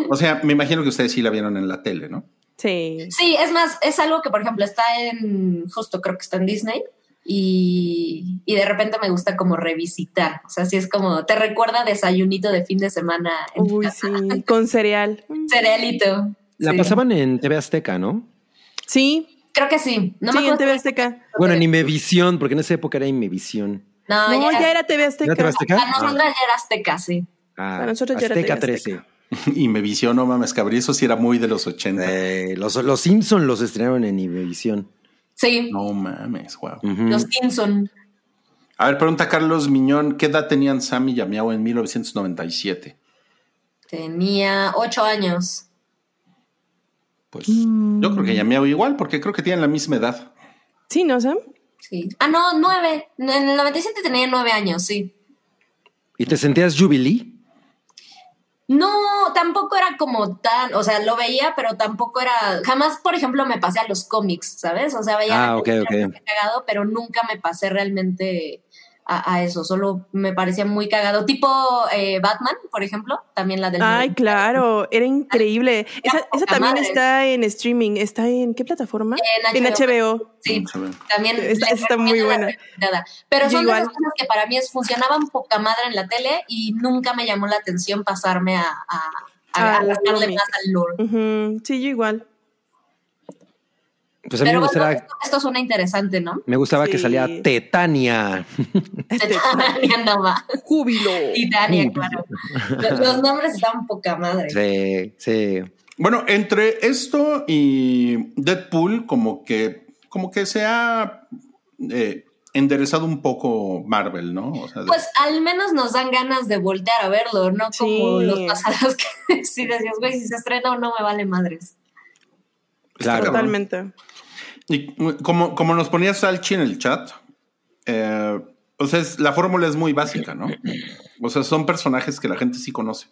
O sea, me imagino que ustedes sí la vieron en la tele, ¿no? Sí. Sí, es más, es algo que, por ejemplo, está en, justo creo que está en Disney, y, y de repente me gusta como revisitar. O sea, sí es como, te recuerda desayunito de fin de semana en tu Uy, casa. sí. Con cereal. Cerealito. La Sí. pasaban en TV Azteca, ¿no? Sí. Creo que sí. No sí, me en acuerdo. TV Azteca. Bueno, en Imevisión, porque en esa época era Imevisión. No, No, ya, ya era TV Azteca. ¿Era TV Azteca? A Ah, nosotras ya era azteca, sí. Ah, Para nosotros ya era Azteca TV 13. Azteca. Y me visió, no mames, cabrí, eso sí era muy de los 80. Eh, los, los Simpsons los estrenaron en Imevisión. Sí, No mames, wow. Ujú. los Simpson. A ver, pregunta Carlos Miñón, ¿qué edad tenían Sam y Yamiau en 1997? Tenía ocho años. Pues Mm. yo creo que Yamiau igual, porque creo que tienen la misma edad. Sí, ¿no, Sam? Sí. Ah, no, nueve. En el 97 tenía nueve años, sí. ¿Y te sentías Jubilee? No, tampoco era como tan, o sea, lo veía, pero tampoco era, jamás, por ejemplo, me pasé a los cómics, ¿sabes? O sea, veía Ah, la ok, película, ok. qué cagado, pero nunca me pasé realmente a, a eso, solo me parecía muy cagado, tipo eh, Batman, por ejemplo, también la del... Ay, claro. Era increíble. Esa, esa también madre. está en streaming. ¿Está en qué plataforma? En En HBO. HBO. Sí, Vamos a ver. también Está- le está muy recomiendo la buena. recomendada. Pero Yo son de esas igual. cosas que para mí es, funcionaban poca madre en la tele y nunca me llamó la atención pasarme a, a, a- Ah, a los gastarle Pues cómics. más al lore. Ujú, Sí, yo igual. Pues a mí me Pero bueno, gustaba, esto, esto suena interesante, ¿no? me gustaba que Sí. salía Tetania. Titania no va. Júbilo. Titania, claro. Los, los nombres están poca madre. Sí, sí. Bueno, entre esto y Deadpool, como que, como que se ha eh, enderezado un poco Marvel, ¿no? O sea, de- Pues al menos nos dan ganas de voltear a verlo, no como Sí. los pasados que si decías, güey, si se estrena o no me vale madres. Claro. Totalmente. Y mm, como, como nos ponía Salchi en el chat, eh, o sea, es- la fórmula es muy básica, ¿no? O sea, son personajes que la gente sí conoce.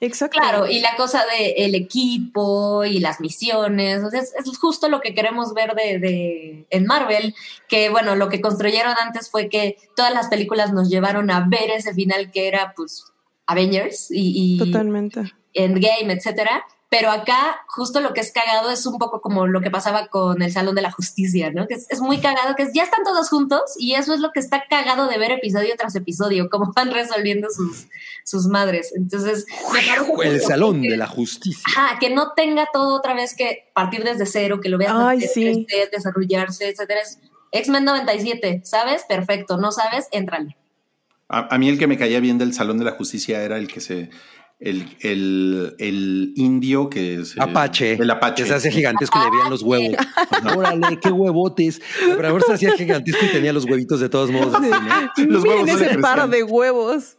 Exacto. Claro, y la cosa de el equipo y las misiones, o sea, es, es justo lo que queremos ver de, de- en Marvel, que bueno, lo que construyeron antes fue que todas las películas nos llevaron a ver ese final que era pues Avengers y, y Totalmente. Endgame, etcétera. Pero acá, justo lo que es cagado es un poco como lo que pasaba con el Salón de la Justicia, ¿no? Que es, es muy cagado, que es- ya están todos juntos y eso es lo que está cagado de ver episodio tras episodio, cómo van resolviendo sus, sus madres. Entonces, me parece El justo salón que- de la justicia. Ajá, que no tenga todo otra vez que partir desde cero, que lo veas Ay, desde sí. 3D, desarrollarse, etcétera. Es X-Men 97, ¿sabes? Perfecto, no sabes, éntrale. A, a mí el que me caía bien del Salón de la Justicia era el que se... El, el, el indio que es... eh, Apache. El apache. Que se hace gigantesco y le veían los huevos. Órale, qué huevotes. Pero a lo mejor se hacía gigantesco y tenía los huevitos de todos modos. así, ¿no? Los Ah, Miren huevos no le ese par crecían. de huevos.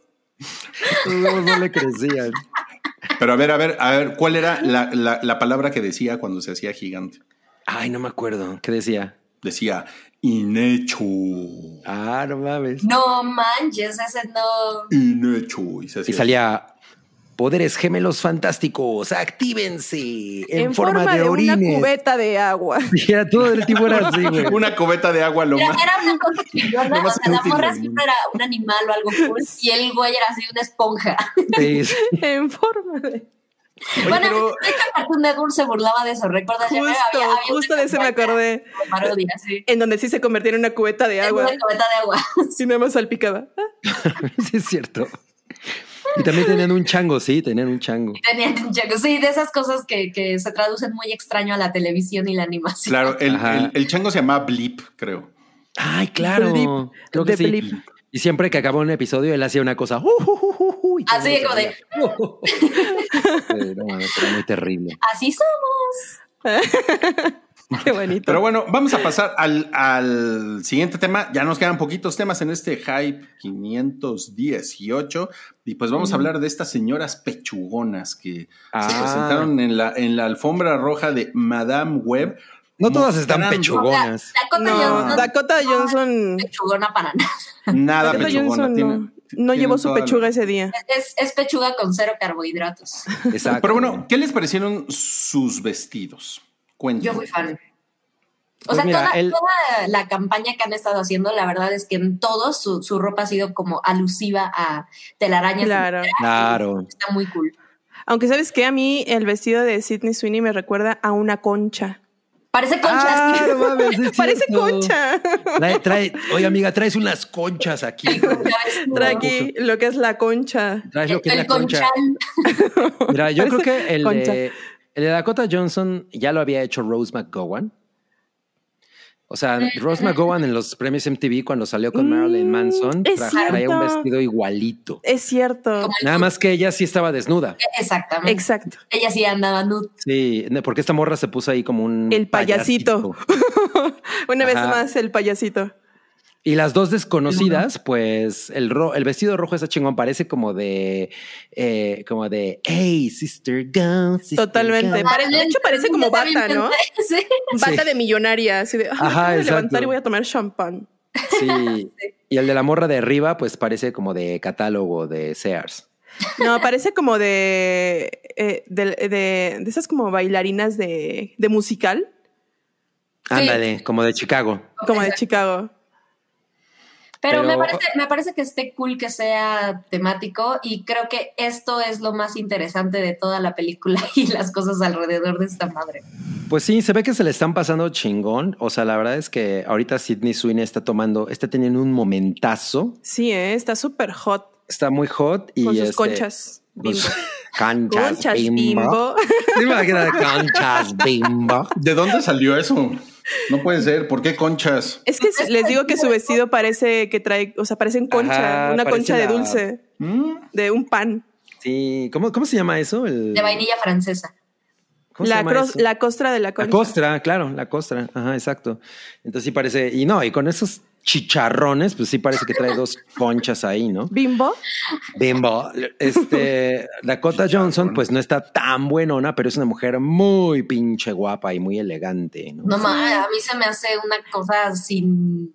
Los huevos no le crecían. Pero a ver, a ver, a ver, ¿cuál era la, la- la palabra que decía cuando se hacía gigante? Ay, no me acuerdo. ¿Qué decía? Decía, inhecho, Ah, no mames. No manches, ese no. inhecho. Y, se Y hacía- salía poderes gemelos fantásticos, actívense en, forma, de, una orines. cubeta de agua. Y era todo el tipo era así, güey. Una cubeta de agua lo Era, más... era una cosa chingona, Lo o más sea, la inútil morra del mundo. siempre era un animal o algo cool, y el güey era así una esponja. Sí, sí. en forma de. Oye, bueno, pero- de hecho, Cartoon Network se burlaba de eso, ¿recuerdas? Ya había- Justo, había una justo de eso me campaña acordé. de Parodia, sí. En donde sí se convertía en una cubeta de Era agua. Una cubeta de agua. Si nada más salpicaba. Ah, Sí, es cierto. Y también tenían un chango, sí, tenían un chango. Tenían un chaco. Sí, de esas cosas que, que se traducen muy extraño a la televisión y la animación. Claro, el, Ah, Ajá. el- el chango se llamaba Blip, creo. Ay, claro. Blip, Creo que de sí. blip. Y siempre que acababa un episodio, él hacía una cosa. "Uh, uh, uh, uh, uh", y todo Así el mundo como se reía. Sí, no, mames, era muy terrible. Así somos. Qué bonito. Pero bueno, vamos a pasar al, al siguiente tema. Ya nos quedan poquitos temas en este Hype 518. Y pues vamos a hablar de estas señoras pechugonas que se Ah. presentaron en la, en la alfombra roja de Madame Web. No todas están Mostrando- pechugonas. Dakota no, Johnson. Dakota no, Johnson. es Pechugona para nada. Nada Dakota pechugona. Johnson tienen- no, no tienen llevó su toda la- pechuga ese día. Es, es pechuga con cero carbohidratos. Exacto. Pero bueno, ¿qué les parecieron sus vestidos? Yo fui Cuéntanos. fan. O Pues sea, mira, toda, él- toda la campaña que han estado haciendo, la verdad es que en todo su, su ropa ha sido como alusiva a telarañas. Claro. Claro. Está muy cool. Aunque sabes que a mí el vestido de Sidney Sweeney me recuerda a una concha. Parece concha. Ah, no mames, es Parece cierto. concha. Trae, trae, oye, amiga, traes unas conchas aquí. güey. Trae aquí lo que es la concha. Traes lo que Ah, es la el concha. conchal. Mira, yo creo que el concha. de, el de Dakota Johnson ya lo había hecho Rose McGowan. O sea, Rose McGowan en los premios MTV cuando salió con Marilyn Mm, Manson es tra- traía un cierto. vestido igualito. Es cierto. Nada más que ella sí estaba desnuda. Exactamente. Exacto. Ella sí andaba nude. Sí, no, porque esta morra se puso ahí como un El payasito. Una vez Ajá. más, el payasito. Y las dos desconocidas, pues el, ro- el vestido rojo está chingón, parece como de, eh, como de, hey, sister girl. sister Totalmente. girl". Pare- de hecho, parece como Yo también bata, ¿no? pensé, sí. Bata de millonaria. Así de, "Ah, Ajá, me acabo de exacto. levantar y voy a tomar champán. Sí. Y el de la morra de arriba, pues parece como de catálogo de Sears. No, parece como de, eh, de, de- de esas como bailarinas de, de musical, Sí. Ándale, como de Chicago. como de Exacto. Chicago. Pero, me, Pero- parece, me parece que esté cool que sea temático y creo que esto es lo más interesante de toda la película y las cosas alrededor de esta madre. Pues sí, se ve que se le están pasando chingón. O sea, la verdad es que ahorita Sidney Sweeney está tomando, está teniendo un momentazo. Sí, eh, está súper hot Está muy hot y con este, sus conchas. con sus bimbo. conchas, Conchas bimbo. bimbo. ¿Te imaginas? Conchas bimbo. ¿De dónde salió eso? No puede ser. ¿Por qué conchas? Es que les digo que su vestido parece que trae, o sea, parecen conchas, Ajá, una parece concha de la- dulce, de un pan. Sí, ¿cómo, cómo se llama eso? El- de vainilla francesa. ¿cómo se La, llama cros- eso? la costra de la La concha. costra, claro, la costra. Ajá, exacto. Entonces sí parece, y no, y con esos chicharrones, pues sí parece que trae dos conchas ahí, ¿no? Bimbo. Bimbo. Este, Dakota Johnson, pues no está tan buenona, pero es una mujer muy pinche guapa y muy elegante, ¿no? No mames, a mí se me hace una cosa sin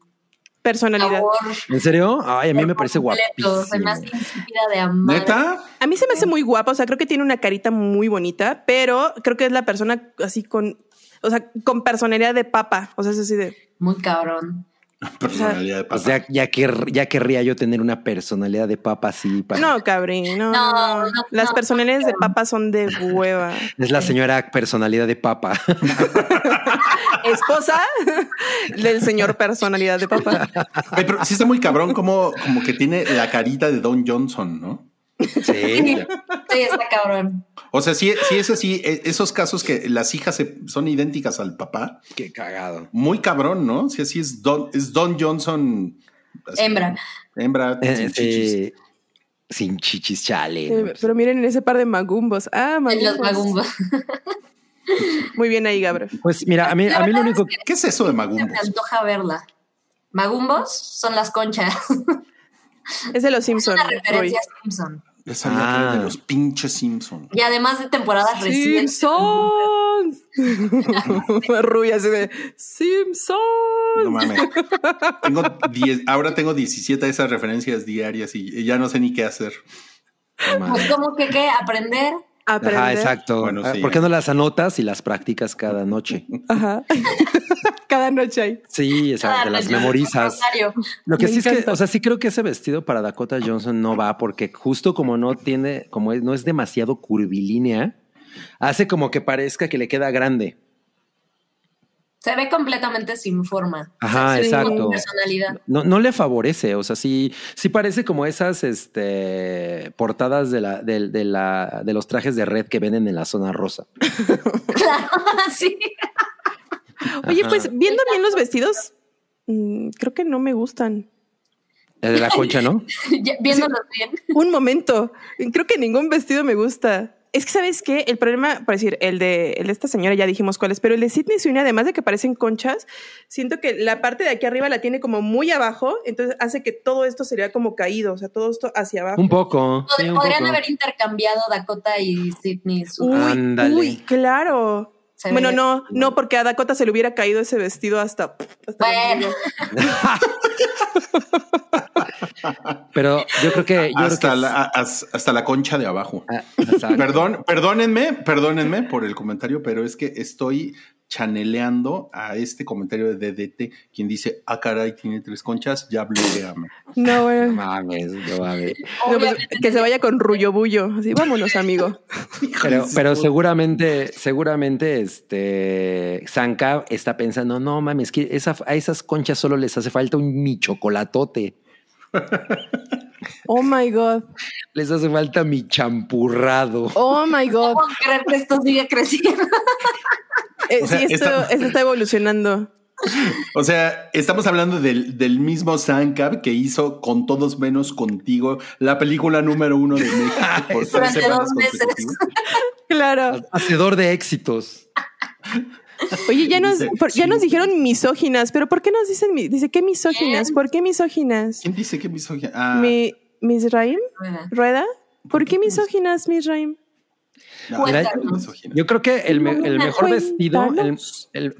Personalidad. sabor. ¿En serio? Ay, a mí me parece completo, guapísimo. Se me hace insípida de amar. ¿Neta? A mí se me hace muy guapa, o sea, creo que tiene una carita muy bonita, pero creo que es la persona así con, o sea, con personalidad de papa, o sea, es así de, Muy cabrón. Personalidad de O papá. sea, ya, quer- ya querría yo tener una personalidad de papa así. para- no, cabrón, no, no, No, no. no, las no, personalidades de papa son de hueva. Es la señora personalidad de papa. Esposa del señor personalidad de papa. Ay, pero sí está muy cabrón como, como que tiene la carita de Don Johnson, ¿no? Sí. Sí, está cabrón. O sea, sí, sí es así, e- esos casos que las hijas se- son idénticas al papá, Qué cagado. muy cabrón, ¿no? Sí, así es Don, es Don Johnson. así, Hembra. Hembra. Eh, sin eh, chichis. sin chichis, chale. Eh, Pero miren en ese par de magumbos. Ah, En magumbos. los magumbos. Muy bien ahí, Gabriel. Pues mira, a mí, a mí lo único que ¿Qué es eso de Me magumbos? antoja verla. Magumbos son las conchas. Es de los Simpsons. Una referencia a Simpson. Es hablar Ah. de los pinches Simpson. Y además de temporadas recientes. Simpsons. Rubia así de Simpsons. No mames. Tengo 10 ahora tengo 17 de esas referencias diarias y ya no sé ni qué hacer. Pues como que qué, aprender. Aprender. Ajá, exacto. Bueno, Ah, sí. ¿Por qué no las anotas y las practicas cada noche? Ajá. Cada noche ahí. Sí, exacto, Ah, las yo- memorizas. Rosario. Lo que Me sí es que, encanta. o sea, sí creo que ese vestido para Dakota Johnson no va porque justo como no tiene, como es- no es demasiado curvilínea, hace como que parezca que le queda grande. Se ve completamente sin forma. Ajá, Ah, Sí, exacto. Sin personalidad. No, no le favorece, o sea, sí, sí parece como esas este, portadas de, la, del- de, la, de los trajes de red que venden en la zona rosa. sí. Oye, Ajá. pues viendo bien los vestidos, mm, creo que no me gustan. El eh, de la concha, ¿no? Ya, Viéndolos bien. Un momento. Creo que ningún vestido me gusta. Es que, ¿sabes qué? El problema, por decir, el de, el de esta señora ya dijimos cuál es, pero el de Sidney Sweeney, además de que parecen conchas, siento que la parte de aquí arriba la tiene como muy abajo, entonces hace que todo esto sería como caído, o sea, todo esto hacia abajo. Un poco. Pod- sí, un Podrían poco. haber intercambiado Dakota y Sidney. su- Uy, Ándale. uy, claro. Se Uh, bueno, ve- no, no, porque a Dakota se le hubiera caído ese vestido hasta. hasta la Bueno. rodilla. Pero yo creo que... Yo Hasta creo que la, a- as- hasta la concha de abajo. Ah, exacto. Perdón, perdónenme, perdónenme por el comentario, pero es que estoy chaneleando a este comentario de DDT, quien dice, ah, caray, tiene tres conchas, ya bloqueame. No, bueno. No mames, no mames. No, pues, que se vaya con Rullo Bullo. Así, vámonos, amigo. Pero, pero seguramente, seguramente, este, Zanka está pensando, no mames, que esa- a esas conchas solo les hace falta un mi chocolatote, Oh my God. les hace falta mi champurrado. Oh my No God. puedo creer que esto sigue creciendo. Eh, O sea, sí, esto, esta- esto está evolucionando. O sea, estamos hablando del, del mismo Sankar que hizo Con Todos Menos Contigo, la película número uno de México por tres Durante semanas dos meses. consecutivas. Claro. Hacedor de éxitos. Oye, ya nos, Dice, por- ya sí. nos dijeron misóginas, pero ¿por qué nos dicen? mi- Dice, ¿qué misóginas? ¿Quién? ¿Por qué misóginas? ¿Quién dice que misoginia? Ah, Mi, ¿Misraim? ¿Rueda? ¿Por qué misóginas, Misraim? no, Cuéntanos. era misógina. Yo creo que el, me- No, el una mejor cuenta, vestido, ¿no? el, el-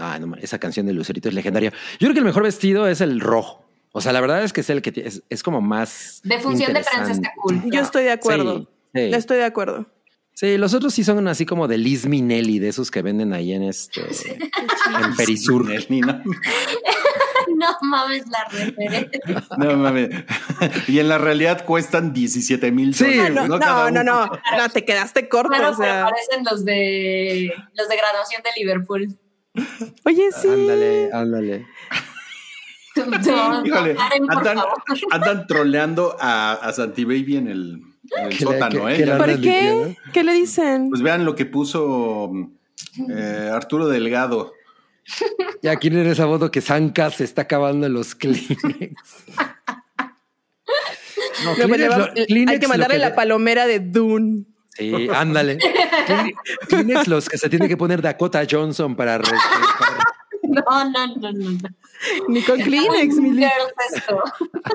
ah, no, mames, esa canción de Lucerito es legendaria. Yo creo que el mejor vestido es el rojo. O sea, la verdad es que es el que ti- es, es como más. De función de prensa interesante. está cool. Yo estoy de acuerdo. Sí, sí. Estoy de acuerdo. Sí, los otros sí son así como de Liz Minelli, de esos que venden ahí en este Ah, en Perisur. Ni nada. No mames la referencia. No mames. Y en la realidad cuestan 17 mil Sí, Ah, dólares. no, no, Cada no, uno. no, no, te quedaste corto. Claro, o pero sea. parecen los de los de graduación de Liverpool. Oye, sí. Ándale, ándale. No, Híjole, Karen, por andan, favor. andan troleando a, a Santi Baby en el, en el Que le- sótano, que- ¿eh? que Ya la- no- ¿Por Ándale, qué? ¿Qué le dicen? Pues vean lo que puso eh, Arturo mm, Delgado. Y aquí en esa voto que Zanca se está acabando los Kleenex. No, Luego pues, le Kleenex, va- eh, lo- Kleenex hay lo que mandarle que la de- palomera de Dune. Sí, ándale. Kleenex- Kleenex los que se tiene que poner Dakota Johnson para respetar. No, no, no, no. no. Ni con Kleenex, mi li- Girls, esto.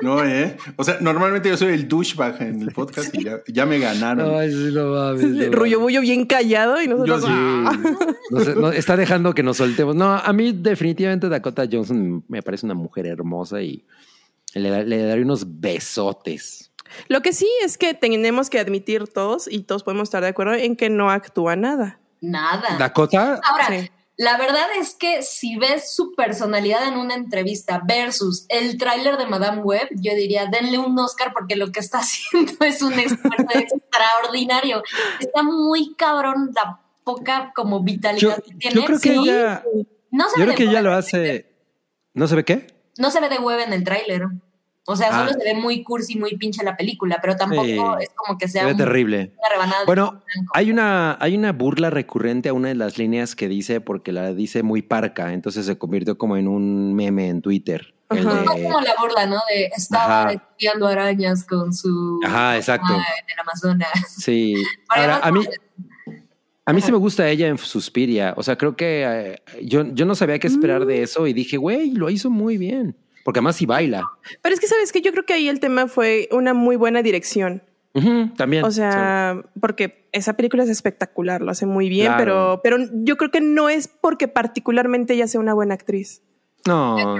No, ¿eh? O sea, normalmente yo soy el douchebag en el podcast y ya, ya me ganaron. Ay, sí, no mames, no mames. Rullo bullo bien callado y yo nosotros. sí. ¡ah! No sé, no, está dejando que nos soltemos. No, a mí definitivamente Dakota Johnson me parece una mujer hermosa y le, da- le daré unos besotes. Lo que sí es que tenemos que admitir todos y todos podemos estar de acuerdo en que no actúa nada. Nada. Dakota, Ahora, Sí. la verdad es que si ves su personalidad en una entrevista versus el tráiler de Madame Web, yo diría, denle un Oscar porque lo que está haciendo es un esfuerzo extraordinario. Está muy cabrón la poca como yo, vitalidad que tiene. yo creo que Sí. ella, no se yo creo ve de que ella hueva, lo hace. ¿No se ve qué? no se ve de hueva en el tráiler. O sea, Ah. solo se ve muy cursi, muy pinche la película, pero tampoco Sí. es como que Se sea ve un- terrible. una rebanada. de Bueno, blanco. Hay una, hay una burla recurrente a una de las líneas que dice, porque la dice muy parca, entonces se convirtió como en un meme en Twitter. El Ajá. Fue de- como la burla, ¿no? De estaba Ajá. espiando arañas con su Ajá, exacto. mamá en el Amazonas. Sí. Para Ahora, más a mí, a mí Ajá. sí me gusta ella en Suspiria. O sea, creo que eh, yo, yo no sabía qué esperar Mm. de eso y dije, güey, lo hizo muy bien. Porque además sí baila. Pero es que, ¿sabes que Yo creo que ahí el tema fue una muy buena dirección. Ujú, también. O sea, porque esa película es espectacular, lo hace muy bien, Claro. pero, pero yo creo que no es porque particularmente ella sea una buena actriz. Sí. No.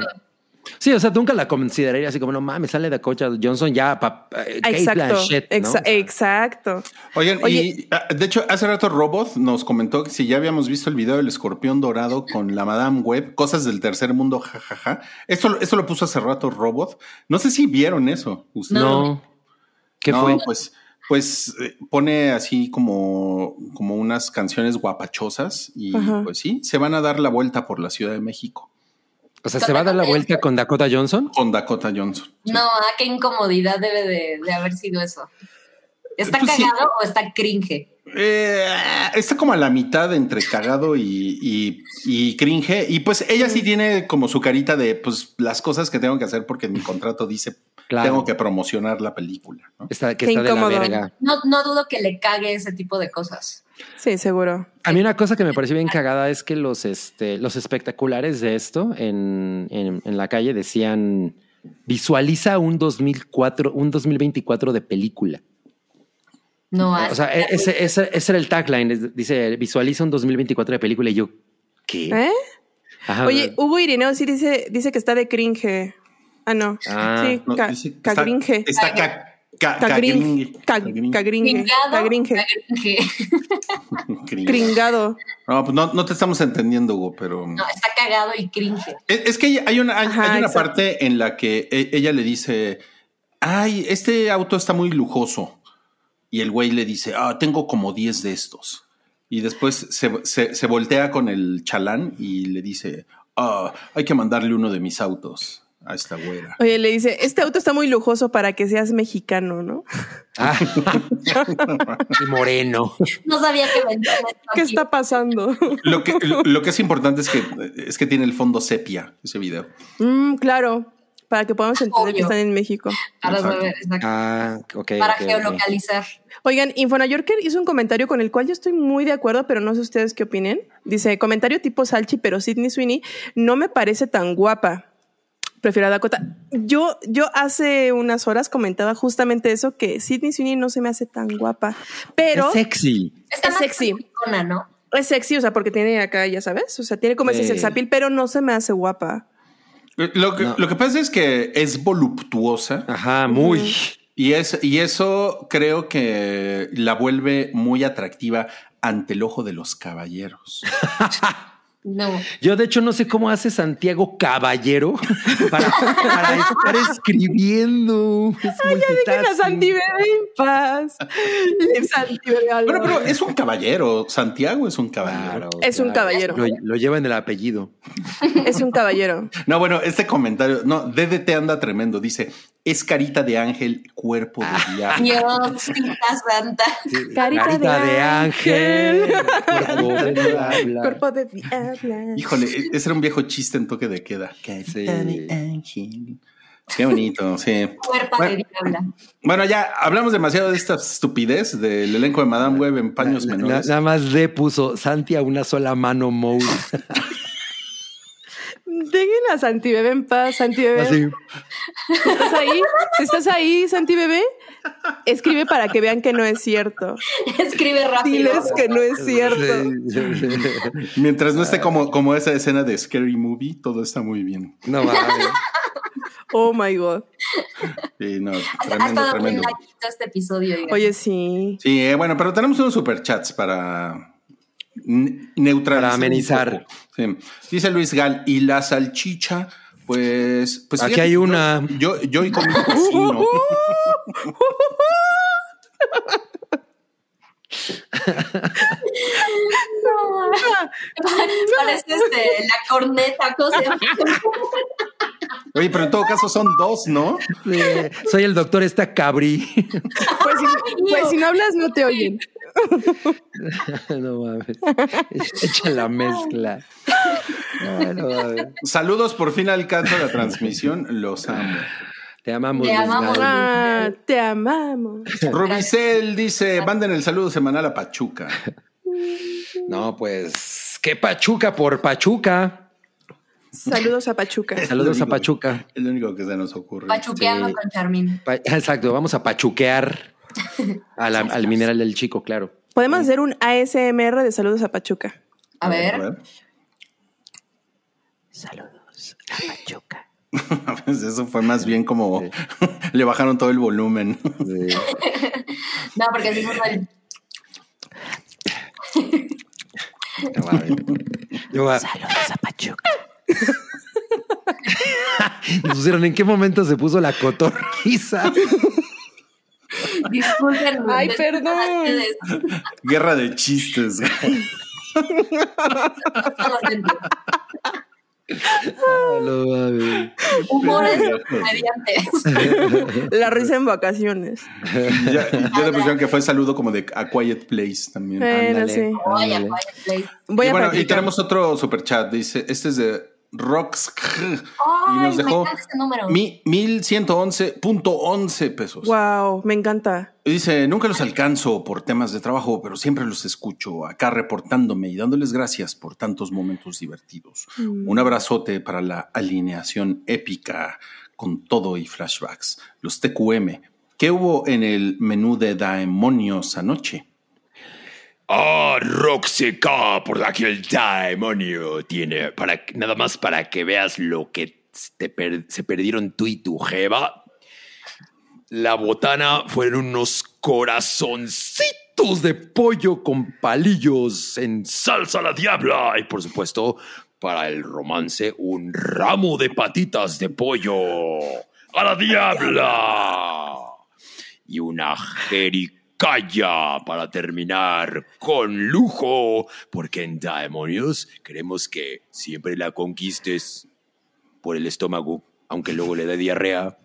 Sí, o sea, nunca la consideraría así como, no mames, sale de Cocha Johnson ya, pa, eh, Kate Exacto. Blanchett, ¿no? exa- eh, O sea, Exacto. Oigan, Oye. y ah, de hecho, hace rato Robot nos comentó que si ya habíamos visto el video del escorpión dorado con la Madame Web, cosas del tercer mundo, jajaja. Esto, esto lo puso hace rato Robot. No sé si vieron eso. ustedes. No. ¿Qué No, fue? Pues, pues eh, pone así como, como unas canciones guapachosas y Ajá. pues sí, se van a dar la vuelta por la Ciudad de México O sea, ¿se va a dar la vuelta con Dakota Johnson? con Dakota Johnson. No, ah, qué incomodidad debe de, de haber sido eso. ¿Está Pues sí. cagado o está cringe? Eh, está como a la mitad entre cagado y, y- y cringe. Y pues ella sí tiene como su carita de pues las cosas que tengo que hacer porque mi contrato dice Claro. tengo que promocionar la película. ¿no? Está, que Qué está de la incómodo. verga. No, no dudo que le cague ese tipo de cosas. Sí, seguro. A mí una cosa que me pareció bien cagada es que los, este, los espectaculares de esto en, en- en la calle decían visualiza un 2004, un 2024 de película. No, ah, O sea, e- ese, ese- ese era el tagline. es- Dice visualiza un 2024 de película y yo, ¿qué? ¿Eh? Ajá, Oye, Hugo Irineo sí dice, dice que está de cringe. Ah, no. Ah. sí, No, ca- dice que está- cagringe. Está ca- ca- cagringe. Cagringe. Cag- Cagringe. Cagringe. Cringado, Cagringe. cringe. Cringe. Cringado. No, pues no, no te estamos entendiendo, Hugo, pero... No, está cagado y cringe. Es, es que hay una, hay, Ajá, hay una exacto. parte en la que e- ella le dice, ay, este auto está muy lujoso. Y el güey le dice, ah, tengo como 10 de estos. Y después se, se- se voltea con el chalán y le dice, ah, hay que mandarle uno de mis autos a esta güera. Oye, le dice, este auto está muy lujoso para que seas mexicano, ¿no? Ah, y moreno. No sabía que vendían esto ¿Qué aquí. está pasando? Lo que, lo que es importante es que, es que tiene el fondo sepia ese video. Mm, claro, para que podamos entender que Obvio. están en México. para, Exacto. saber, exacto. Ah, ok. Para ok, ok. geolocalizar. Oigan, Infonayorker hizo un comentario con el cual yo estoy muy de acuerdo, pero no sé ustedes qué opinen. Dice, comentario tipo Salchi, pero Sidney Sweeney no me parece tan guapa. Prefiero a Dakota. Yo, yo hace unas horas comentaba justamente eso, que Sidney Sweeney no se me hace tan guapa, pero Es sexy. Está Es más sexy. silicona, ¿no? es sexy, o sea, porque tiene acá, ya sabes, o sea, tiene como Sí. ese sexapil, pero no se me hace guapa. Lo que, No. lo que pasa es que es voluptuosa. Ajá, muy. Y, es, y eso creo que la vuelve muy atractiva ante el ojo de los caballeros. No. Yo, de hecho, no sé cómo hace Santiago Caballero para, para estar escribiendo. Es Que la multitasking. Santi bebé en paz. La Santi bebé al Bueno, pero lado. es un caballero. Santiago es un Claro, caballero. Es un caballero. Lo, lo lleva en el apellido. es un caballero. No, bueno, este comentario, no, DDT anda tremendo. Dice, es carita de ángel, cuerpo de diablo. Diosita santa. Sí. Carita de ángel. Cuerpo de diabla. Cuerpo de diabla. Híjole, e, ese era un viejo chiste en toque de queda. Carita Sí. de ángel. Qué bonito, sí. Cuerpo de Bueno. diabla. Bueno, ya hablamos demasiado de esta estupidez del elenco de Madame Web en paños Na- na- menores. Nada más le puso Santi a una sola mano Moe. Dejen a Santi Bebé en paz, Santi Bebé. Así. ¿Estás ahí? Si estás ahí, Santi Bebé, escribe para que vean que no es cierto. Escribe rápido. Diles que no es cierto. Sí, sí, sí. Mientras no esté como, como esa escena de Scary Movie, todo está muy bien. No mames. Oh my God. Sí, no, Ha tremendo, estado bien tremendo. larguito este episodio. digamos. Oye, sí. Sí, eh, bueno, pero tenemos unos superchats para n- neutralizar. Para un amenizar. poco. Sí. Dice Luis Gal, ¿y la salchicha? Pues, pues Aquí fíjate, hay yo- una. Yo, yo hoy comí tocino. Parece este, la corneta, cosa. Oye, pero en todo caso son dos, ¿no? Sí, Soy el doctor esta cabri. Pues si, pues si no hablas, no te oyen. No mames. Echa la mezcla. Ay, no mames. Saludos, por fin alcanza la transmisión. Los amo. Te amamos. Te Luis amamos. Galvez. Ah, te amamos. Rubicel dice, manden el saludo semanal a Pachuca. No, pues qué pachuca por pachuca. Saludos a Pachuca. Saludos a pachuca. Es lo único que se nos ocurre. Pachuqueando Sí. con Charmín. Pa- Exacto, vamos a pachuquear a la- al mineral del chico, claro. Podemos hacer un ASMR de saludos a Pachuca. A ver. Saludos a Pachuca. Pues eso fue más bien como le bajaron todo el volumen. Sí. No, porque así son mal. No mames. Yo va- Saludos a Pachuca. Nos pusieron en qué momento se puso la cotorriza. Disculpen. Ay, disculpen perdón. a ustedes, Guerra de chistes. a los demás. No mames. Humores Pero- de comediantes. La risa en vacaciones. Y ya, y ya le pusieron que fue saludo como de A Quiet Place también. Ah. Bueno, Ándale. sí. Vaya, Ándale. vaya, place. Voy y a bueno, y practicar. tenemos otro superchat. Dice, este es de Rox. y Ay, nos me dejó encanta ese número. mi- 1111.11 pesos. pues. Wow, me encanta. Dice, nunca los alcanzo por temas de trabajo, pero siempre los escucho acá reportándome y dándoles gracias por tantos momentos divertidos. Un abrazote para la alineación épica con todo y flashbacks. Los TQM. ¿Qué hubo en el menú de Daemonios anoche? Ah, Roxica, por aquí el demonio tiene. Para, nada más para que veas lo que te per- se perdieron tú y tu jeva. La botana fueron unos corazoncitos de pollo con palillos en salsa a la diabla. Y por supuesto, para el romance, un ramo de patitas de pollo a la diabla y una jericaya para terminar con lujo, porque en Daemonios queremos que siempre la conquistes por el estómago, aunque luego le dé diarrea.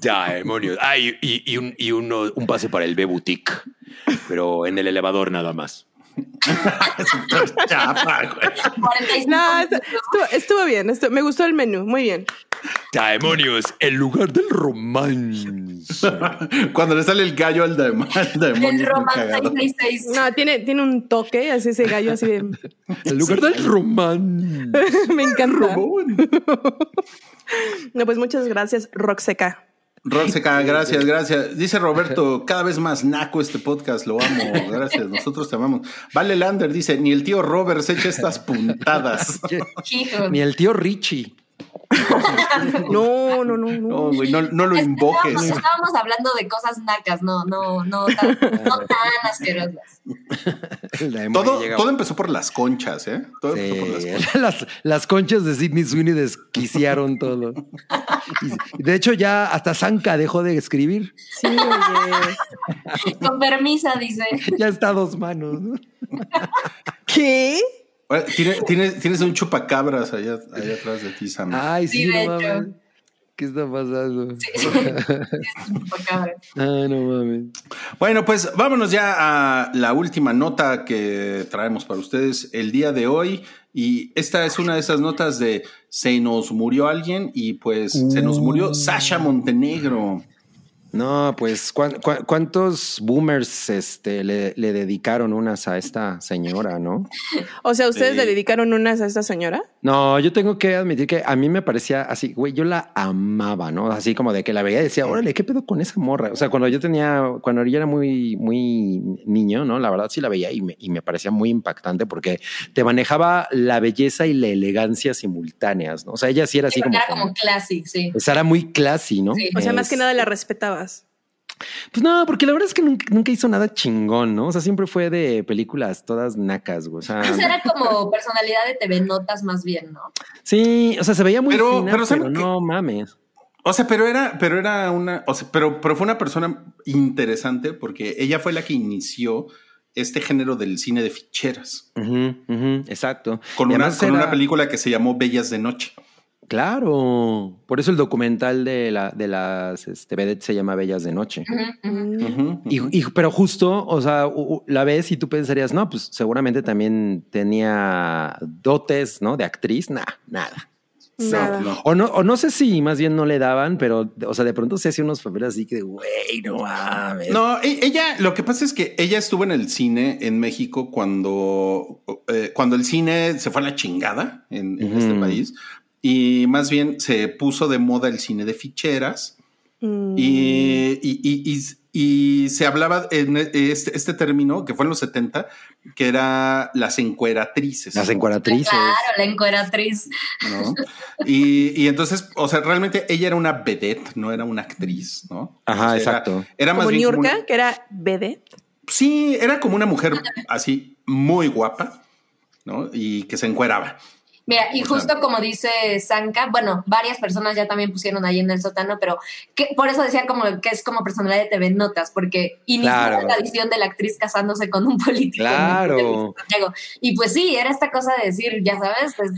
Daemonios. Ah, y, y- y un, y uno- un pase para el B-Boutique, pero en el elevador nada más. 45 No, estu- minutos. estuvo, estuvo bien. estu- me gustó el menú. Muy bien. Daemonios, el lugar del romance. Cuando le sale el gallo al, daem- al demonio. es El muy Romance cagado. 36. No, tiene, tiene un toque, así ese gallo, así de. El lugar del romance. me encanta. No, pues muchas gracias, Roxeca. Roxeca, gracias, gracias. Dice Roberto, cada vez más naco este podcast, lo amo, gracias, nosotros te amamos. Vale Lander dice, ni el tío Robert se echa estas puntadas. Hijo. Ni el tío Richie. No, no, no, No, no. güey, no, no lo Es que invoques. Estábamos, estábamos hablando de cosas nacas, no, no, no, tan, no tan asquerosas. El demonio Todo, llega- todo empezó por las conchas, ¿eh? Todo empezó por las Sí, conchas. las, las conchas de Sidney Sweeney desquiciaron todo. Y de hecho, ya hasta Zanka dejó de escribir. Sí, oye. Con permisa, dice. Ya está a dos manos. ¿no? ¿Qué? Ahora, tiene- Tienes, tienes un chupacabras allá, allá atrás de ti, Sam. Ay, sí, Sí, de no hecho. mames. ¿Qué está pasando? Por cabrón. Ah, no mames. Bueno, pues vámonos ya a la última nota que traemos para ustedes el día de hoy. Y esta es una de esas notas de se nos murió alguien y pues se nos Uh. murió Sasha Montenegro. No, pues, ¿cuán- cuán- cuántos boomers este, le, le dedicaron unas a esta señora, no? O sea, ¿ustedes Sí. le dedicaron unas a esta señora? No, yo tengo que admitir que a mí me parecía así, güey, yo la amaba, ¿no? Así como de que la veía y decía, órale, ¿qué pedo con esa morra? O sea, cuando yo tenía, cuando yo era muy, muy niño, ¿no? La verdad sí la veía y me, y me parecía muy impactante porque te manejaba la belleza y la elegancia simultáneas, ¿no? O sea, ella sí era así como... pues, Era como classy, sí. o sea, era muy classy, ¿no? Sí. O sea, más que Es- nada la respetabas. Pues no, porque la verdad es que nunca, nunca hizo nada chingón, ¿no? O sea, siempre fue de películas todas nacas, güey. O sea, Pues era como personalidad de TV Notas más bien, ¿no? sí, o sea, se veía muy Pero- fina, pero pero, ¿saben qué? no mames. O sea, pero era, pero era una, o sea, pero, pero fue una persona interesante porque ella fue la que inició este género del cine de ficheras Ujú, ujú, exacto. con, Y una, además con era- una película que se llamó Bellas de Noche. Claro. Por eso el documental de, la, de las este, vedettes se llama Bellas de Noche. Ujú, ujú. Ujú, Y, ujú. y- pero justo, o sea, u- u- la ves y tú pensarías, no, pues seguramente también tenía dotes, ¿no? De actriz, nah, nada. Nada. No, no. O no, o no sé si más bien no le daban, pero, o sea, de pronto se hace unos papeles así que, güey, no mames. No, e- ella, lo que pasa es que ella estuvo en el cine en México cuando, eh, cuando el cine se fue a la chingada en, en este Ujú. país y más bien se puso de moda el cine de ficheras Mm. y, y- y- y- y se hablaba en este, este término que fue en los 70, que era las encueratrices. Las encuadratrices. Claro, la encueratriz. ¿no? y, y entonces, o sea, realmente ella era una vedette, no era una actriz, ¿no? Ajá, O sea, era- exacto. Era, más Como bien como una- Niurka, que era BD. Sí, era como una mujer así muy guapa, ¿no? Y que se encueraba. Mira, y O sea- justo como dice Sanka, bueno, varias personas ya también pusieron ahí en el sótano, pero que, por eso decía como que es como personalidad de TV Notas, porque inició Claro. la tradición de la actriz casándose con un político. ¿no? Claro. Santiago. Y pues sí, era esta cosa de decir, ya sabes, pues,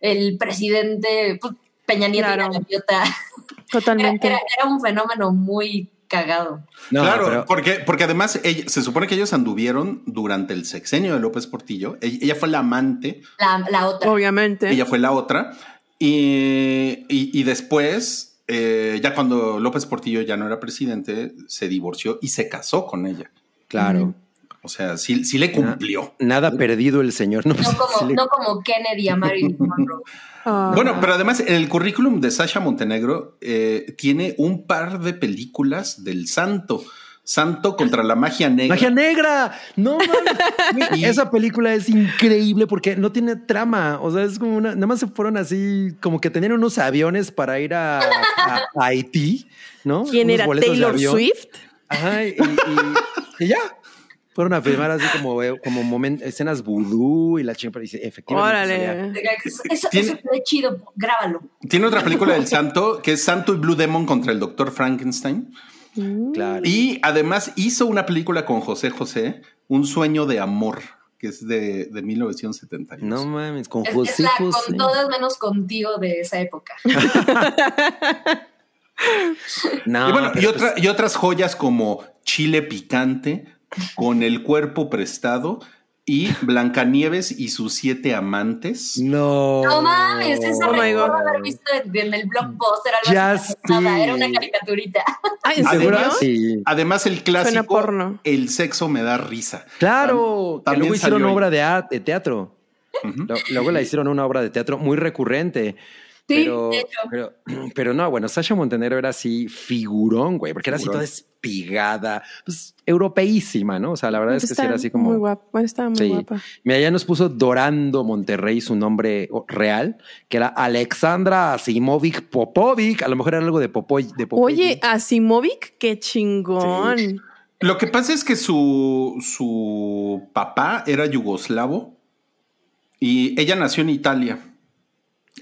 el presidente pues, Peña Nieto y la Claro. gaviota. Era, Totalmente. era- era un fenómeno muy cagado. No, claro, pero- porque, porque además ella- se supone que ellos anduvieron durante el sexenio de López Portillo. Ella, ella fue la amante, La, la otra. Obviamente. ella fue la otra. Y, y- y después, eh, ya cuando López Portillo ya no era presidente, se divorció y se casó con ella. claro. O sea, sí, sí le cumplió. Nada perdido el señor. No, No pues, sí como, le- no como Kennedy a Marilyn Monroe. Ah. Bueno, pero además en el currículum de Sasha Montenegro eh, tiene un par de películas del santo. Santo contra la magia negra. Magia negra. No mames. Güey, Y- Esa película es increíble porque no tiene trama. O sea, es como una. Nada más se fueron así, como que tenían unos aviones para ir a, a- a Haití, ¿no? ¿Quién Unos era boletos de Taylor avión. Swift? Ajá. Y, y- y ya. Fueron a filmar así como, eh, como momen- escenas vudú y la chica dice, efectivamente. pues, salía. Órale. Eso, eso Tiene- fue chido, grábalo. Tiene otra película del santo que es Santo y Blue Demon contra el Doctor Frankenstein. Mm. Claro. Y además hizo una película con José José, Un sueño de amor, que es de, de 1972. No mames, con pues, Es, es José la José. con todas menos contigo de esa época. No, y bueno, y, pero pues, otra- y otras joyas como Chile Picante, Con el Cuerpo Prestado y Blancanieves y sus siete amantes. pues- no. No mames, esa Oh my recuerdo God. haber visto en, en el blockbuster algo Ya así. Nada, sé. era una caricaturita. Ah, ¿en ¿Seguro? ¿Segura? serio? Sí. Además, el Suena clásico porno. El sexo me da risa. Tam- Claro, que luego también salió hicieron ahí. obra de, arte- de teatro. Ujú. Lo- Luego la hicieron una obra de teatro muy recurrente. Sí, pero, de hecho. pero, pero no, bueno, Sasha Montenegro era así figurón, güey, porque era así Figurón. toda espigada, pues europeísima, ¿no? O sea, la verdad es que sí Pues Está era así como. Muy guapa. Bueno, Estaba muy Sí. guapa. Mira, ya nos puso Dorando Monterrey su nombre o- real, que era Alexandra Asimovic Popovic. A lo mejor era algo de Popoy. De Popeye. Oye, Asimovic, qué chingón. Lo que pasa es que su, su papá era yugoslavo y ella nació en Italia.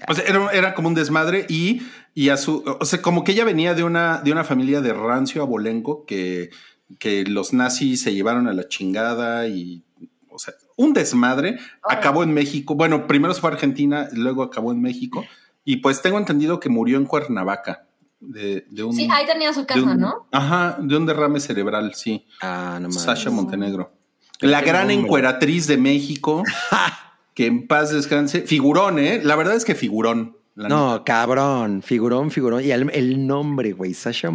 O sea, era, era como un desmadre y, y a su. O sea, como que ella venía de una, de una familia de rancio abolengo que, que los nazis se llevaron a la chingada y. O sea, un desmadre. Acabó en México. Bueno, primero se fue a Argentina, luego acabó en México. Y pues tengo entendido que murió en Cuernavaca. de, de un. Sí, ahí tenía su de casa, un- ¿no? Ajá, de un derrame cerebral, sí. Ah, no mames. Sasha Montenegro. La gran encueratriz de México. que en paz descanse. Figurón, ¿eh? La verdad es que figurón. la No, cabrón, figurón, figurón. Y el, el nombre, güey, Sasha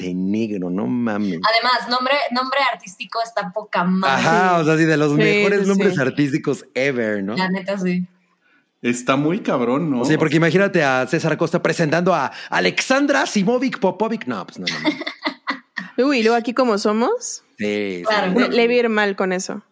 Montenegro, no mames. Además, nombre, nombre artístico está poca madre. Ajá, o sea, sí, de los Sí, mejores sí, nombres sí. artísticos ever, ¿no? La neta, sí. Está muy cabrón, ¿no? O sea, porque imagínate a César Costa presentando a Alexandra Simovic Popovic. No, pues no, no. no. Uy, y luego aquí como somos, Sí, sí. Claro. le, le vi ir mal con eso.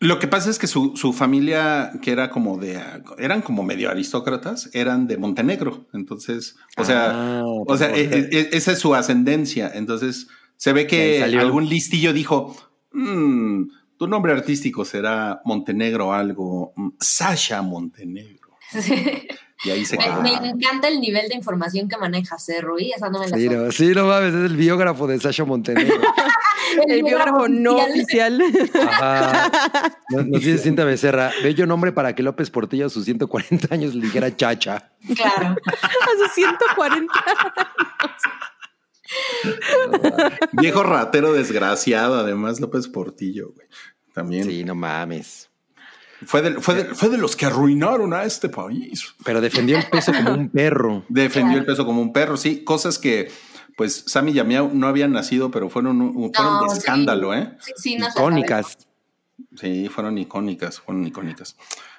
Lo que pasa es que su, su familia, que era como de, eran como medio aristócratas, eran de Montenegro. Entonces, o sea, Ah, o sea, por e- favor. e- e- esa es su ascendencia. Entonces, se ve De ahí que salió. algún listillo dijo, "Mm, tu nombre artístico será Montenegro algo, mm, Sasha Montenegro. Sí. Y ahí se Me, quedó. me encanta el nivel de información que manejas, eh, Rui. Esa no me la Sí, sabía. no, sí, no mames, es el biógrafo de Sasha Montenegro. El biógrafo no oficial. Ajá. Nos, nos dice Cinta Becerra, bello nombre para que López Portillo a sus 140 años le dijera chacha. Claro. A sus 140. Viejo ratero desgraciado, además López Portillo, güey. También Sí, no mames. fue, de, fue, de- fue de los que arruinaron a este país. Pero defendió el peso como un perro. Defendió Claro. el peso como un perro, sí. Cosas que, pues, Sammy Yamiau no habían nacido, pero fueron un, un- fueron de sí. escándalo, ¿eh? Sí, sí, no se Icónicas. Sí, fueron icónicas, fueron icónicas.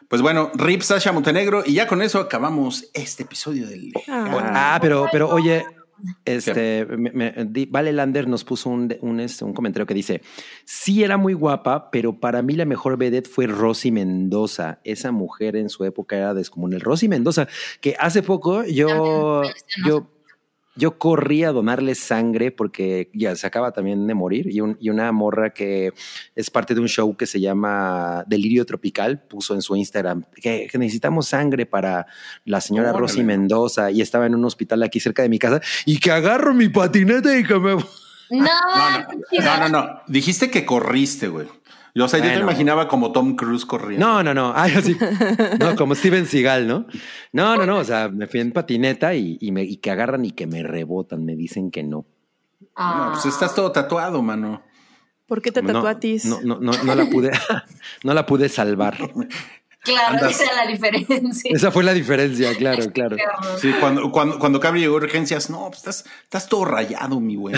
Pues bueno, Rip Sasha Montenegro, y ya con eso acabamos este episodio del. Ah, pero, pero oye, este, me- me- di- Vale Lander nos puso un, un, este, un comentario que dice: Sí, era muy guapa, pero para mí la mejor vedette fue Rosy Mendoza. Esa mujer en su época era descomunal. Rosy Mendoza, que hace poco yo, También, pues, no yo, yo corrí a donarle sangre porque ya se acaba también de morir y, un- y una morra que es parte de un show que se llama Delirio Tropical puso en su Instagram que, que necesitamos sangre para la señora Órale. Rosy Mendoza y estaba en un hospital aquí cerca de mi casa y que agarro mi patineta y que me voy. No, No, qué no, chido. no, no, no. Dijiste que corriste, güey. Yo, o sea, yo te Bueno. imaginaba como Tom Cruise corriendo. No, no, no. Ay, así. No, como Steven Seagal, ¿no? No, no, no. O sea, me fui en patineta y, y me, y que agarran y que me rebotan. Me dicen que no. Ah. No, pues estás todo tatuado, mano. ¿Por qué te No, tatuó a ti? No, no, no, no la pude, no la pude salvar. Ah, Claro, Andas- esa es la diferencia. Esa fue la diferencia, claro, claro. Qué horror. Sí, cuando, cuando, cuando Cabri llegó a urgencias, no, pues estás, estás todo rayado, mi güey.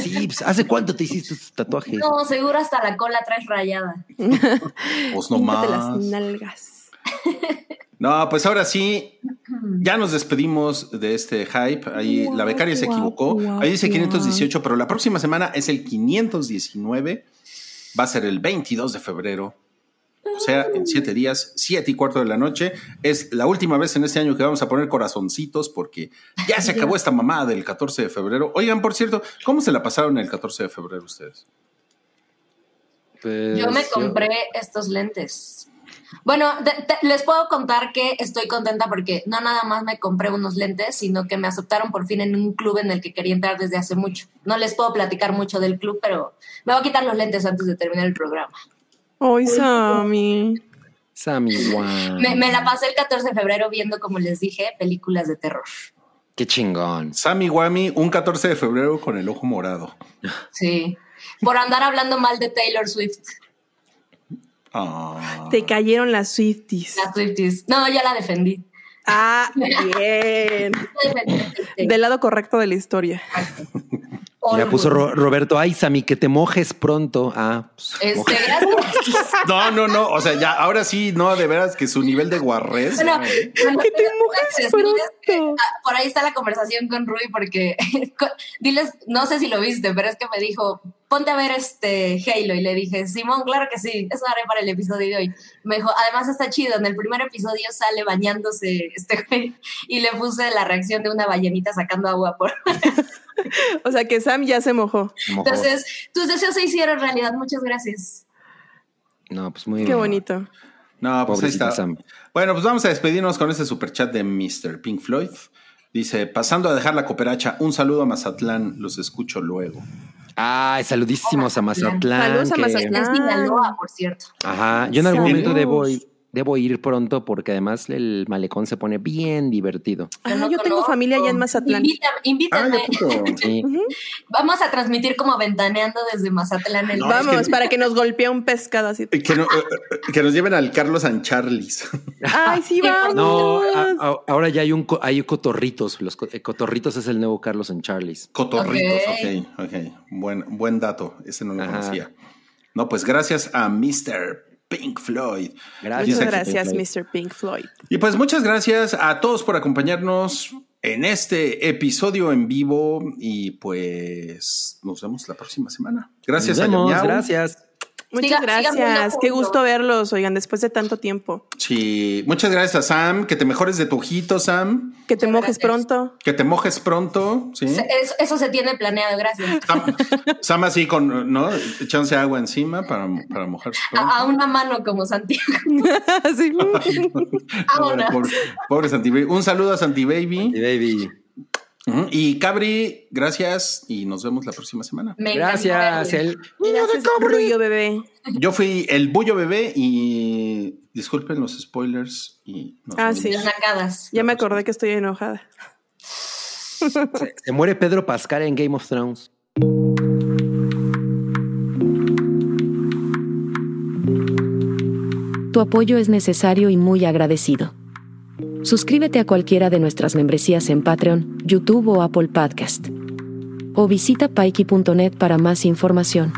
Sí, pues, ¿hace cuánto te hiciste tus tatuajes? No, seguro hasta la cola traes rayada. Pues no más. Píntate las nalgas. No, pues ahora sí, ya nos despedimos de este hype. Ahí la becaria se equivocó. Ahí dice 518, pero la próxima semana es el 519. Va a ser el 22 de febrero. O sea, en siete días, siete y cuarto de la noche. Es la última vez en este año que vamos a poner corazoncitos porque ya se acabó esta mamada del 14 de febrero. Oigan, por cierto, ¿cómo se la pasaron el 14 de febrero ustedes? Pues, Yo me compré estos lentes. Bueno, te- te- les puedo contar que estoy contenta porque no nada más me compré unos lentes, sino que me aceptaron por fin en un club en el que quería entrar desde hace mucho. No les puedo platicar mucho del club, pero me voy a quitar los lentes antes de terminar el programa. Ay, Sammy. Sammy Wan. Me, me la pasé el 14 de febrero viendo, como les dije, películas de terror. Qué chingón. Sammy Wami, un 14 de febrero con el ojo morado. Sí. Por andar hablando mal de Taylor Swift. Ah. Te cayeron las Swifties. La Swifties. No, yo la defendí. Ah, bien. Yo defendí a Taylor. Del lado correcto de la historia. Ya Always. puso Ro- Roberto, ay, Sammy, que te mojes pronto. Ah, pues, Este, moja. gracias. No, no, no. O sea, ya, ahora sí, no, de veras que su nivel de guarrés. Bueno, bueno, Que te pero- mojes pero es que, pronto. ah, Por ahí está la conversación con Rui, porque co- diles, no sé si lo viste, pero es que me dijo, ponte a ver este Halo. Y le dije, Simón, claro que sí, eso haré para el episodio de hoy. Me dijo, además está chido, en el primer episodio sale bañándose este güey. Y le puse la reacción de una ballenita sacando agua por. O sea que Sam ya se mojó. Se mojó. Entonces, tus deseos se hicieron realidad, muchas gracias. No, pues muy Qué bien. Ah, bonito. No, pues ahí Pobrecita está. Sam. Bueno, pues vamos a despedirnos con este superchat de Mr. Pink Floyd. Dice, pasando a dejar la cooperacha, un saludo a Mazatlán, los escucho luego. Ay, saludísimos a Mazatlán. Saludos a que- Mazatlán. Es Ah. Sinaloa, por cierto. Ajá. Yo en algún Saludos. momento debo, ir- Debo ir pronto porque además el malecón se pone bien divertido. Ah, yo tengo familia allá en Mazatlán. Invítame, Ah, invítenme. ¿de poco? Sí. Vamos a transmitir como ventaneando desde Mazatlán. El No, Vamos, es que- para que nos golpee un pescado así. Que, no- eh, que nos lleven al Carlos Ancharlis. Ay, sí, No, vamos. No, ah, a- a- ahora ya hay un co- hay cotorritos. Los co- eh, cotorritos es el nuevo Carlos en Charlie's. Cotorritos, Ok. ok, ok. Buen, buen dato, ese no lo Ajá. conocía. No, pues gracias a Mr. Pink Floyd. Muchas Dice Pink que- gracias, Floyd. Mr. Pink Floyd. Y pues muchas gracias a todos por acompañarnos en este episodio en vivo y pues nos vemos la próxima semana. Nos Gracias a vemos, Yamiau. gracias. Muchas Siga- gracias. sigan Qué viendo gusto juntos. verlos, oigan, después de tanto tiempo. Sí, muchas gracias a Sam, que te mejores de tu ojito, Sam, Que te Muchas gracias. mojes pronto. que te mojes pronto, ¿sí? Se- Eso, eso se tiene planeado, gracias. Sam, Sam así con, ¿no? Echándose agua encima para, para mojarse pronto. A, a una mano como Santiago. Así. a Pobre, una. pobre, pobre Santi Baby. Un saludo a Santi Y Baby. baby. Ujú. Y Cabri, gracias y nos vemos la próxima semana. Me encantó Gracias. verlo. el- Gracias, Rubio, bebé. Yo fui el Bullo Bebé y disculpen los spoilers. Y nos Ah, vemos. sí. Las nacadas. Ya me acordé que estoy enojada. Se muere Pedro Pascal en Game of Thrones. Tu apoyo es necesario y muy agradecido. Suscríbete a cualquiera de nuestras membresías en Patreon, YouTube o Apple Podcast. O visita paiki.net para más información.